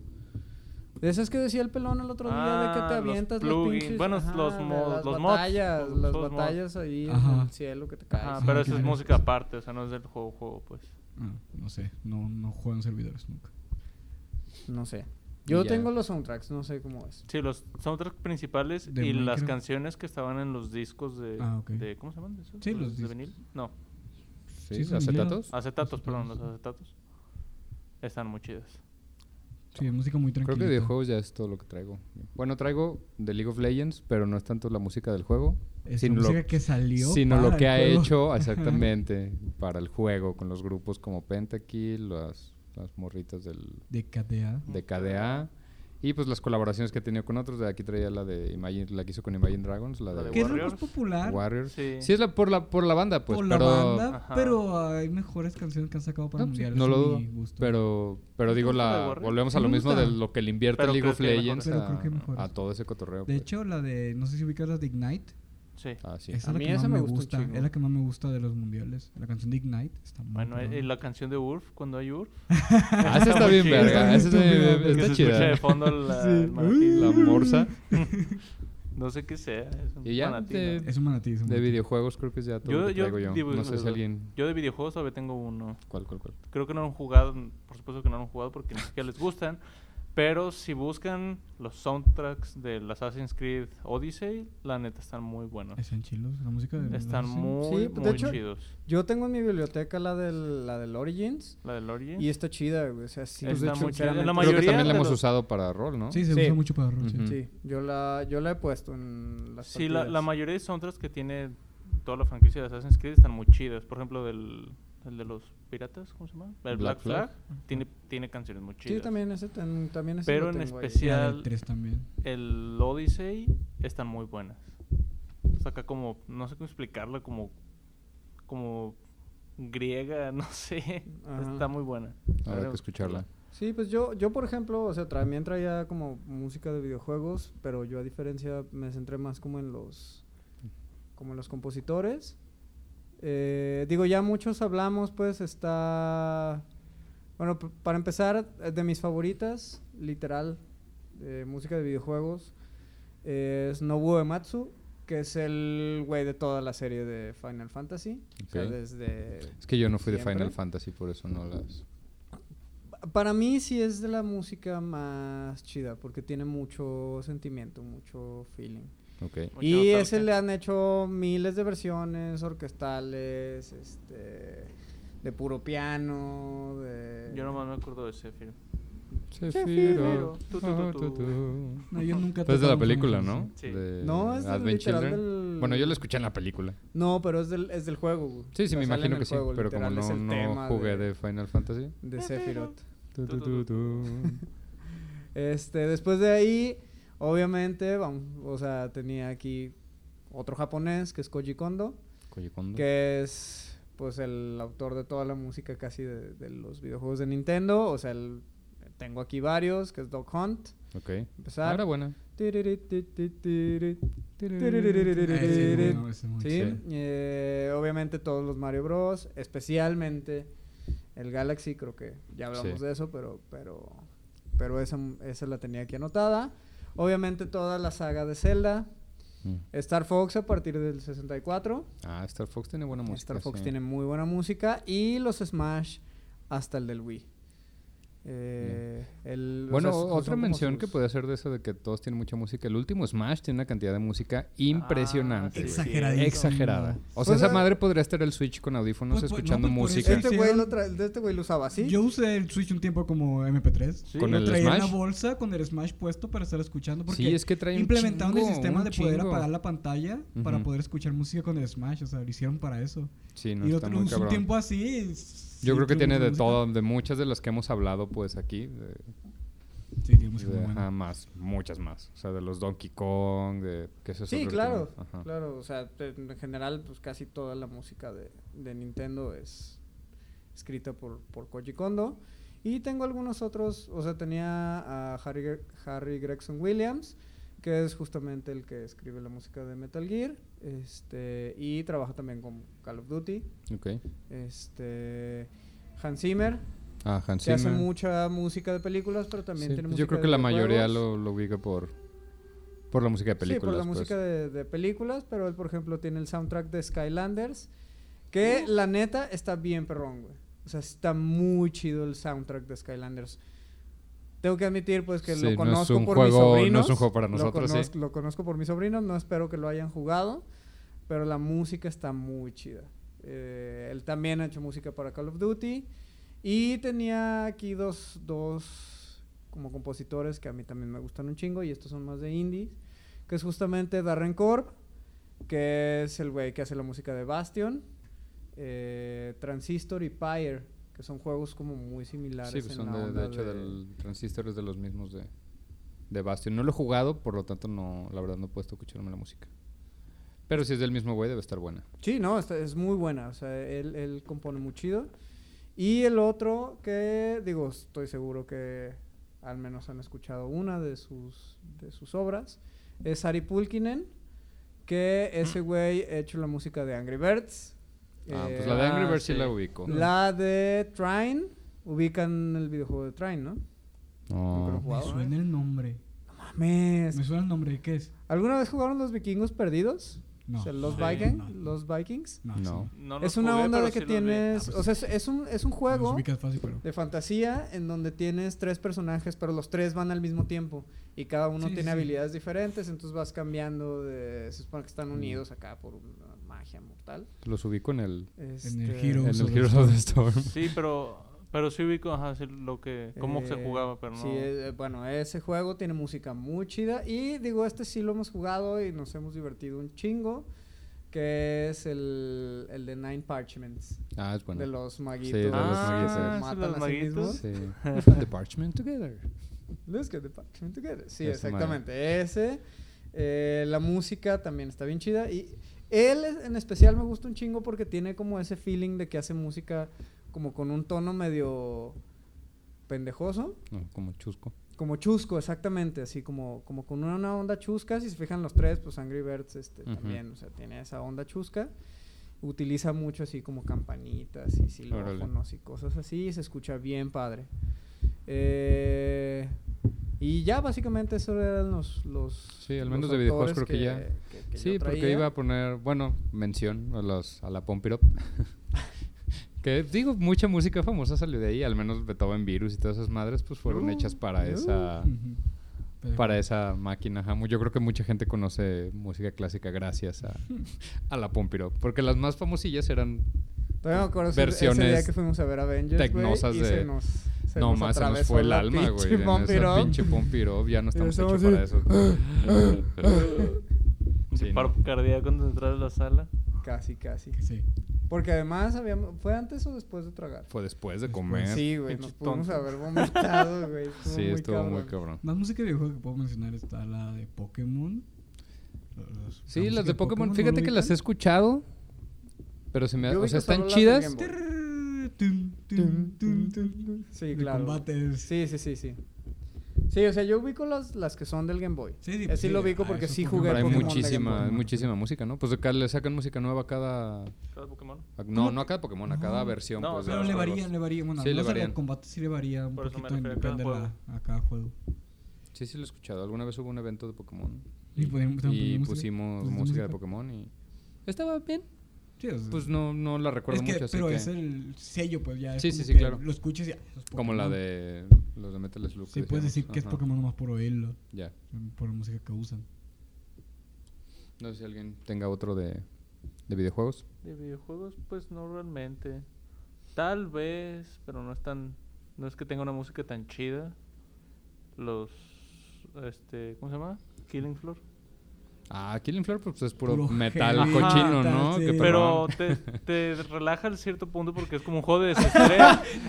Speaker 1: De esas que decía el pelón el otro día de que te
Speaker 3: Ah, los
Speaker 1: avientas los
Speaker 3: plugin-
Speaker 1: pinches,
Speaker 3: bueno, los
Speaker 1: de
Speaker 3: mods-
Speaker 1: las
Speaker 3: los mods,
Speaker 1: batallas,
Speaker 3: los-
Speaker 1: las
Speaker 3: los mods.
Speaker 1: batallas ahí en
Speaker 2: Ajá.
Speaker 1: el cielo que te caes.
Speaker 3: Ah,
Speaker 2: sí,
Speaker 3: pero
Speaker 2: sí,
Speaker 3: eso es
Speaker 2: sí.
Speaker 3: música aparte, o sea, no es del juego, juego, pues.
Speaker 2: Ah, no sé, no, no juegan servidores nunca.
Speaker 1: No sé. Yo
Speaker 4: Ya.
Speaker 1: tengo los soundtracks, no sé cómo es.
Speaker 3: Sí, los soundtracks principales
Speaker 2: De
Speaker 3: y las
Speaker 2: Minecraft.
Speaker 3: canciones que estaban en los discos de,
Speaker 2: Ah, ok.
Speaker 3: de- ¿cómo se llaman? esos?
Speaker 2: Sí, los
Speaker 3: de
Speaker 2: discos.
Speaker 3: vinil. No,
Speaker 4: Sí,
Speaker 2: son
Speaker 4: acetatos.
Speaker 3: acetatos, perdón, los
Speaker 2: Acetatos.
Speaker 3: acetatos. Están muy chidas.
Speaker 2: Sí, música muy
Speaker 4: Creo
Speaker 2: tranquila.
Speaker 4: que de videojuegos ya es todo lo que traigo. Bueno, traigo de League of Legends, pero no es tanto la música del juego,
Speaker 2: Es
Speaker 4: sino,
Speaker 2: música
Speaker 4: lo,
Speaker 2: que salió.
Speaker 4: sino lo
Speaker 2: para
Speaker 4: que
Speaker 2: el
Speaker 4: ha
Speaker 2: juego.
Speaker 4: hecho
Speaker 2: Ajá.
Speaker 4: exactamente para el juego, con los grupos como Pentakill, las, las morritas del,
Speaker 2: De KDA.
Speaker 4: de KDA. Y pues las colaboraciones que ha tenido con otros. De aquí traía la de Imagine, la que hizo con Imagine Dragons, la
Speaker 3: La
Speaker 4: de,
Speaker 2: Que es la más
Speaker 3: Warriors.
Speaker 2: popular.
Speaker 4: Warriors.
Speaker 3: Sí.
Speaker 4: Sí, es la, por, la, por la banda, pues.
Speaker 2: por
Speaker 4: pero,
Speaker 2: la banda,
Speaker 3: Ajá.
Speaker 2: pero hay mejores canciones que han sacado para
Speaker 4: No, sí,
Speaker 2: mundiales.
Speaker 4: no lo
Speaker 2: a
Speaker 4: dudo.
Speaker 2: mi gusto.
Speaker 4: Pero, pero
Speaker 3: ¿No te
Speaker 4: digo,
Speaker 3: gusta la de
Speaker 4: la,
Speaker 3: Warriors?
Speaker 4: volvemos
Speaker 2: Sí
Speaker 4: a lo
Speaker 2: me
Speaker 4: mismo de
Speaker 2: gusta.
Speaker 4: lo que le invierte
Speaker 3: Pero
Speaker 4: League
Speaker 3: creo
Speaker 4: of
Speaker 3: que hay
Speaker 4: Legends
Speaker 2: mejores. Pero
Speaker 4: a,
Speaker 2: creo que hay mejores.
Speaker 4: a todo ese cotorreo.
Speaker 2: de
Speaker 4: pues.
Speaker 2: hecho, la de. No sé si ubicas la de Ignite.
Speaker 3: Sí.
Speaker 4: Ah, sí.
Speaker 2: Esa
Speaker 1: A
Speaker 2: es la
Speaker 1: mí
Speaker 2: que
Speaker 1: esa
Speaker 2: más
Speaker 1: me
Speaker 2: me
Speaker 1: gusta un
Speaker 2: gusta.
Speaker 1: chingo.
Speaker 2: Es la que más me gusta de los mundiales. La canción de Ignite está muy
Speaker 3: Bueno,
Speaker 2: perrona.
Speaker 3: eh, la canción de Urf, cuando hay Urf.
Speaker 4: Ah, esa está
Speaker 3: muy
Speaker 4: bien
Speaker 3: chida.
Speaker 4: verga. Esa
Speaker 2: Está muy
Speaker 4: está,
Speaker 2: estúpida,
Speaker 3: Que
Speaker 4: está
Speaker 3: se escucha
Speaker 4: chida.
Speaker 3: de fondo la,
Speaker 2: Sí.
Speaker 3: el manatí.
Speaker 4: La morsa.
Speaker 3: No sé qué sea. Es un
Speaker 4: Y ya,
Speaker 3: manatí,
Speaker 4: de-
Speaker 3: ¿no?
Speaker 2: Es un manatí. es un
Speaker 4: De
Speaker 2: manatí.
Speaker 4: videojuegos creo que es ya todo lo que traigo yo.
Speaker 3: digo-
Speaker 4: No sé si alguien...
Speaker 3: Yo de videojuegos todavía tengo uno.
Speaker 4: ¿Cuál, cuál, cuál?
Speaker 3: Creo que no lo han jugado, por supuesto que no lo han jugado porque ni siquiera les gustan. Pero si buscan los soundtracks del Assassin's Creed Odyssey, la neta están muy buenos.
Speaker 2: Están chilos. La música de.
Speaker 3: Están
Speaker 2: sí.
Speaker 3: muy,
Speaker 1: Sí, de
Speaker 3: muy
Speaker 1: hecho-
Speaker 3: chidos.
Speaker 1: Yo tengo en mi biblioteca la del, la del Origins
Speaker 3: La del Origin.
Speaker 1: y está chida, güey. O sea, sí,
Speaker 3: Está
Speaker 1: de hecho,
Speaker 3: muy chida.
Speaker 1: sinceramente,
Speaker 3: La
Speaker 4: Creo que
Speaker 3: mayoría
Speaker 4: también la
Speaker 3: de
Speaker 4: hemos
Speaker 3: los-
Speaker 4: usado para rol, ¿no?
Speaker 2: Sí, se
Speaker 1: Sí.
Speaker 2: usa mucho para rol. sí.
Speaker 4: Ujú.
Speaker 1: Sí, yo la, yo la he puesto en las
Speaker 3: Sí, la, la
Speaker 1: partidas.
Speaker 3: mayoría de soundtracks que tiene toda la franquicia de Assassin's Creed están muy chidas. Por ejemplo, del, el de los piratas, ¿cómo se llama? El
Speaker 4: Black
Speaker 3: Black,
Speaker 4: Flag.
Speaker 3: Flag. Tiene, tiene canciones muy chidas.
Speaker 1: Sí, también ese, ten- también ese lo
Speaker 3: Pero en
Speaker 1: tengo ahí.
Speaker 2: Y la
Speaker 3: especial-
Speaker 2: del 3 también.
Speaker 3: El Odyssey están muy buenas. Saca como, no sé cómo explicarla, como, como griega, no sé.
Speaker 1: Ajá.
Speaker 3: Está muy buena.
Speaker 4: Habrá
Speaker 3: Pero-
Speaker 4: que escucharla.
Speaker 1: Sí, pues yo, yo por ejemplo, o sea, también traía como música de videojuegos, pero yo a diferencia me centré más como en los, como en los compositores. Eh, digo, ya muchos hablamos, pues está, bueno, p- para empezar, eh, de mis favoritas, literal, de música de videojuegos, es Nobuo Ematsu, que es el güey de toda la serie de Final Fantasy. O sea,
Speaker 4: Ok.
Speaker 1: desde...
Speaker 4: Es que yo no fui de
Speaker 1: Siempre.
Speaker 4: Final Fantasy, por eso no las...
Speaker 1: Para mí sí es de la música más chida, porque tiene mucho sentimiento, mucho feeling.
Speaker 4: Ok.
Speaker 3: Mucha
Speaker 1: Y
Speaker 3: nostalgia.
Speaker 1: ese le han hecho miles de versiones orquestales, este, de puro piano, de...
Speaker 3: Yo nomás me acuerdo de ese film.
Speaker 4: Cefiro,
Speaker 3: tu, tu, tu, tu.
Speaker 2: No, yo nunca. he
Speaker 4: Pues
Speaker 2: tocado
Speaker 4: de la
Speaker 2: un
Speaker 4: película,
Speaker 2: Final
Speaker 4: ¿no?
Speaker 2: Fantasy.
Speaker 3: Sí.
Speaker 4: De
Speaker 1: No, es del-
Speaker 4: Advent
Speaker 1: literal
Speaker 4: Children.
Speaker 1: del-
Speaker 4: Bueno, yo la escuché en la película.
Speaker 1: No, pero es del, es del juego. güey.
Speaker 4: Sí, sí,
Speaker 1: O
Speaker 4: me
Speaker 1: sea, sale en
Speaker 4: imagino
Speaker 1: el
Speaker 4: que sí.
Speaker 1: juego,
Speaker 4: Pero como
Speaker 1: literal, es
Speaker 4: no,
Speaker 1: el
Speaker 4: no
Speaker 1: tema de,
Speaker 4: jugué de Final Fantasy.
Speaker 1: de Sephiroth.
Speaker 4: Tu, tu, tu, tu.
Speaker 1: Este, después de ahí, obviamente, vamos, o sea, tenía aquí otro japonés que es Koji Kondo.
Speaker 4: Koji Kondo.
Speaker 1: que es pues el autor de toda la música casi de, de los videojuegos de Nintendo. O sea, el- tengo aquí varios, que es Doc Hunt.
Speaker 4: Ok.
Speaker 1: Empezar.
Speaker 4: Ahora buena.
Speaker 2: bueno, ese es muy
Speaker 1: Sí,
Speaker 4: Sí.
Speaker 1: eh, obviamente todos los Mario Bros, especialmente el Galaxy, creo que ya hablamos
Speaker 4: Sí.
Speaker 1: de eso, pero pero pero esa, esa la tenía aquí anotada. Obviamente toda la saga de Zelda,
Speaker 4: Mm.
Speaker 1: Star Fox a partir del 64,
Speaker 4: Ah, Star Fox tiene buena música.
Speaker 1: Star Fox
Speaker 4: sí.
Speaker 1: tiene muy buena música y los Smash hasta el del Wii. Eh, el- o
Speaker 4: Bueno,
Speaker 1: sea, son
Speaker 4: otra
Speaker 1: como
Speaker 4: mención
Speaker 1: sus-
Speaker 4: que podría hacer de eso de que todos tienen mucha música. El último Smash tiene una cantidad de música impresionante.
Speaker 3: Ah, sí,
Speaker 4: güey.
Speaker 3: sí.
Speaker 2: Exageradísimo.
Speaker 4: Exagerada. O sea,
Speaker 1: Pues,
Speaker 4: esa
Speaker 1: ah,
Speaker 4: madre podría estar el Switch con audífonos
Speaker 2: Pues, pues, no,
Speaker 4: escuchando
Speaker 2: pues, por eso-
Speaker 4: música.
Speaker 1: Este güey, lo tra- este güey lo usaba así.
Speaker 2: Yo usé el Switch un tiempo como MP3.
Speaker 3: Sí.
Speaker 4: Con
Speaker 2: Lo
Speaker 4: el
Speaker 2: traía en
Speaker 4: Smash.
Speaker 2: la bolsa con el Smash puesto para estar escuchando. Porque
Speaker 4: Sí, es que trae un
Speaker 2: implementaron
Speaker 4: chingo,
Speaker 2: el sistema
Speaker 4: un
Speaker 2: de poder
Speaker 4: chingo.
Speaker 2: apagar la pantalla para
Speaker 4: Ujú.
Speaker 2: poder escuchar música con el Smash. O sea, lo hicieron para eso.
Speaker 4: Sí, no
Speaker 2: y lo
Speaker 4: está
Speaker 2: tra-
Speaker 4: muy
Speaker 2: usé un
Speaker 4: cabrón.
Speaker 2: tiempo así. y s-
Speaker 4: Yo
Speaker 2: sí,
Speaker 4: creo que
Speaker 2: tuve
Speaker 4: tiene
Speaker 2: mucha
Speaker 4: de
Speaker 2: música.
Speaker 4: todo, de muchas de las que hemos hablado, pues aquí. de-
Speaker 2: Sí, tiene música
Speaker 4: de-
Speaker 2: Pues, muy
Speaker 4: ajá,
Speaker 2: buena.
Speaker 4: más, muchas más. O sea, de los Donkey Kong, de. Que eso es
Speaker 1: Sí,
Speaker 4: otro que
Speaker 1: claro,
Speaker 4: tenemos. Ajá.
Speaker 1: claro. O sea, te- en general, pues casi toda la música de, de Nintendo es escrita por, por Koji Kondo. Y tengo algunos otros, o sea, tenía a Harry, Gre- Harry Gregson Williams, que es justamente el que escribe la música de Metal Gear, este, y trabaja también con Call of Duty,
Speaker 4: Ok.
Speaker 1: este, Hans Zimmer,
Speaker 4: Ah, Hans
Speaker 1: que hace
Speaker 4: Zimmer.
Speaker 1: mucha música de películas, pero también
Speaker 4: Sí,
Speaker 1: tiene
Speaker 4: pues
Speaker 1: música
Speaker 4: yo creo
Speaker 1: de
Speaker 4: que la mayoría
Speaker 1: videojuegos.
Speaker 4: lo, lo ubica por, por la música de películas.
Speaker 1: Sí, por la
Speaker 4: pues.
Speaker 1: música de, de películas, pero él, por ejemplo, tiene el soundtrack de Skylanders, que la neta está bien perrón, güey. O sea, está muy chido el soundtrack de Skylanders. Tengo que admitir, pues, que
Speaker 4: Sí, no
Speaker 1: lo
Speaker 4: es
Speaker 1: conozco
Speaker 4: un
Speaker 1: por mis
Speaker 4: juego- no es
Speaker 1: sobrinos.
Speaker 4: un juego para
Speaker 1: Lo
Speaker 4: nosotros, sí.
Speaker 1: conozco- Lo conozco por mis sobrinos, no espero que lo hayan jugado, pero la música está muy chida. Eh, él también ha hecho música para Call of Duty y tenía aquí dos, dos como compositores que a mí también me gustan un chingo y estos son más de indies, que es justamente Darren Corb, que es el güey que hace la música de Bastion, eh, Transistor y Pyre, que son juegos como muy similares.
Speaker 4: Sí, pues
Speaker 1: en
Speaker 4: son
Speaker 1: la
Speaker 4: de,
Speaker 1: onda
Speaker 4: de hecho
Speaker 1: de-
Speaker 4: del transistor es de los mismos de, de Bastion. No lo he jugado, por lo tanto no, la verdad no he puesto a escucharme la música. Pero si es del mismo güey debe estar buena.
Speaker 1: Sí, no, está- es muy buena. O sea, él, él compone muy chido. Y el otro que, digo, estoy seguro que al menos han escuchado una de sus, de sus obras, es Ari Pulkinen, que
Speaker 4: Mm.
Speaker 1: ese güey ha hecho la música de Angry Birds.
Speaker 4: ah,
Speaker 1: eh,
Speaker 4: pues la de Angry
Speaker 3: ah,
Speaker 4: Birds sí
Speaker 3: sí.
Speaker 4: la ubico.
Speaker 1: la de Trine, ubican el videojuego de Trine, ¿no?
Speaker 3: Ah.
Speaker 4: No.
Speaker 1: Nunca lo he
Speaker 2: Me
Speaker 1: jugado.
Speaker 2: suena el nombre.
Speaker 1: Mames.
Speaker 2: Me suena el nombre. ¿Qué es?
Speaker 1: ¿Alguna vez jugaron los vikingos perdidos?
Speaker 2: No.
Speaker 1: O sea, los,
Speaker 3: Sí,
Speaker 1: Viking-
Speaker 2: no.
Speaker 1: los Vikings.
Speaker 2: No.
Speaker 4: No.
Speaker 2: sí,
Speaker 3: No los
Speaker 1: es una
Speaker 3: jugué,
Speaker 1: onda
Speaker 3: pero
Speaker 1: de que
Speaker 3: sí los vi.
Speaker 1: tienes,
Speaker 2: Ah, pues
Speaker 1: o sea, es, es un, es un juego
Speaker 2: Los ubicas fácil, pero...
Speaker 1: de fantasía en donde tienes tres personajes, pero los tres van al mismo tiempo y cada uno
Speaker 2: Sí, sí,
Speaker 1: tiene
Speaker 2: sí.
Speaker 1: habilidades diferentes, entonces vas cambiando de, se supone que
Speaker 2: Mm.
Speaker 1: están unidos acá por una magia mortal.
Speaker 4: Los ubico en el,
Speaker 1: Este,
Speaker 2: Heroes.
Speaker 4: en
Speaker 2: Heroes
Speaker 4: el
Speaker 2: of the
Speaker 4: Heroes of the Storm.
Speaker 3: Sí, pero, pero sí ubico ajá, sí, lo que, cómo se
Speaker 1: eh,
Speaker 3: jugaba, pero no.
Speaker 1: Sí, eh, bueno, ese juego tiene música muy chida y digo, este sí lo hemos jugado y nos hemos divertido un chingo, que es el, el de Nine Parchments,
Speaker 4: Ah, es
Speaker 1: de
Speaker 4: bueno.
Speaker 1: los maguitos.
Speaker 4: de los
Speaker 3: ah,
Speaker 4: maguitos.
Speaker 3: sí,
Speaker 1: Matan
Speaker 3: los
Speaker 1: a sí
Speaker 3: maguitos.
Speaker 1: mismos.
Speaker 4: Sí. We found the parchment together.
Speaker 1: Let's get the parchment together. Sí,
Speaker 4: Ese
Speaker 1: exactamente. Ese. Eh, la música también está bien chida. Y él es- en especial me gusta un chingo porque tiene como ese feeling de que hace música como con un tono medio pendejoso.
Speaker 4: No, como chusco.
Speaker 1: Como chusco, exactamente, así como, como con una onda chusca. Si se fijan los tres, pues Angry Birds este,
Speaker 4: Ujú.
Speaker 1: también, o sea, tiene esa onda chusca. Utiliza mucho así como campanitas y silófonos y cosas así. y se escucha bien padre. Eh, y ya, básicamente, eso eran los. los
Speaker 4: Sí, al menos
Speaker 1: los
Speaker 4: de videojuegos creo que ya.
Speaker 1: autores que- que- que yo
Speaker 4: Sí, porque
Speaker 1: traía.
Speaker 4: iba a poner, bueno, mención a, los, a la Pompirop. que digo, mucha música famosa salió de ahí, al menos Beethoven Virus y todas esas madres, pues fueron
Speaker 1: Uh,
Speaker 4: hechas para
Speaker 1: uh.
Speaker 4: esa
Speaker 2: Ujú. Pero-
Speaker 4: Ah. para esa máquina. ajá. Mu- Yo creo que mucha gente conoce música clásica gracias a, a la Pompirop, porque las más famosillas eran,
Speaker 1: Todavía me acuerdo ese- ese día
Speaker 4: versiones
Speaker 1: que fuimos a ver Avengers. güey,
Speaker 4: tecnosas
Speaker 1: y
Speaker 4: de-
Speaker 1: Se nos, se
Speaker 4: no
Speaker 1: nos
Speaker 4: más, se nos
Speaker 1: atravesó
Speaker 4: fue el
Speaker 1: la
Speaker 4: alma, güey.
Speaker 1: pinche
Speaker 4: en
Speaker 1: Bump It
Speaker 4: Esa
Speaker 1: Up.
Speaker 4: pinche Pompirop, ya no
Speaker 1: Y
Speaker 4: estamos hechos para
Speaker 1: estamos
Speaker 4: eso.
Speaker 3: Un
Speaker 4: Sí,
Speaker 3: paro
Speaker 4: no.
Speaker 3: cardíaco cuando entras a la sala.
Speaker 1: Casi, casi.
Speaker 2: que Sí.
Speaker 1: Porque además habíamos... ¿Fue antes o después de tragar?
Speaker 4: Fue después de
Speaker 2: Después.
Speaker 4: comer.
Speaker 1: Sí, güey.
Speaker 4: pinche
Speaker 1: Nos pudimos
Speaker 4: tonto.
Speaker 1: haber vomitado, güey. Estuvo
Speaker 4: Sí,
Speaker 1: muy
Speaker 4: estuvo
Speaker 1: cabrón.
Speaker 4: muy cabrón.
Speaker 2: Más música de videojuego que puedo mencionar está la de Pokémon. Los- la
Speaker 4: Sí,
Speaker 2: música
Speaker 4: las de Pokémon,
Speaker 2: ¿no
Speaker 4: fíjate
Speaker 2: lo
Speaker 4: que las he
Speaker 2: ubican?
Speaker 4: escuchado, pero se me...
Speaker 1: Yo
Speaker 4: O
Speaker 1: ubico
Speaker 4: sea, están
Speaker 1: solo las del
Speaker 4: chidas.
Speaker 1: Game Boy.
Speaker 2: Tum, tum, tum, tum.
Speaker 1: Sí,
Speaker 2: De
Speaker 1: claro.
Speaker 2: combates.
Speaker 1: Sí, sí, sí, sí. Sí, o sea, yo ubico las, las que son del Game Boy.
Speaker 2: Sí, sí,
Speaker 3: pues
Speaker 1: Así
Speaker 2: sí,
Speaker 1: lo ubico
Speaker 2: ah,
Speaker 1: porque
Speaker 2: eso
Speaker 1: sí
Speaker 2: es
Speaker 1: jugué
Speaker 4: Pero hay
Speaker 1: Pokémon de
Speaker 4: muchísima,
Speaker 1: Game Boy.
Speaker 2: Pokémon.
Speaker 4: muchísima música, ¿no? Pues acá le sacan música nueva a cada...
Speaker 3: Cada Pokémon.
Speaker 4: a- no, no a cada Pokémon, a cada
Speaker 2: No.
Speaker 4: versión.
Speaker 3: No,
Speaker 4: pues, de
Speaker 2: Pero
Speaker 4: los
Speaker 2: le
Speaker 4: juegos.
Speaker 2: varían, le varían. Bueno,
Speaker 4: Sí, le
Speaker 2: no sé, el
Speaker 4: varían.
Speaker 2: combate sí le varía un
Speaker 3: Por eso me
Speaker 2: poquito en
Speaker 3: refería a cada
Speaker 2: depende de la- a cada juego.
Speaker 4: Sí, sí lo he escuchado. Alguna vez hubo un evento de Pokémon.
Speaker 2: Y podíamos- también
Speaker 4: y
Speaker 2: podíamos-
Speaker 4: pusimos
Speaker 2: pusimos
Speaker 4: música de
Speaker 2: música.
Speaker 4: Pokémon y... Estaba bien.
Speaker 2: Sí, o sea,
Speaker 4: Pues no, no la recuerdo
Speaker 2: es que,
Speaker 4: mucho, así
Speaker 2: pero
Speaker 4: que...
Speaker 2: es el sello, pues ya. es
Speaker 4: Sí, sí,
Speaker 2: como
Speaker 4: sí,
Speaker 2: que
Speaker 4: claro.
Speaker 2: Lo escuchas y. ah, eso es
Speaker 4: Como la
Speaker 2: Pokémon.
Speaker 4: de los de Metal Slug.
Speaker 2: Sí,
Speaker 4: que
Speaker 2: puedes
Speaker 4: decíamos.
Speaker 2: decir que es
Speaker 4: Ajá,
Speaker 2: Pokémon nomás por oírlo,
Speaker 4: Ya.
Speaker 2: por la música que usan.
Speaker 4: No sé si alguien tenga otro de, de videojuegos.
Speaker 3: De videojuegos, pues no realmente. Tal vez, pero no es tan. No es que tenga una música tan chida. Los. Este, ¿Cómo se llama? Killing Floor.
Speaker 4: Ah, Killing Floor pues es puro,
Speaker 2: Puro
Speaker 4: metal
Speaker 3: heavy
Speaker 4: cochino,
Speaker 1: Ah,
Speaker 2: metal,
Speaker 4: ¿no?
Speaker 2: sí.
Speaker 4: Qué
Speaker 3: Pero
Speaker 4: perrón.
Speaker 3: te, te relaja a cierto punto porque es como un juego de desestrés.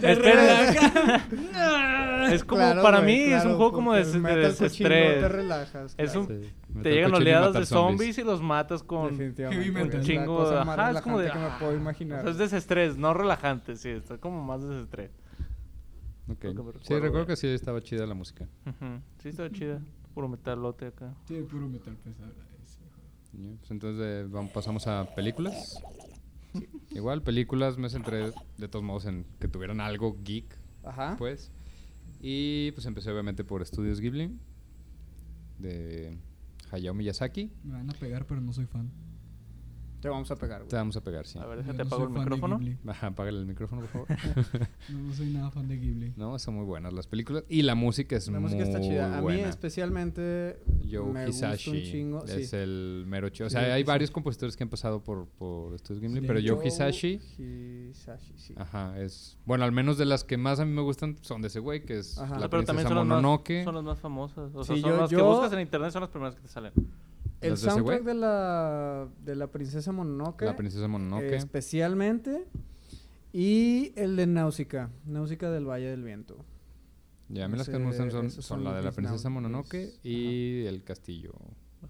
Speaker 3: Espera, es como
Speaker 1: Claro,
Speaker 3: para
Speaker 1: güey,
Speaker 3: mí es un
Speaker 1: claro,
Speaker 3: juego como de,
Speaker 1: porque
Speaker 3: des- de
Speaker 1: metal cochino
Speaker 3: desestrés.
Speaker 1: te relajas.
Speaker 3: Es
Speaker 1: claro.
Speaker 3: un-
Speaker 4: Sí, metal
Speaker 3: te llegan
Speaker 4: cochino y
Speaker 3: oleadas
Speaker 4: matar
Speaker 3: de zombies y los matas con
Speaker 1: Definitivamente,
Speaker 2: heavy
Speaker 1: güey,
Speaker 2: metal.
Speaker 1: es la
Speaker 3: chingo de-
Speaker 1: cosa más
Speaker 3: ajá, es como de,
Speaker 1: relajante que me
Speaker 3: ah,
Speaker 1: puedo
Speaker 3: o
Speaker 1: imaginar.
Speaker 3: sea, es desestrés, no relajante, sí, está como más desestrés.
Speaker 4: Ok.
Speaker 3: Lo que me
Speaker 4: Sí,
Speaker 3: recuerdo,
Speaker 4: recuerdo
Speaker 3: güey.
Speaker 4: que sí estaba chida la música.
Speaker 3: Ujú, Sí, está chida. Puro metalote acá.
Speaker 2: Sí, puro metal pues, pesado. ese.
Speaker 4: Ya, pues entonces eh, vamos, pasamos a películas. Igual, películas me centré de todos modos en que tuvieran algo geek,
Speaker 3: Ah.
Speaker 1: Ajá.
Speaker 4: pues. Y pues empecé obviamente por Estudios Ghibli de Hayao Miyazaki.
Speaker 2: Me van a pegar, pero no soy fan.
Speaker 1: Te vamos a pegar,
Speaker 4: Te
Speaker 1: güey.
Speaker 4: vamos a pegar, sí.
Speaker 3: A ver,
Speaker 2: Yo
Speaker 3: déjate
Speaker 2: no
Speaker 3: apago
Speaker 2: soy
Speaker 3: el
Speaker 2: fan de
Speaker 3: micrófono.
Speaker 2: Ghibli.
Speaker 4: Ajá, Apágale el micrófono, por favor.
Speaker 2: No, no soy nada fan de Ghibli.
Speaker 4: no, son muy buenas las películas. Y la música es
Speaker 1: La
Speaker 4: muy
Speaker 1: música está chida. A mí
Speaker 4: buena.
Speaker 1: especialmente
Speaker 4: Joe
Speaker 1: me gusta
Speaker 4: Hisashi
Speaker 1: un chingo.
Speaker 4: es
Speaker 1: sí.
Speaker 4: el mero chido. O
Speaker 2: Sí,
Speaker 4: sea,
Speaker 2: Joe
Speaker 4: hay varios
Speaker 2: Hisashi.
Speaker 4: compositores que han pasado por, por Estudios Ghibli,
Speaker 2: Sí.
Speaker 4: pero Joe Hisashi... Ah,
Speaker 1: Hisashi, sí.
Speaker 4: Ajá, es... Bueno, al menos de las que más a mí me gustan son de ese güey, que es
Speaker 1: Ajá.
Speaker 4: la
Speaker 3: Ah, pero también
Speaker 4: princesa
Speaker 3: son las, más,
Speaker 4: Mononoke.
Speaker 3: son las más famosas. O sea,
Speaker 1: Sí,
Speaker 3: son
Speaker 1: yo-
Speaker 3: las que
Speaker 1: yo-
Speaker 3: buscas en internet, son las primeras que te salen.
Speaker 1: El
Speaker 4: ¿Las de ese güey?
Speaker 1: soundtrack de la, de la princesa Mononoke.
Speaker 4: La princesa Mononoke.
Speaker 1: Este, Especialmente. Y el de Náusica. Náusica del Valle del Viento.
Speaker 4: Ya, a mí las que me
Speaker 1: ese-
Speaker 4: gustan son,
Speaker 1: esos
Speaker 4: son
Speaker 1: son
Speaker 4: la de la
Speaker 1: mis
Speaker 4: princesa
Speaker 1: nam-
Speaker 4: Mononoke
Speaker 1: mis-
Speaker 4: y el castillo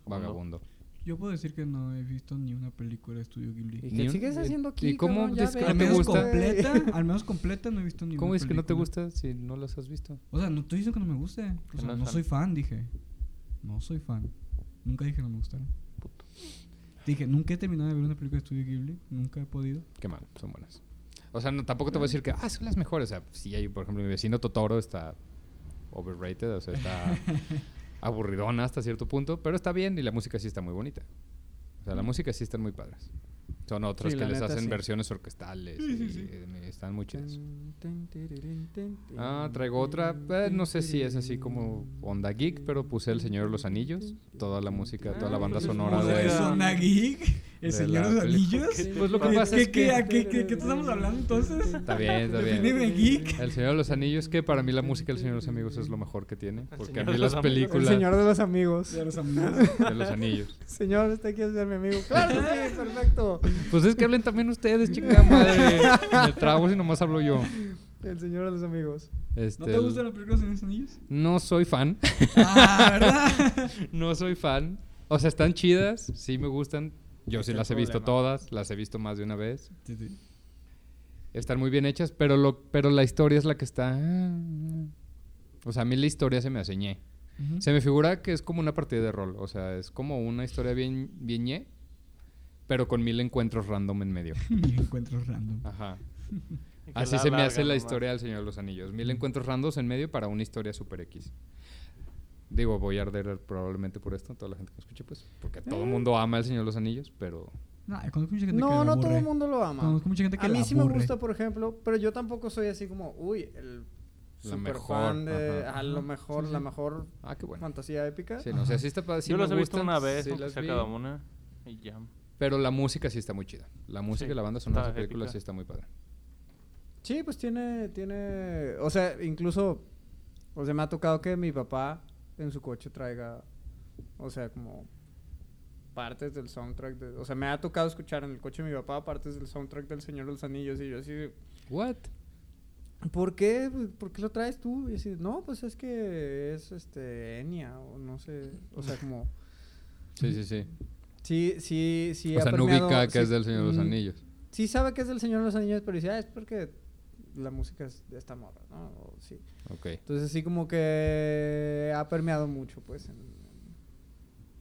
Speaker 4: vagabundo.
Speaker 2: Yo puedo decir que no he visto ni una película de estudio Ghibli.
Speaker 1: ¿Y
Speaker 4: Ni
Speaker 1: qué
Speaker 4: un-
Speaker 1: sigues
Speaker 4: eh,
Speaker 1: haciendo aquí?
Speaker 4: ¿y cómo
Speaker 1: cabrón? Ya
Speaker 4: es que
Speaker 1: ve,
Speaker 4: no
Speaker 2: Al
Speaker 4: te
Speaker 2: menos
Speaker 4: gusta? Ah,
Speaker 1: güey.
Speaker 2: completa, al menos completa no he visto ni una
Speaker 4: ¿Cómo es que no te
Speaker 2: película.
Speaker 4: gusta si no las has visto?
Speaker 2: O sea, no estoy diciendo que no me guste.
Speaker 3: Que
Speaker 2: O sea,
Speaker 3: no
Speaker 2: no,
Speaker 3: es fan.
Speaker 2: soy fan, dije. No soy fan. Nunca dije que no me gustara. Dije, nunca he terminado de ver una película de estudio Ghibli. Nunca he podido.
Speaker 4: Qué mal, son buenas. O sea, no, tampoco te voy a decir que, ah, son las mejores. O sea, sí hay, por ejemplo, mi vecino Totoro está overrated, o sea, está aburridona hasta cierto punto, pero está bien y la música sí está muy bonita. O sea, la música sí están muy padres. Son
Speaker 1: Mm.
Speaker 4: otras
Speaker 1: Sí,
Speaker 4: que
Speaker 1: la
Speaker 4: les
Speaker 1: neta,
Speaker 4: hacen
Speaker 1: sí.
Speaker 4: versiones orquestales y, eh, están muy chidas.
Speaker 1: Tin, tin, tiririn, tin, tin,
Speaker 4: Ah, traigo otra.
Speaker 1: tin,
Speaker 4: eh,
Speaker 1: tin,
Speaker 4: no sé si es así
Speaker 1: tiririn.
Speaker 4: como onda geek, pero puse El Señor de los Anillos, toda la música, toda la
Speaker 3: Ah,
Speaker 4: banda
Speaker 3: pues es
Speaker 4: sonora
Speaker 3: música.
Speaker 4: de...
Speaker 2: ¿Es una geek?
Speaker 4: de
Speaker 2: ¿El Señor
Speaker 4: la
Speaker 2: de los
Speaker 4: película.
Speaker 2: Anillos?
Speaker 3: ¿Qué-
Speaker 4: Pues lo que
Speaker 2: ¿Qué-
Speaker 4: pasa
Speaker 2: qué-
Speaker 4: es
Speaker 2: qué-
Speaker 4: que...
Speaker 2: a qué- qué- qué estamos hablando entonces?
Speaker 4: Está bien, está bien.
Speaker 2: Defíneme geek.
Speaker 4: El Señor de los Anillos, que para mí la música del Señor de los Amigos es lo mejor que tiene. Porque a
Speaker 3: Señor
Speaker 4: mí
Speaker 3: de
Speaker 4: las
Speaker 3: los Amigos. El
Speaker 1: El
Speaker 4: películas
Speaker 1: señor de los amigos.
Speaker 2: De los amigos.
Speaker 4: de los Anillos.
Speaker 1: Señor, usted quiere ser mi amigo. Claro, que sí, perfecto.
Speaker 4: Pues es que hablen también ustedes, chica madre. Me trabo si nomás hablo yo.
Speaker 1: El señor de los amigos.
Speaker 4: Este,
Speaker 2: ¿No te gustan las películas de los anillos?
Speaker 4: No soy fan.
Speaker 2: Ah, ¿verdad?
Speaker 4: No soy fan. O sea, están chidas, sí me gustan. Yo
Speaker 1: Es
Speaker 4: sí
Speaker 1: el
Speaker 4: las he visto
Speaker 1: problema.
Speaker 4: todas, las he visto más de una vez. Están muy bien hechas, pero, lo, pero la historia es la que está... O sea, a mí la historia se me aseñé.
Speaker 2: Ujú.
Speaker 4: Se me figura que es como una partida de rol, o sea, es como una historia bien, bien ñe, pero con mil encuentros random en medio.
Speaker 2: Mil encuentros random.
Speaker 4: Ajá.
Speaker 3: Y que
Speaker 4: Así se me hace
Speaker 3: alargan
Speaker 4: la
Speaker 3: nomás.
Speaker 4: historia del Señor de los Anillos. Mil encuentros randoms en medio para una historia super X. Digo, voy a arder probablemente por esto, toda la gente que me escuche, pues, porque todo
Speaker 3: Eh.
Speaker 4: el mundo ama el Señor de los Anillos, pero...
Speaker 2: No, conozco mucha gente que
Speaker 1: No,
Speaker 2: la
Speaker 1: no
Speaker 2: aburre.
Speaker 1: todo el mundo lo ama.
Speaker 2: Conozco mucha gente que
Speaker 1: A mí
Speaker 2: la
Speaker 1: sí me
Speaker 2: aburre.
Speaker 1: gusta, por ejemplo, pero yo tampoco soy así como, uy, el
Speaker 4: La
Speaker 1: super
Speaker 4: mejor,
Speaker 1: fan de
Speaker 4: ajá.
Speaker 1: a lo
Speaker 2: Ajá,
Speaker 1: mejor,
Speaker 2: sí,
Speaker 1: la
Speaker 2: sí.
Speaker 1: mejor
Speaker 4: Ah, qué bueno.
Speaker 1: fantasía épica.
Speaker 4: Sí, no, o sea,
Speaker 2: Ajá.
Speaker 4: sí está pa- sí
Speaker 3: Yo
Speaker 4: me
Speaker 3: las he visto
Speaker 4: gustan,
Speaker 3: una vez,
Speaker 4: sí
Speaker 3: aunque
Speaker 4: las
Speaker 3: sea
Speaker 4: vi,
Speaker 3: cada una. Y ya.
Speaker 4: Pero la música sí está muy chida. La música y la banda sonora de esa
Speaker 3: está
Speaker 4: película
Speaker 3: épica.
Speaker 4: sí está muy padre.
Speaker 1: Sí, pues tiene, tiene, o sea, incluso, o sea, me ha tocado que mi papá en su coche traiga, o sea, como partes del soundtrack, de- o sea, me ha tocado escuchar en el coche de mi papá partes del soundtrack del Señor de los Anillos y yo así, de,
Speaker 4: ¿What?
Speaker 1: ¿por qué? Pues, ¿Por qué lo traes tú? Y así, de, no, pues es que es, este, Enya, o no sé, o sea, como,
Speaker 4: Sí, sí, sí.
Speaker 1: sí, sí, sí.
Speaker 4: o
Speaker 1: ha
Speaker 4: sea, no
Speaker 1: permeado-
Speaker 4: ubica que
Speaker 1: sí-
Speaker 4: es del Señor de los
Speaker 1: mm,
Speaker 4: Anillos.
Speaker 1: Sí sabe que es del Señor de los Anillos, pero dice, ah, es porque la música es de esta morra, ¿no? O sí.
Speaker 4: Ok.
Speaker 1: Entonces sí como que ha permeado mucho, pues. en- en-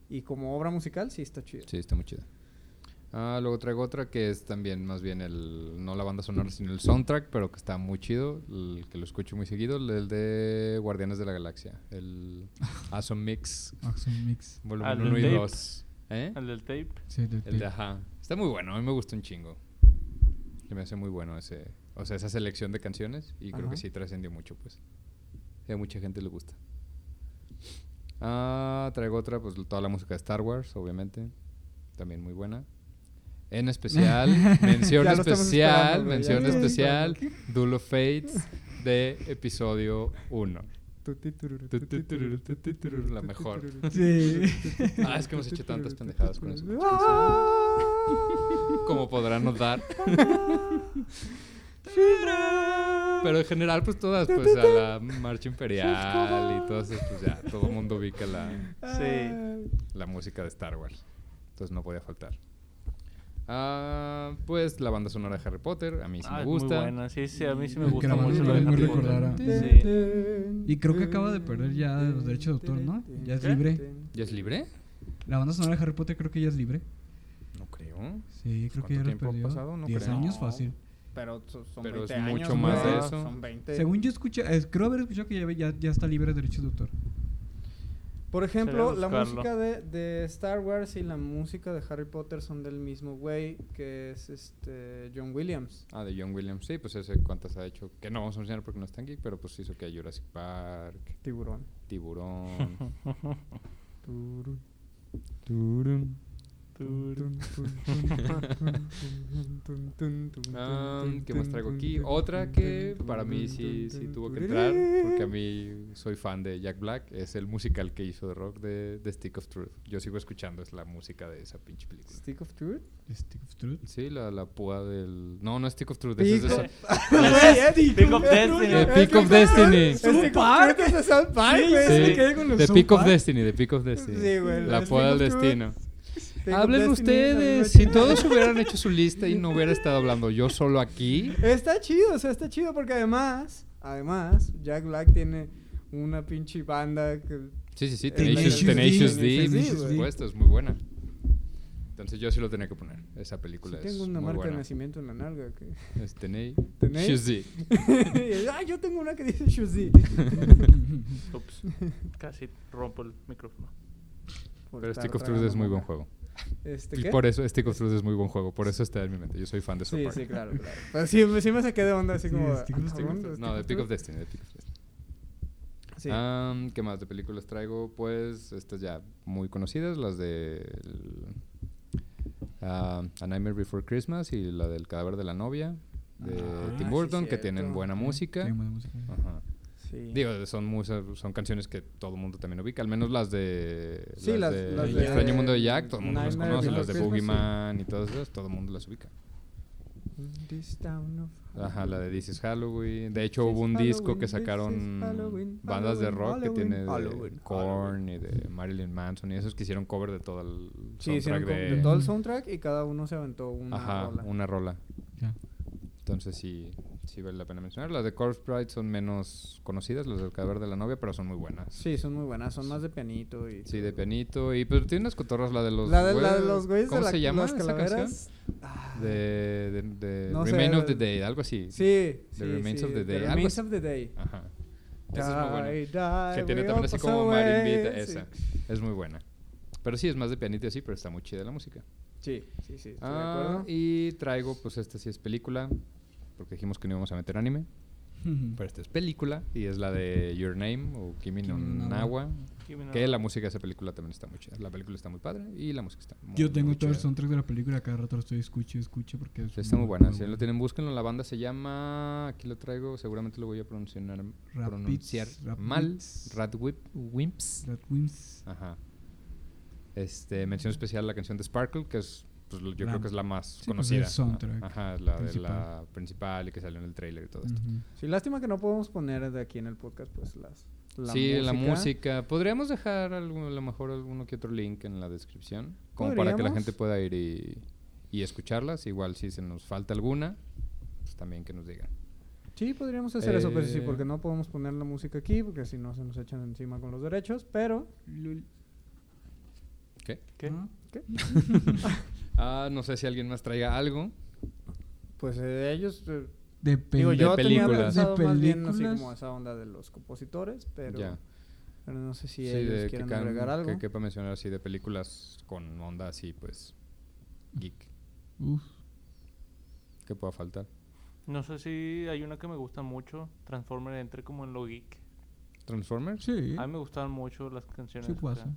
Speaker 1: y como obra musical sí está chido.
Speaker 4: Sí, está muy chida. Ah, luego traigo otra que es también más bien el, no la banda sonora, sino el soundtrack, pero que está muy chido, el que lo escucho muy seguido, el de Guardianes de la Galaxia, el Awesome Mix,
Speaker 2: Axon Ah, Mix.
Speaker 4: volumen
Speaker 3: del
Speaker 4: 1 y
Speaker 3: tape.
Speaker 4: 2. ¿Eh?
Speaker 3: El del tape.
Speaker 2: Sí, del
Speaker 4: El de
Speaker 2: tape.
Speaker 4: Ajá. Está muy bueno, a mí me gusta un chingo. Se me hace muy bueno ese, o sea, esa selección de canciones y creo
Speaker 1: Ajá.
Speaker 4: que sí trascendió mucho, pues. Y a mucha gente le gusta. Ah, traigo otra, pues toda la música de Star Wars, obviamente. También muy buena. En especial, mención
Speaker 1: Ya lo estamos
Speaker 4: especial,
Speaker 1: esperando, güey, ya
Speaker 4: mención
Speaker 1: lo estamos
Speaker 4: especial, Duel of Fates de episodio 1. La mejor.
Speaker 2: Sí.
Speaker 4: Ah, es que hemos hecho tantas pendejadas con eso.
Speaker 1: Ah,
Speaker 2: Ah,
Speaker 4: Como podrán notar. Pero en general, pues todas, pues a la marcha imperial y todas, esas, pues ya, todo el mundo ubica la,
Speaker 3: Sí.
Speaker 4: la música de Star Wars. Entonces no podía faltar. Ah, pues la banda sonora de Harry Potter, a mí sí
Speaker 3: Ah,
Speaker 4: me
Speaker 3: es muy
Speaker 4: gusta.
Speaker 3: buena. Sí, sí, a mí sí me
Speaker 2: El que
Speaker 3: gusta
Speaker 2: la
Speaker 3: mucho la de
Speaker 2: mandó
Speaker 3: Harry
Speaker 2: recordar a-
Speaker 3: Potter.
Speaker 2: Sí.
Speaker 3: Sí.
Speaker 2: Y creo que acaba de perder ya los derechos de autor, ¿no? Ya es libre.
Speaker 4: ¿Ya es libre?
Speaker 2: La banda sonora de Harry Potter creo que ya es libre.
Speaker 4: No creo.
Speaker 2: Sí, creo que
Speaker 4: ¿Cuánto
Speaker 2: ya lo
Speaker 4: tiempo ha
Speaker 2: perdió.
Speaker 4: pasado? No
Speaker 2: 10
Speaker 4: creo.
Speaker 2: años fácil.
Speaker 1: Pero so- son
Speaker 4: Pero es
Speaker 1: 20 años,
Speaker 4: mucho más
Speaker 1: güey,
Speaker 3: de eso.
Speaker 1: Son 20.
Speaker 2: Según yo escuché, eh, creo haber escuchado que ya, ve- ya, ya está libre de derechos de autor.
Speaker 1: Por ejemplo,
Speaker 3: Sería
Speaker 1: la
Speaker 3: buscarlo.
Speaker 1: música de, de Star Wars y la música de Harry Potter son del mismo güey que es este John Williams.
Speaker 4: Ah, de John Williams, sí, pues ese cuántas ha hecho. Que no vamos a mencionar porque no están aquí, pero pues hizo que Jurassic Park,
Speaker 1: Tiburón.
Speaker 4: Tiburón. Am, ¿Qué más traigo aquí? Otra que para mí sí, sí tuvo que entrar, porque a mí soy fan de Jack Black, es el musical que hizo de rock de, de Stick of Truth. Yo sigo escuchando, es la música de esa pinche película.
Speaker 1: Stick of Truth.
Speaker 4: Este,
Speaker 2: Stick of Truth.
Speaker 4: Sí, la, la púa del... No, no es Stick of Truth, ese es de Sa-
Speaker 3: Pick of
Speaker 4: The
Speaker 3: Destiny.
Speaker 4: Peak of Destiny.
Speaker 1: Stick of Truth es de South Este Park,
Speaker 2: Sí,
Speaker 1: güey.
Speaker 2: sí. me
Speaker 4: Sí,
Speaker 2: quedé con los
Speaker 4: The
Speaker 2: South
Speaker 4: Peak of
Speaker 2: Park.
Speaker 4: Destiny, The Peak of Destiny.
Speaker 1: Sí, güey,
Speaker 4: la
Speaker 1: los
Speaker 4: púa del
Speaker 1: Peak of Truth.
Speaker 4: destino.
Speaker 1: Stick of
Speaker 4: Hablen
Speaker 1: Destiny,
Speaker 4: ustedes,
Speaker 1: la
Speaker 4: si
Speaker 1: noche.
Speaker 4: todos hubieran hecho su lista y no hubiera estado hablando yo solo aquí,
Speaker 1: Está chido, o sea, está chido porque además, además, Jack Black tiene una pinche banda que...
Speaker 4: Sí, sí, sí.
Speaker 1: El
Speaker 4: Tenacious,
Speaker 2: Tenacious D.
Speaker 4: Tenacious D,
Speaker 1: Eh, Tenacious D,
Speaker 4: por
Speaker 1: güey.
Speaker 4: supuesto, es muy buena. Entonces yo sí lo tenía que poner. Esa película
Speaker 1: sí
Speaker 4: es
Speaker 1: tengo una
Speaker 4: muy
Speaker 1: marca de
Speaker 4: buena.
Speaker 1: nacimiento en la nalga que...
Speaker 4: Es Tena-
Speaker 1: Tenacious.
Speaker 4: Tenacious D.
Speaker 1: ah, yo tengo una que dice Shuzi.
Speaker 3: Ups, casi rompo el micrófono.
Speaker 4: Pero Stick of Truth es muy buen juego.
Speaker 1: Este,
Speaker 4: Y
Speaker 1: ¿qué?
Speaker 4: por eso Stick of Truth es muy buen juego. Por eso está en mi mente. Yo soy fan de South
Speaker 1: Sí,
Speaker 4: Park.
Speaker 1: sí, claro, claro. Pero sí, me- sí me saqué de onda así
Speaker 2: Sí,
Speaker 1: como...
Speaker 2: Stick of
Speaker 1: ah,
Speaker 2: Truth.
Speaker 1: cabrón,
Speaker 4: No, de Pick of Ah,
Speaker 1: Truth.
Speaker 4: Destiny. de Peak of Destiny.
Speaker 1: Sí.
Speaker 4: Am, ¿Qué más de películas traigo? Pues estas ya muy conocidas, las de el, ah, A Nightmare Before Christmas y la del Cadáver de la Novia de
Speaker 2: Ah,
Speaker 4: Tim
Speaker 1: sí,
Speaker 4: Burton, que
Speaker 1: cierto.
Speaker 4: tienen buena música.
Speaker 2: Sí, buena música.
Speaker 4: Ajá.
Speaker 1: sí.
Speaker 4: Digo, son, musa- son canciones que todo el mundo también ubica, al menos las de.
Speaker 1: Sí, las-
Speaker 4: de
Speaker 1: las
Speaker 4: El
Speaker 2: de-
Speaker 4: extraño mundo de Jack, todo el mundo las
Speaker 1: Nightmare
Speaker 4: conoce,
Speaker 1: Before
Speaker 4: las de
Speaker 1: Christmas,
Speaker 4: Boogeyman y todas esas, todo el mundo las ubica.
Speaker 1: In this town of
Speaker 4: Ajá, la de This is Halloween. De hecho,
Speaker 1: This is
Speaker 4: hubo un disco
Speaker 1: Halloween,
Speaker 4: que
Speaker 1: this is
Speaker 4: sacaron
Speaker 1: Halloween,
Speaker 4: bandas de rock
Speaker 1: Halloween,
Speaker 4: que tiene de
Speaker 1: Halloween,
Speaker 4: Korn y de Marilyn Manson y esos que hicieron cover de todo el
Speaker 1: Sí,
Speaker 4: soundtrack
Speaker 1: hicieron como
Speaker 4: de,
Speaker 1: de todo el soundtrack y cada uno se aventó una
Speaker 4: Ajá,
Speaker 1: rola.
Speaker 4: una rola.
Speaker 2: Ya.
Speaker 4: Entonces sí, sí vale la pena mencionar. Las de Corpse Bride son menos conocidas, las del Cadáver de la Novia, pero son muy buenas.
Speaker 1: Sí, son muy buenas, son más de pianito y...
Speaker 4: Sí, de pianito. Y pero tiene unas cotorras, la de los
Speaker 1: la, de, la de
Speaker 4: güeyes-
Speaker 1: los güeyes
Speaker 4: ¿Cómo
Speaker 1: de la,
Speaker 4: se llama
Speaker 1: las
Speaker 4: esa canción?
Speaker 1: calaveras. Ah,
Speaker 4: De, de, de
Speaker 1: No sé,
Speaker 4: Remain of
Speaker 1: de-
Speaker 4: the Day, algo así.
Speaker 1: Sí,
Speaker 4: The
Speaker 1: sí,
Speaker 4: Remains
Speaker 1: sí,
Speaker 4: of the Day, algo
Speaker 1: Remains
Speaker 4: así.
Speaker 1: of the Day.
Speaker 4: Ajá. Esa es muy buena.
Speaker 1: Die, die,
Speaker 4: Que tiene
Speaker 1: we
Speaker 4: también
Speaker 1: all
Speaker 4: así
Speaker 1: pass
Speaker 4: como marimbita.
Speaker 1: away.
Speaker 4: Esa. Es muy buena. Pero sí, es más de pianito y así, pero está muy chida la música.
Speaker 1: Sí, sí, sí, estoy de
Speaker 4: Ah,
Speaker 1: acuerdo.
Speaker 4: y traigo, pues esta sí es película, porque dijimos que no íbamos a meter anime. Pero esta es película y es la de Your Name o Kimi no
Speaker 2: Kimi no Na
Speaker 4: Nawa.
Speaker 3: Kimi no
Speaker 4: Que
Speaker 3: Na
Speaker 4: la
Speaker 3: wa.
Speaker 4: música de esa película también está muy chida. La película está muy padre y la música está muy
Speaker 2: Yo tengo
Speaker 4: muy
Speaker 2: todo el
Speaker 4: chida.
Speaker 2: soundtrack de la película, cada rato lo estoy escucho, escucho porque es
Speaker 4: Está muy buena. Si
Speaker 2: bueno.
Speaker 4: lo tienen, búsquenlo. La banda se llama. Aquí lo traigo. Seguramente lo voy a pronunciar, pronunciar
Speaker 2: Rapids.
Speaker 4: mal. Rat Whip, Wimps.
Speaker 2: Rat Wimps.
Speaker 4: Ajá. Este, mención especial la canción de Sparkle, que es. pues, lo- yo
Speaker 2: La-
Speaker 4: creo que es la más
Speaker 2: pues,
Speaker 4: conocida.
Speaker 2: el soundtrack
Speaker 4: Ajá, la
Speaker 2: principal.
Speaker 4: de la principal y que salió en el trailer y todo esto.
Speaker 2: Ujú.
Speaker 1: Sí, lástima que no podemos poner de aquí en el podcast, pues, las...
Speaker 4: sí, la música. Podríamos dejar algo- a lo mejor alguno que otro link en la descripción, como para que la gente
Speaker 1: Podríamos.
Speaker 4: pueda ir y, y escucharlas. Igual si se nos falta alguna, pues también que nos digan.
Speaker 1: Sí, podríamos hacer eso, pero sí,
Speaker 4: Eh.
Speaker 1: porque no podemos poner la música aquí, porque si no se nos echan encima con los derechos, pero...
Speaker 4: ¿Qué?
Speaker 3: ¿Qué?
Speaker 2: ¿Ah?
Speaker 4: Ah, no sé si alguien más traiga algo.
Speaker 1: Pues eh, ellos... eh,
Speaker 2: De
Speaker 1: digo,
Speaker 2: pel-
Speaker 1: yo
Speaker 4: de
Speaker 1: tenía
Speaker 4: películas.
Speaker 1: pensado
Speaker 2: De
Speaker 1: más bien así
Speaker 2: películas.
Speaker 1: como esa onda de los compositores, pero,
Speaker 4: ya.
Speaker 1: pero no sé si
Speaker 4: Sí,
Speaker 1: ellos
Speaker 4: de que
Speaker 1: quieren
Speaker 4: can-
Speaker 1: agregar algo.
Speaker 4: Que, que para mencionar así de películas con onda así, pues, geek,
Speaker 2: Uf.
Speaker 4: que pueda faltar.
Speaker 3: No sé si hay una que me gusta mucho. Transformer entre como en lo geek.
Speaker 4: ¿Transformers?
Speaker 2: Sí.
Speaker 3: A mí me gustaban mucho las canciones.
Speaker 2: Sí
Speaker 3: o sea,
Speaker 2: pasa.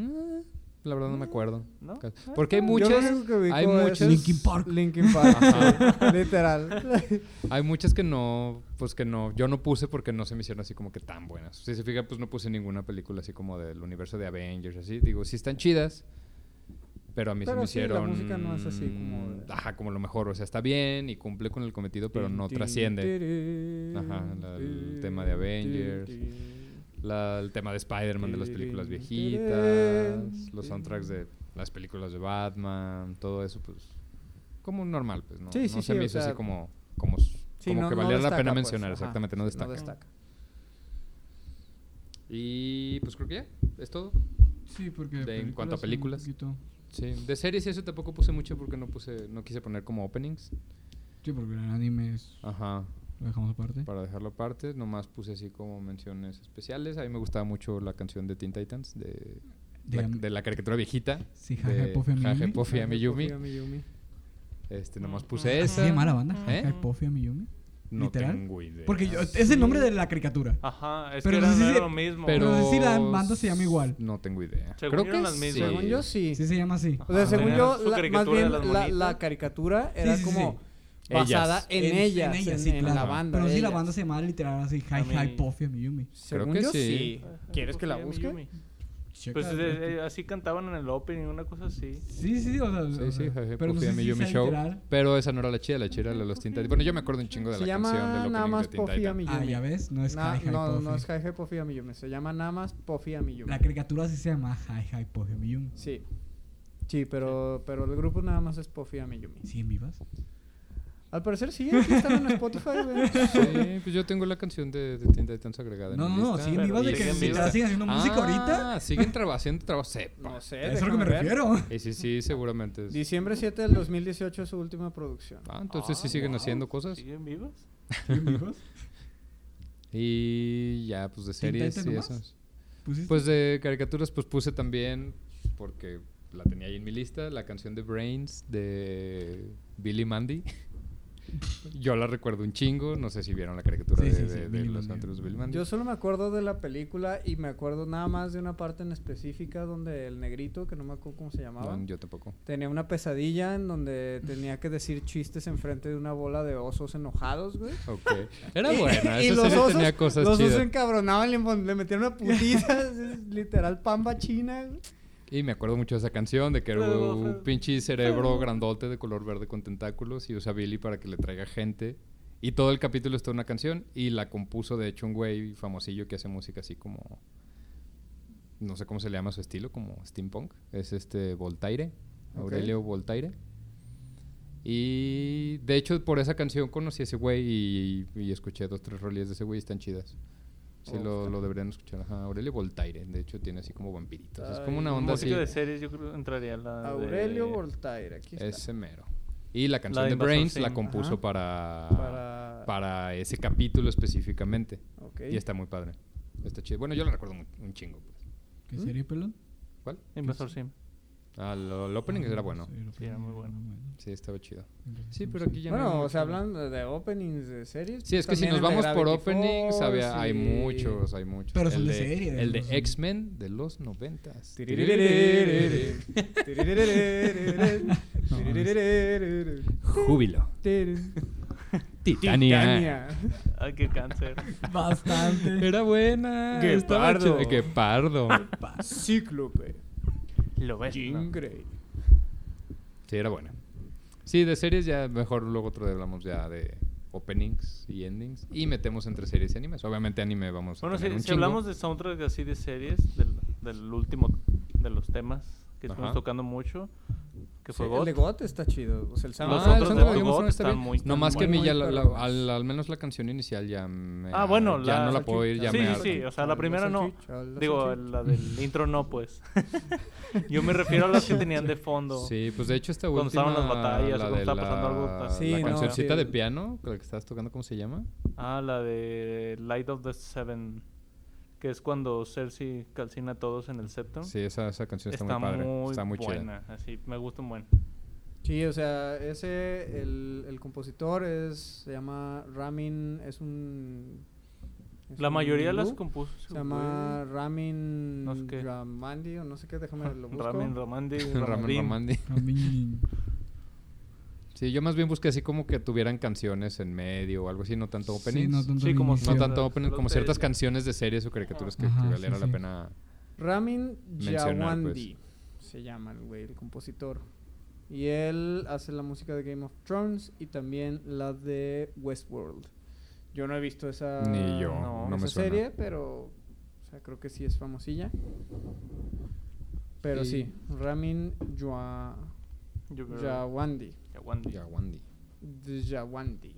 Speaker 4: Ah, la verdad no me acuerdo.
Speaker 3: ¿No?
Speaker 4: Ca- Porque hay
Speaker 1: Yo
Speaker 4: muchas,
Speaker 1: lo único que ubico
Speaker 4: hay
Speaker 1: es
Speaker 4: muchas,
Speaker 2: Linkin Park.
Speaker 1: Linkin Park,
Speaker 4: Ajá.
Speaker 1: sí, literal.
Speaker 4: hay muchas que no, pues que no, yo no puse porque no se me hicieron así como que tan buenas. Si se fija, pues no puse ninguna película así como del universo de Avengers, así. Digo, sí están chidas, pero a mí se
Speaker 1: Pero
Speaker 4: me
Speaker 1: sí, la
Speaker 4: hicieron...
Speaker 1: música no es así como de-
Speaker 4: Ajá, como lo mejor, o sea, está bien y cumple con el cometido, pero no trasciende. Ajá, la- el tema de Avengers, La- el tema de Spider-Man de las películas
Speaker 1: Tirin,
Speaker 4: viejitas,
Speaker 1: tirin,
Speaker 4: los soundtracks de las películas de Batman, todo eso, pues como normal, pues no,
Speaker 1: Sí, sí,
Speaker 4: no
Speaker 1: sí,
Speaker 4: se me
Speaker 1: o
Speaker 4: hizo
Speaker 1: sea,
Speaker 4: así como, como, s-
Speaker 1: Sí,
Speaker 4: como
Speaker 1: no-
Speaker 4: que
Speaker 1: no
Speaker 4: valiera la
Speaker 1: destaca,
Speaker 4: pena
Speaker 1: pues, ajá,
Speaker 4: mencionar, exactamente, no destaca.
Speaker 1: No destaca.
Speaker 4: Y pues creo que ya, es todo.
Speaker 2: Sí, porque.
Speaker 4: De- en cuanto a
Speaker 2: un
Speaker 4: películas.
Speaker 2: poquito-
Speaker 4: Sí, de series y eso tampoco puse mucho porque no puse, no quise poner como openings.
Speaker 2: Sí, porque el anime es-
Speaker 4: Ajá,
Speaker 2: lo dejamos aparte.
Speaker 4: para dejarlo aparte, nomás puse así como menciones especiales. A mí me gustaba mucho la canción de Teen Titans, de,
Speaker 2: De
Speaker 4: la,
Speaker 2: am-
Speaker 4: de la caricatura viejita.
Speaker 2: Sí,
Speaker 4: de
Speaker 2: Jaja Puffy and
Speaker 4: Jaja
Speaker 2: Miyumi.
Speaker 4: Puffy and Miyumi.
Speaker 1: Puffy a Miyumi.
Speaker 4: Este,
Speaker 2: Ah,
Speaker 4: nomás
Speaker 3: Ujú.
Speaker 4: puse
Speaker 2: ¿Así
Speaker 4: esa.
Speaker 2: se llama la banda?
Speaker 4: ¿Eh?
Speaker 2: Jaja Puffy and Miyumi.
Speaker 4: No
Speaker 2: ¿Literal?
Speaker 4: tengo idea.
Speaker 2: Porque yo- es el nombre de la caricatura.
Speaker 4: Ah,
Speaker 3: Ajá, es
Speaker 2: Pero
Speaker 3: que era,
Speaker 2: no sé
Speaker 3: no
Speaker 2: si-
Speaker 3: era lo mismo.
Speaker 4: Pero
Speaker 2: no sé si la banda se llama igual.
Speaker 4: No tengo idea.
Speaker 3: Según
Speaker 4: Creo
Speaker 3: yo
Speaker 4: que
Speaker 3: eran las
Speaker 4: sí.
Speaker 3: mismas.
Speaker 1: Según yo sí.
Speaker 2: Sí, se llama así. Ah,
Speaker 1: O sea,
Speaker 3: Ajá.
Speaker 1: según
Speaker 3: Tenían
Speaker 1: yo,
Speaker 3: su
Speaker 1: la- más
Speaker 3: caricatura de
Speaker 1: bien
Speaker 3: las
Speaker 1: la,
Speaker 3: monitas.
Speaker 1: la caricatura era
Speaker 2: sí,
Speaker 1: como
Speaker 4: sí.
Speaker 1: basada
Speaker 4: Ellas.
Speaker 1: en, ellas, en,
Speaker 2: sí,
Speaker 1: en la
Speaker 2: claro.
Speaker 1: banda.
Speaker 2: Pero
Speaker 1: de
Speaker 2: sí, la
Speaker 1: ellas.
Speaker 2: banda se llama literal así: Hi
Speaker 3: A
Speaker 2: Hi
Speaker 3: mí-
Speaker 2: Puffy and Miyumi.
Speaker 1: Según
Speaker 4: que
Speaker 1: yo
Speaker 4: sí.
Speaker 1: sí.
Speaker 3: Ajá,
Speaker 1: ¿Quieres que la
Speaker 3: Puffy and
Speaker 1: busque?
Speaker 3: Miyumi.
Speaker 2: Checa,
Speaker 3: Pues
Speaker 2: creo
Speaker 3: eh,
Speaker 2: que-
Speaker 3: eh, así cantaban en el opening, una cosa así.
Speaker 2: Sí, sí, o sea.
Speaker 4: Sí,
Speaker 2: o
Speaker 4: sí,
Speaker 2: sea,
Speaker 4: Jaja
Speaker 2: pero no
Speaker 4: Puffy
Speaker 2: sé
Speaker 4: and
Speaker 2: si
Speaker 4: Miyumi
Speaker 2: sea
Speaker 4: Show.
Speaker 2: literal. Ah,
Speaker 4: Pero esa no era la chida, la chida era la de los Teen Titans. Bueno, yo me acuerdo un chingo de
Speaker 1: Se
Speaker 4: la canción
Speaker 1: llama
Speaker 4: del
Speaker 1: nada
Speaker 4: opening
Speaker 1: más
Speaker 4: de Teen
Speaker 1: Puffy a
Speaker 4: Titans.
Speaker 2: Ah,
Speaker 1: Miyumi.
Speaker 2: ya ves, no es
Speaker 1: Na-
Speaker 2: Hi Hi
Speaker 1: no,
Speaker 2: Puffy.
Speaker 1: no es Hi Hi Puffy a Miyumi. Se llama nada más Puffy a Miyumi.
Speaker 2: La caricatura sí se llama Hi Hi Puffy and Miyumi.
Speaker 1: Sí. Sí, pero, pero el grupo nada más es Puffy a Miyumi.
Speaker 2: ¿Siguen vivas?
Speaker 1: Al parecer sí, aquí están en Spotify, güey.
Speaker 4: Sí, pues yo tengo la canción de, de Teen Titans agregada. en
Speaker 2: No,
Speaker 4: mi
Speaker 2: no, no,
Speaker 4: lista.
Speaker 2: siguen
Speaker 3: pero
Speaker 2: vivas de que
Speaker 3: siguen
Speaker 2: si te
Speaker 3: vivas.
Speaker 2: la siguen haciendo música ahorita.
Speaker 4: Ah, siguen traba- haciendo trabajo. Sepa.
Speaker 1: No sé.
Speaker 2: Eso es a lo que me
Speaker 1: déjame ver.
Speaker 2: refiero.
Speaker 4: Y sí, sí, seguramente. es-
Speaker 1: Diciembre 7 del 2018 es su última producción.
Speaker 4: Ah, entonces sí
Speaker 3: Ah,
Speaker 4: siguen
Speaker 3: wow.
Speaker 4: haciendo cosas.
Speaker 3: ¿Siguen vivas?
Speaker 2: ¿Siguen vivas?
Speaker 4: Y ya, pues de series
Speaker 2: Titans
Speaker 4: y
Speaker 2: nomás?
Speaker 4: esas.
Speaker 2: ¿Pusiste?
Speaker 4: Pues de caricaturas, pues puse también, porque la tenía ahí en mi lista, la canción de Brains de Billy Mandy. Yo la recuerdo un chingo, no sé si vieron la caricatura
Speaker 2: Sí,
Speaker 4: de,
Speaker 2: sí, sí,
Speaker 4: de- de
Speaker 2: Billy
Speaker 4: los
Speaker 2: Mandy.
Speaker 4: antiguos Billy Mandy.
Speaker 1: Yo solo me acuerdo de la película y me acuerdo nada más de una parte en específica donde el negrito, que no me acuerdo cómo se llamaba,
Speaker 4: No, yo tampoco.
Speaker 1: tenía una pesadilla en donde tenía que decir chistes enfrente de una bola de osos enojados, güey.
Speaker 4: Ok. Era
Speaker 1: Y-
Speaker 4: buena,
Speaker 1: y
Speaker 4: esa
Speaker 1: los
Speaker 4: serie
Speaker 1: osos-
Speaker 4: tenía cosas
Speaker 1: Los
Speaker 4: chidas.
Speaker 1: osos encabronaban, le, pon- le metían una putiza, es literal pamba china. güey.
Speaker 4: Y me acuerdo mucho de esa canción, de que era
Speaker 3: Pero,
Speaker 4: un
Speaker 3: pero-
Speaker 4: pinche cerebro grandote de color verde con tentáculos y usa a Billy para que le traiga gente. Y todo el capítulo está una canción y la compuso de hecho un güey famosillo que hace música así como... No sé cómo se le llama su estilo, como steampunk. Es este Voltaire,
Speaker 1: Ok.
Speaker 4: Aurelio Voltaire. Y de hecho por esa canción conocí a ese güey y, y escuché dos, tres rolías de ese güey y están chidas. Sí,
Speaker 1: Oh,
Speaker 4: lo,
Speaker 1: está.
Speaker 4: lo deberían escuchar. Ajá, Aurelio Voltaire. De hecho tiene así como vampiritos. Es
Speaker 1: Ay,
Speaker 4: como una onda así.
Speaker 3: Música de series, yo creo que entraría la. de-
Speaker 1: Aurelio Voltaire, aquí está.
Speaker 4: Ah, Ese mero. Y la canción
Speaker 3: de
Speaker 4: de
Speaker 3: Invasor
Speaker 4: Brains la
Speaker 3: Sim.
Speaker 4: compuso
Speaker 1: Ajá.
Speaker 4: para, para
Speaker 1: Para...
Speaker 4: ese capítulo específicamente.
Speaker 1: ok.
Speaker 4: Y está muy padre. Está chido. Bueno, yo la recuerdo mu- un chingo. pues.
Speaker 2: ¿Qué serie, pelón?
Speaker 4: ¿Cuál?
Speaker 3: Invasor Sim.
Speaker 4: Ah, lo- el opening era bueno.
Speaker 2: Sí, lo
Speaker 3: Sí, era muy bueno.
Speaker 4: Ah, Sí, estaba chido.
Speaker 2: Entonces,
Speaker 4: Sí,
Speaker 2: no
Speaker 4: pero
Speaker 2: sé.
Speaker 4: aquí ya no. hay
Speaker 1: Bueno, o
Speaker 4: mucho.
Speaker 1: sea, hablando de openings de series.
Speaker 4: Sí, es que si
Speaker 1: también
Speaker 4: nos
Speaker 1: el de
Speaker 4: vamos por
Speaker 1: Gravity
Speaker 4: openings,
Speaker 1: Falls
Speaker 4: había- hay
Speaker 1: y-
Speaker 4: muchos, hay muchos.
Speaker 2: Pero son
Speaker 4: el
Speaker 2: de serie,
Speaker 4: El de
Speaker 2: no son-
Speaker 4: X-Men de los noventas.
Speaker 1: Tiriririririririr.
Speaker 2: No, es-
Speaker 1: Tiriririririririr.
Speaker 4: Júbilo.
Speaker 1: Tirin.
Speaker 4: Titania.
Speaker 3: Ay, qué cáncer.
Speaker 2: Bastante.
Speaker 4: Era buena. estaba
Speaker 1: Guepardo.
Speaker 4: chida. Guepardo.
Speaker 1: Cíclope.
Speaker 3: Lo ves.
Speaker 1: Jean Grey.
Speaker 4: Sí, era buena. Sí, de series ya mejor luego otro día hablamos ya de openings y endings y metemos entre series y animes. Obviamente anime vamos a
Speaker 3: Bueno,
Speaker 4: tener
Speaker 3: si,
Speaker 4: un
Speaker 3: si
Speaker 4: chingo.
Speaker 3: hablamos de soundtrack así de series, del, del último de los temas que estamos
Speaker 4: Ajá.
Speaker 3: tocando mucho, que
Speaker 1: Sí,
Speaker 3: fue
Speaker 1: El
Speaker 3: God.
Speaker 1: de GOT está chido. O sea, el soundtrack-
Speaker 3: Los
Speaker 4: Ah, el
Speaker 3: otros de
Speaker 4: soundtrack
Speaker 3: Tu
Speaker 4: de
Speaker 3: God
Speaker 4: Monster está
Speaker 3: están
Speaker 4: bien.
Speaker 3: muy-
Speaker 4: No más que a
Speaker 1: muy
Speaker 4: mí ya, la- la-
Speaker 1: perros.
Speaker 4: al, al menos la canción inicial ya me...
Speaker 3: Ah, bueno,
Speaker 4: Eh, Ya
Speaker 3: la-
Speaker 4: no la puedo ir, ya
Speaker 3: Sí,
Speaker 4: me...
Speaker 3: sí,
Speaker 4: harta.
Speaker 3: sí. O sea, la
Speaker 1: Al
Speaker 3: primera no.
Speaker 1: Salchicha, al
Speaker 3: Digo,
Speaker 1: Salchicha.
Speaker 3: la del intro no, pues. Yo me refiero a las que tenían de fondo.
Speaker 4: Sí, pues de hecho esta
Speaker 3: Cuando
Speaker 4: última...
Speaker 3: estaban las batallas,
Speaker 4: la
Speaker 3: cuando
Speaker 4: de
Speaker 3: estaba pasando algo pues,
Speaker 4: la-
Speaker 3: así.
Speaker 1: Sí,
Speaker 4: La
Speaker 1: no,
Speaker 4: cancioncita
Speaker 1: sí.
Speaker 4: de piano, la que estabas tocando, ¿cómo se llama?
Speaker 3: Ah, la de Light of the Seven. Que es cuando Cersei calcina a todos en el septo.
Speaker 4: Sí, esa, esa canción está, muy padre. está muy chida.
Speaker 3: buena. Así, me gusta un buen.
Speaker 1: Sí, o sea, ese, el, el compositor es, se llama Ramin, es un... es
Speaker 3: La
Speaker 1: un
Speaker 3: mayoría de las
Speaker 1: hindú.
Speaker 3: compuso. ese
Speaker 1: Se llama
Speaker 3: güey.
Speaker 1: Ramin
Speaker 3: No sé qué.
Speaker 1: Ramandi o no sé qué, déjame lo busco.
Speaker 3: Ramen Ramandi.
Speaker 4: Ramen
Speaker 3: Ramadín.
Speaker 4: Ramandi.
Speaker 2: A mí-
Speaker 4: Sí, yo más bien busqué así como que tuvieran canciones en medio o algo así, no tanto
Speaker 2: Sí,
Speaker 4: openings.
Speaker 2: no tanto
Speaker 3: Sí, como-
Speaker 2: inicio.
Speaker 4: No
Speaker 3: Sí,
Speaker 4: tanto
Speaker 3: o sea,
Speaker 4: openings, como
Speaker 3: los de-
Speaker 4: ciertas canciones de series o caricaturas que, que
Speaker 2: Ajá,
Speaker 4: valiera
Speaker 2: sí,
Speaker 4: la
Speaker 2: sí.
Speaker 4: pena.
Speaker 1: Ramin
Speaker 4: Mencionar, pues.
Speaker 1: Jawandi se llama el güey, el compositor. Y él hace la música de Game of Thrones y también la de Westworld. Yo no he visto esa,
Speaker 4: Ni yo,
Speaker 3: no,
Speaker 4: no
Speaker 1: esa
Speaker 4: me suena.
Speaker 1: serie, pero o sea, creo que sí es famosilla. Pero
Speaker 4: Y-
Speaker 1: sí, Ramin Jua-
Speaker 3: Yo creo-
Speaker 1: Jawandi.
Speaker 3: Yawandi.
Speaker 4: Ya, Wandy.
Speaker 1: Jawandi.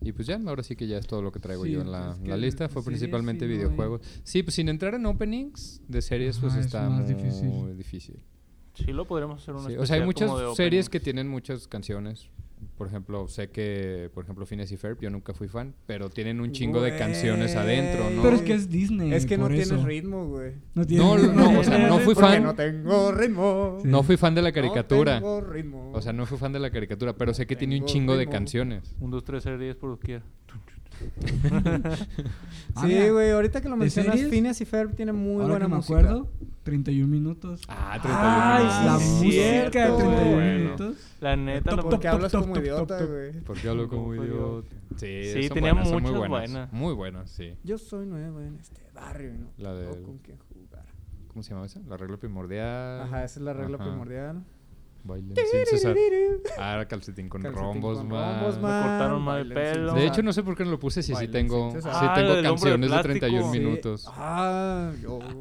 Speaker 4: Y pues ya, ahora sí que ya es todo lo que traigo
Speaker 2: Sí,
Speaker 4: yo en
Speaker 2: pues
Speaker 4: la,
Speaker 2: es
Speaker 4: en la
Speaker 2: que
Speaker 4: lista.
Speaker 2: de
Speaker 4: Fue
Speaker 2: series
Speaker 4: principalmente
Speaker 2: sí no hay.
Speaker 4: videojuegos. Sí, pues sin entrar en openings de series, pues
Speaker 2: Ajá, es
Speaker 4: está
Speaker 2: más
Speaker 4: muy
Speaker 2: difícil.
Speaker 4: difícil.
Speaker 3: Sí, lo podríamos hacer una
Speaker 4: Sí, o sea, hay muchas series que tienen muchas canciones. Por ejemplo, sé que, por ejemplo, Phineas y Ferb, yo nunca fui fan, pero tienen un chingo de canciones adentro, ¿no?
Speaker 2: Pero es que es Disney.
Speaker 1: Es que no
Speaker 2: por
Speaker 1: tienes
Speaker 2: eso.
Speaker 1: ritmo, güey.
Speaker 2: No tiene-
Speaker 4: No, no, o sea, no fui
Speaker 1: Porque
Speaker 4: fan.
Speaker 1: No tengo ritmo.
Speaker 2: Sí.
Speaker 4: No fui fan de la caricatura.
Speaker 1: No tengo ritmo.
Speaker 4: O sea, no fui fan de la caricatura, pero sé que tiene un
Speaker 1: Tengo
Speaker 4: chingo de
Speaker 1: ritmo.
Speaker 4: canciones.
Speaker 3: Un, dos, tres series por doquier.
Speaker 2: Ah,
Speaker 1: Sí,
Speaker 2: mira,
Speaker 1: güey, ahorita que lo
Speaker 2: ¿de
Speaker 1: mencionas,
Speaker 2: series?
Speaker 1: Phineas y Ferb tiene muy
Speaker 2: Ahora
Speaker 1: buena
Speaker 2: que me
Speaker 1: música.
Speaker 2: acuerdo, 31 minutos.
Speaker 4: Ah, 31
Speaker 1: Ay,
Speaker 4: minutos.
Speaker 1: sí,
Speaker 2: la
Speaker 1: es
Speaker 2: música de
Speaker 1: cierto,
Speaker 2: 31
Speaker 1: güey.
Speaker 2: minutos.
Speaker 3: La
Speaker 2: Top,
Speaker 3: neta, lo
Speaker 2: top,
Speaker 1: Porque
Speaker 2: top,
Speaker 1: hablas
Speaker 2: top,
Speaker 1: como
Speaker 2: top,
Speaker 1: idiota,
Speaker 2: top.
Speaker 1: güey.
Speaker 4: ¿Por qué hablo como
Speaker 3: Como
Speaker 4: idiota? Sí,
Speaker 3: Sí,
Speaker 4: son
Speaker 3: tenía
Speaker 4: buenas, son muy
Speaker 3: muchas
Speaker 4: buenas.
Speaker 3: buenas.
Speaker 4: Muy buenas, sí.
Speaker 1: Yo soy nueva en este barrio y no
Speaker 4: La
Speaker 1: tengo
Speaker 4: de-
Speaker 1: con quién jugar.
Speaker 4: ¿Cómo se llama esa? La regla primordial.
Speaker 1: Ajá, esa es la regla
Speaker 4: Ajá.
Speaker 1: primordial.
Speaker 4: Bailen sin cesar. Ah, calcetín con
Speaker 1: Calcetín
Speaker 4: rombos,
Speaker 1: con
Speaker 4: man.
Speaker 1: rombos,
Speaker 3: Me cortaron mal el
Speaker 1: Bailen sin
Speaker 3: pelo.
Speaker 4: De
Speaker 1: cesar.
Speaker 4: hecho, no sé por qué no lo puse si sí
Speaker 1: Bailen
Speaker 4: tengo,
Speaker 1: sin
Speaker 4: sí
Speaker 1: cesar.
Speaker 3: Ah,
Speaker 4: tengo
Speaker 3: del hombre de
Speaker 4: canciones de,
Speaker 3: plástico.
Speaker 4: 31
Speaker 1: Sí.
Speaker 4: minutos.
Speaker 1: Ah, yo soy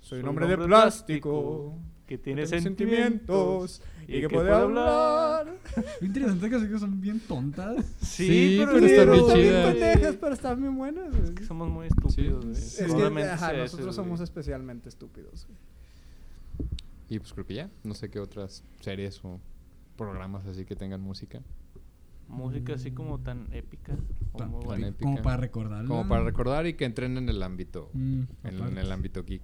Speaker 3: Soy
Speaker 1: un hombre de
Speaker 3: hombre
Speaker 1: plástico.
Speaker 3: que
Speaker 1: que
Speaker 3: tiene
Speaker 1: tengo
Speaker 3: sentimientos.
Speaker 1: y que puede hablar.
Speaker 2: Lo interesante es que esas cosas son bien tontas.
Speaker 3: Sí,
Speaker 4: Sí,
Speaker 3: pero,
Speaker 4: pero
Speaker 3: está
Speaker 4: están
Speaker 1: bien
Speaker 4: bien chidas.
Speaker 1: pendejas, pero están bien buenas. güey.
Speaker 3: que somos muy estúpidos, güey.
Speaker 1: Es que
Speaker 3: Seguramente
Speaker 1: ajá,
Speaker 3: sea ese,
Speaker 1: nosotros
Speaker 3: güey.
Speaker 1: somos especialmente estúpidos. güey.
Speaker 4: Y pues creo que ya. No sé qué otras series o programas así que tengan música.
Speaker 3: Música así como tan épica. o
Speaker 2: Tan-
Speaker 3: muy
Speaker 4: tan
Speaker 3: buena.
Speaker 4: épica.
Speaker 2: Como para recordarlo.
Speaker 4: Como para recordar y que entren en el ámbito.
Speaker 2: Mm,
Speaker 4: En,
Speaker 2: aparte.
Speaker 4: en el ámbito geek.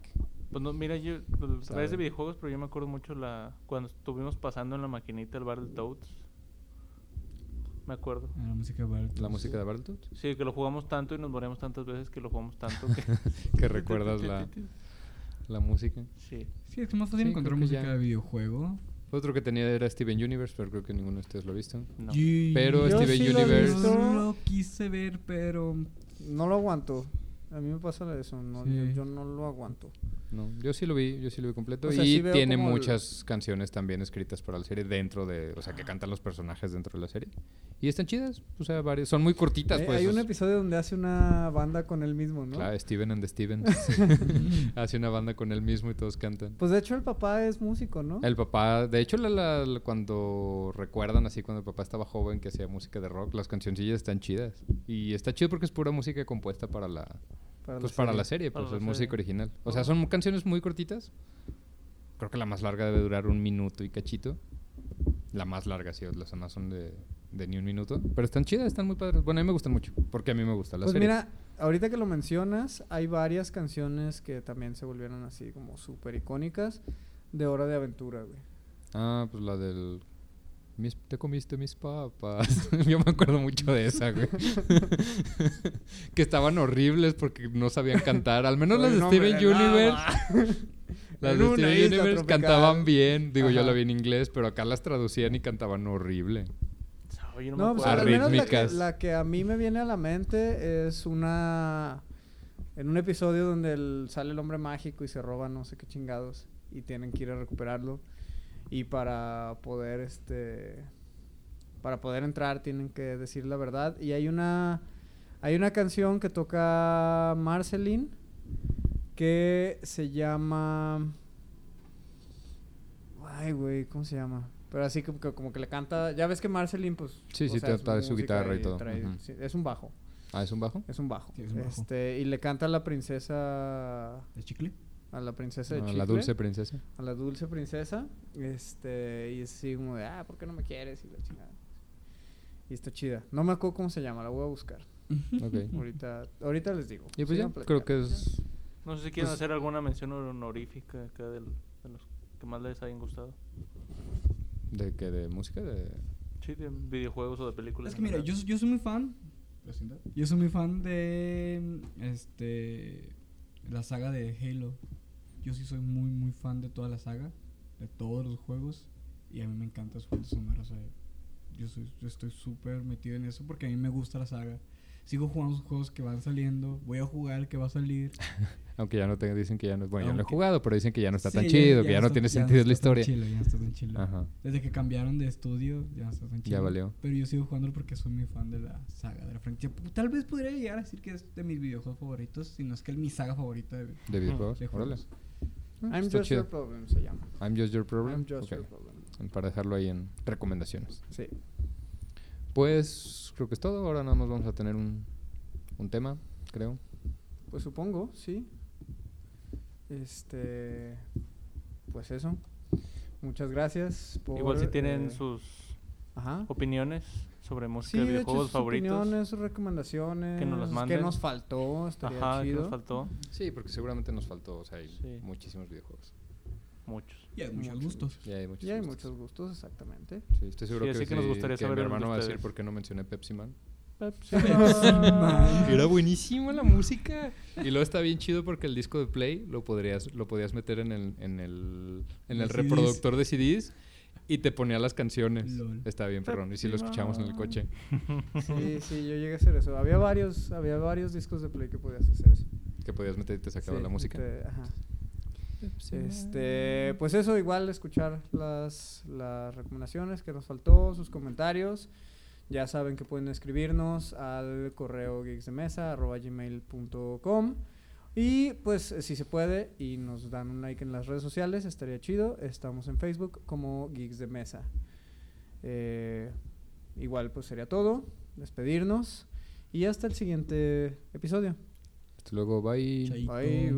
Speaker 3: Pues no, mira, yo
Speaker 4: Sabe.
Speaker 3: traes de videojuegos, pero yo me acuerdo mucho la cuando estuvimos pasando en la maquinita el Battle Toads. Me acuerdo.
Speaker 2: Ah, La música de Bartos.
Speaker 4: La música de Bartlett.
Speaker 3: Sí, que lo jugamos tanto y nos moríamos tantas veces que lo jugamos tanto que
Speaker 4: que recuerdas la, la música.
Speaker 3: Sí.
Speaker 2: Sí, es que más fácil
Speaker 4: Sí,
Speaker 2: encontrar
Speaker 4: creo que
Speaker 2: música
Speaker 4: ya.
Speaker 2: de videojuego.
Speaker 4: Otro que tenía era Steven Universe, pero creo que ninguno de ustedes lo ha visto.
Speaker 3: No.
Speaker 2: Y-
Speaker 4: Pero
Speaker 1: Yo
Speaker 4: Steven
Speaker 1: sí lo he
Speaker 4: Universe.
Speaker 1: visto.
Speaker 2: Yo lo quise ver, pero.
Speaker 1: No lo aguanto. A mí me pasa eso. No, yo,
Speaker 2: Sí.
Speaker 1: yo no lo aguanto.
Speaker 4: No, yo sí lo vi, yo sí lo vi completo.
Speaker 1: O sea,
Speaker 4: y
Speaker 1: sí veo
Speaker 4: tiene
Speaker 1: como el-
Speaker 4: muchas canciones también escritas para la serie dentro de. O sea, que cantan los personajes dentro de la serie. Y están chidas, o sea, varias. Son muy cortitas,
Speaker 1: Hay,
Speaker 4: pues.
Speaker 1: Eh, hay
Speaker 4: o
Speaker 1: un
Speaker 4: sea,
Speaker 1: episodio donde hace una banda con él mismo, ¿no?
Speaker 4: claro, Steven and the Stevens. Hace una banda con él mismo y todos cantan.
Speaker 1: Pues de hecho el papá es músico, ¿no?
Speaker 4: El papá, de hecho, la- la- la- cuando recuerdan así, cuando el papá estaba joven que hacía música de rock, las cancioncillas están chidas. Y está chido porque es pura música compuesta para la,
Speaker 1: Para
Speaker 4: pues
Speaker 1: la
Speaker 4: para
Speaker 1: serie.
Speaker 4: la serie,
Speaker 3: Para
Speaker 4: pues
Speaker 3: la
Speaker 4: es música
Speaker 3: serie.
Speaker 4: original. O sea, son canciones muy cortitas. Creo que la más larga debe durar un minuto y cachito. La más larga, sí, las demás son de, de ni un minuto. Pero están chidas, están muy padres. Bueno, a mí me gustan mucho, porque a mí me gusta la
Speaker 1: Pues
Speaker 4: serie.
Speaker 1: mira, ahorita que lo mencionas, hay varias canciones que también se volvieron así como súper icónicas de Hora de Aventura, güey.
Speaker 4: Ah, pues la del... "Mis- te comiste mis papas. Yo me acuerdo mucho de esa, güey. que estaban horribles porque no sabían cantar. Al menos las de
Speaker 1: Soy un hombre
Speaker 4: Steven
Speaker 1: de lava.
Speaker 4: Universe. Las
Speaker 1: En
Speaker 4: de
Speaker 1: una
Speaker 4: Steven
Speaker 1: isla
Speaker 4: Universe
Speaker 1: tropical.
Speaker 4: cantaban bien. Digo, yo
Speaker 1: Ajá.
Speaker 4: la vi en inglés, pero acá las traducían y cantaban horrible.
Speaker 3: Ay, yo no,
Speaker 1: No,
Speaker 3: me
Speaker 1: pues
Speaker 3: acuerdo.
Speaker 1: al menos la que,
Speaker 4: Arrítmicas.
Speaker 1: la que a mí me viene a la mente es una... En un episodio donde el- sale el hombre mágico y se roba no sé qué chingados y tienen que ir a recuperarlo. Y para poder, este... Para poder entrar tienen que decir la verdad. Y hay una... Hay una canción que toca Marceline que se llama... Ay, güey, ¿cómo se llama? Pero así como que, como que le canta. Ya ves que Marcelin, pues.
Speaker 4: Sí,
Speaker 1: o
Speaker 4: sí,
Speaker 1: sea,
Speaker 4: trae su
Speaker 1: música
Speaker 4: guitarra y todo.
Speaker 1: trae-
Speaker 4: Ujú.
Speaker 1: sí, es un bajo.
Speaker 4: Ah, ¿es un bajo?
Speaker 1: Es un bajo.
Speaker 2: Sí, es un bajo.
Speaker 1: Este, y le canta a la princesa.
Speaker 2: ¿De chicle?
Speaker 1: A la princesa de
Speaker 4: No,
Speaker 1: Chile.
Speaker 4: Ah, la dulce princesa.
Speaker 1: a la dulce princesa. Este, y es así como de, ah, ¿por qué no me quieres? Y la chingada. Y está chida. No me acuerdo cómo se llama, la voy a buscar.
Speaker 4: Ok.
Speaker 1: Ahorita, ahorita les digo.
Speaker 4: Y pues ya,
Speaker 1: Sigan platicando.
Speaker 4: creo que es...
Speaker 3: No sé si quieren
Speaker 4: Pues-
Speaker 3: hacer alguna mención honorífica acá del- de los que más les hayan gustado.
Speaker 4: ¿De qué? ¿De música? De...
Speaker 3: Sí, de videojuegos o de
Speaker 2: Es
Speaker 3: películas.
Speaker 2: que
Speaker 3: en
Speaker 2: mira, yo,
Speaker 3: general.
Speaker 2: yo soy muy fan. Yo soy muy fan de. Este. La saga de Halo. Yo sí soy muy, muy fan de toda la saga. De todos los juegos. Y a mí me encantan los juegos sonoros. O sea, yo, soy- yo estoy súper metido en eso porque a mí me gusta la saga. Sigo jugando los juegos que van saliendo. Voy a jugar el que va a salir.
Speaker 4: Aunque ya no te dicen que ya no... Bueno, ya lo he
Speaker 2: Aunque-
Speaker 4: jugado, pero dicen que ya Ah, no está tan
Speaker 2: Sí,
Speaker 4: chido, que ya no
Speaker 2: está-
Speaker 4: tiene
Speaker 2: ya
Speaker 4: sentido la
Speaker 2: está tan
Speaker 4: historia.
Speaker 2: chilo, ya no está tan chilo.
Speaker 4: Ajá.
Speaker 2: Desde que cambiaron de estudio, ya no está tan chido.
Speaker 4: valió.
Speaker 2: Pero yo sigo jugándolo porque soy muy fan de la saga, de la franquicia. Pu- Tal vez podría llegar a decir que es de mis videojuegos favoritos, si no es que es mi saga favorita de,
Speaker 4: ¿De videojuegos?
Speaker 2: de
Speaker 4: Órale.
Speaker 2: juegos.
Speaker 1: I'm
Speaker 4: Está
Speaker 1: Just
Speaker 4: chido.
Speaker 1: Your Problem se llama.
Speaker 4: I'm just your problem.
Speaker 1: I'm Just
Speaker 4: Ok.
Speaker 1: Your Problem.
Speaker 4: Para dejarlo ahí en recomendaciones.
Speaker 1: Sí.
Speaker 4: Pues creo que es todo. Ahora nada más vamos a tener un, un tema, creo.
Speaker 1: Pues supongo, sí. Este. Pues eso. Muchas gracias. Por,
Speaker 3: Igual si tienen
Speaker 1: eh,
Speaker 3: sus
Speaker 1: Ajá.
Speaker 3: opiniones sobre
Speaker 1: Sí,
Speaker 3: música
Speaker 1: de
Speaker 3: y
Speaker 1: hecho,
Speaker 3: videojuegos
Speaker 1: sus
Speaker 3: favoritos.
Speaker 1: opiniones, sus recomendaciones.
Speaker 3: Que nos las
Speaker 1: Que
Speaker 3: manden.
Speaker 1: nos faltó, estaría
Speaker 3: Ajá, que
Speaker 1: chido.
Speaker 3: nos faltó.
Speaker 4: Sí, porque seguramente nos faltó. O sea, hay
Speaker 3: Sí.
Speaker 4: muchísimos videojuegos.
Speaker 3: Muchos.
Speaker 2: Y hay muchos
Speaker 1: Muchos,
Speaker 2: gustos.
Speaker 4: Ya hay muchos.
Speaker 1: Y hay
Speaker 4: gustos.
Speaker 1: muchos gustos, exactamente.
Speaker 4: Sí, estoy seguro
Speaker 3: Sí,
Speaker 4: que,
Speaker 3: así que nos
Speaker 4: sí,
Speaker 3: gustaría saber
Speaker 4: mi
Speaker 3: el de
Speaker 4: hermano va a decir
Speaker 3: ustedes.
Speaker 4: por qué no mencioné Pepsi Man.
Speaker 3: Pepsi
Speaker 2: Man.
Speaker 4: Era buenísima la música. Y luego está bien chido porque el disco de Play lo podrías lo podías meter en el en el, en el
Speaker 2: Los CDs.
Speaker 4: reproductor de CDs y te ponía las canciones.
Speaker 2: Lol.
Speaker 4: Está bien, perrón. Y si lo
Speaker 3: Pepsi
Speaker 4: escuchamos en el
Speaker 3: Man.
Speaker 4: coche.
Speaker 1: Sí, sí, yo llegué a hacer eso. Había varios, había varios discos de play que podías hacer eso.
Speaker 4: Que podías meter y te sacaba
Speaker 1: Sí,
Speaker 4: la música.
Speaker 1: te- ajá. Este, pues eso, igual escuchar las, las recomendaciones que nos faltó, sus comentarios. Ya saben que pueden escribirnos al correo geeksdemesa.gmail.com Y pues eh, si se puede y nos dan un like en las redes sociales, estaría chido. Estamos en Facebook como Geeks de Mesa. Eh, igual pues sería todo. Despedirnos. Y hasta el siguiente episodio.
Speaker 4: Hasta luego, bye.
Speaker 2: Chaito.
Speaker 1: Bye.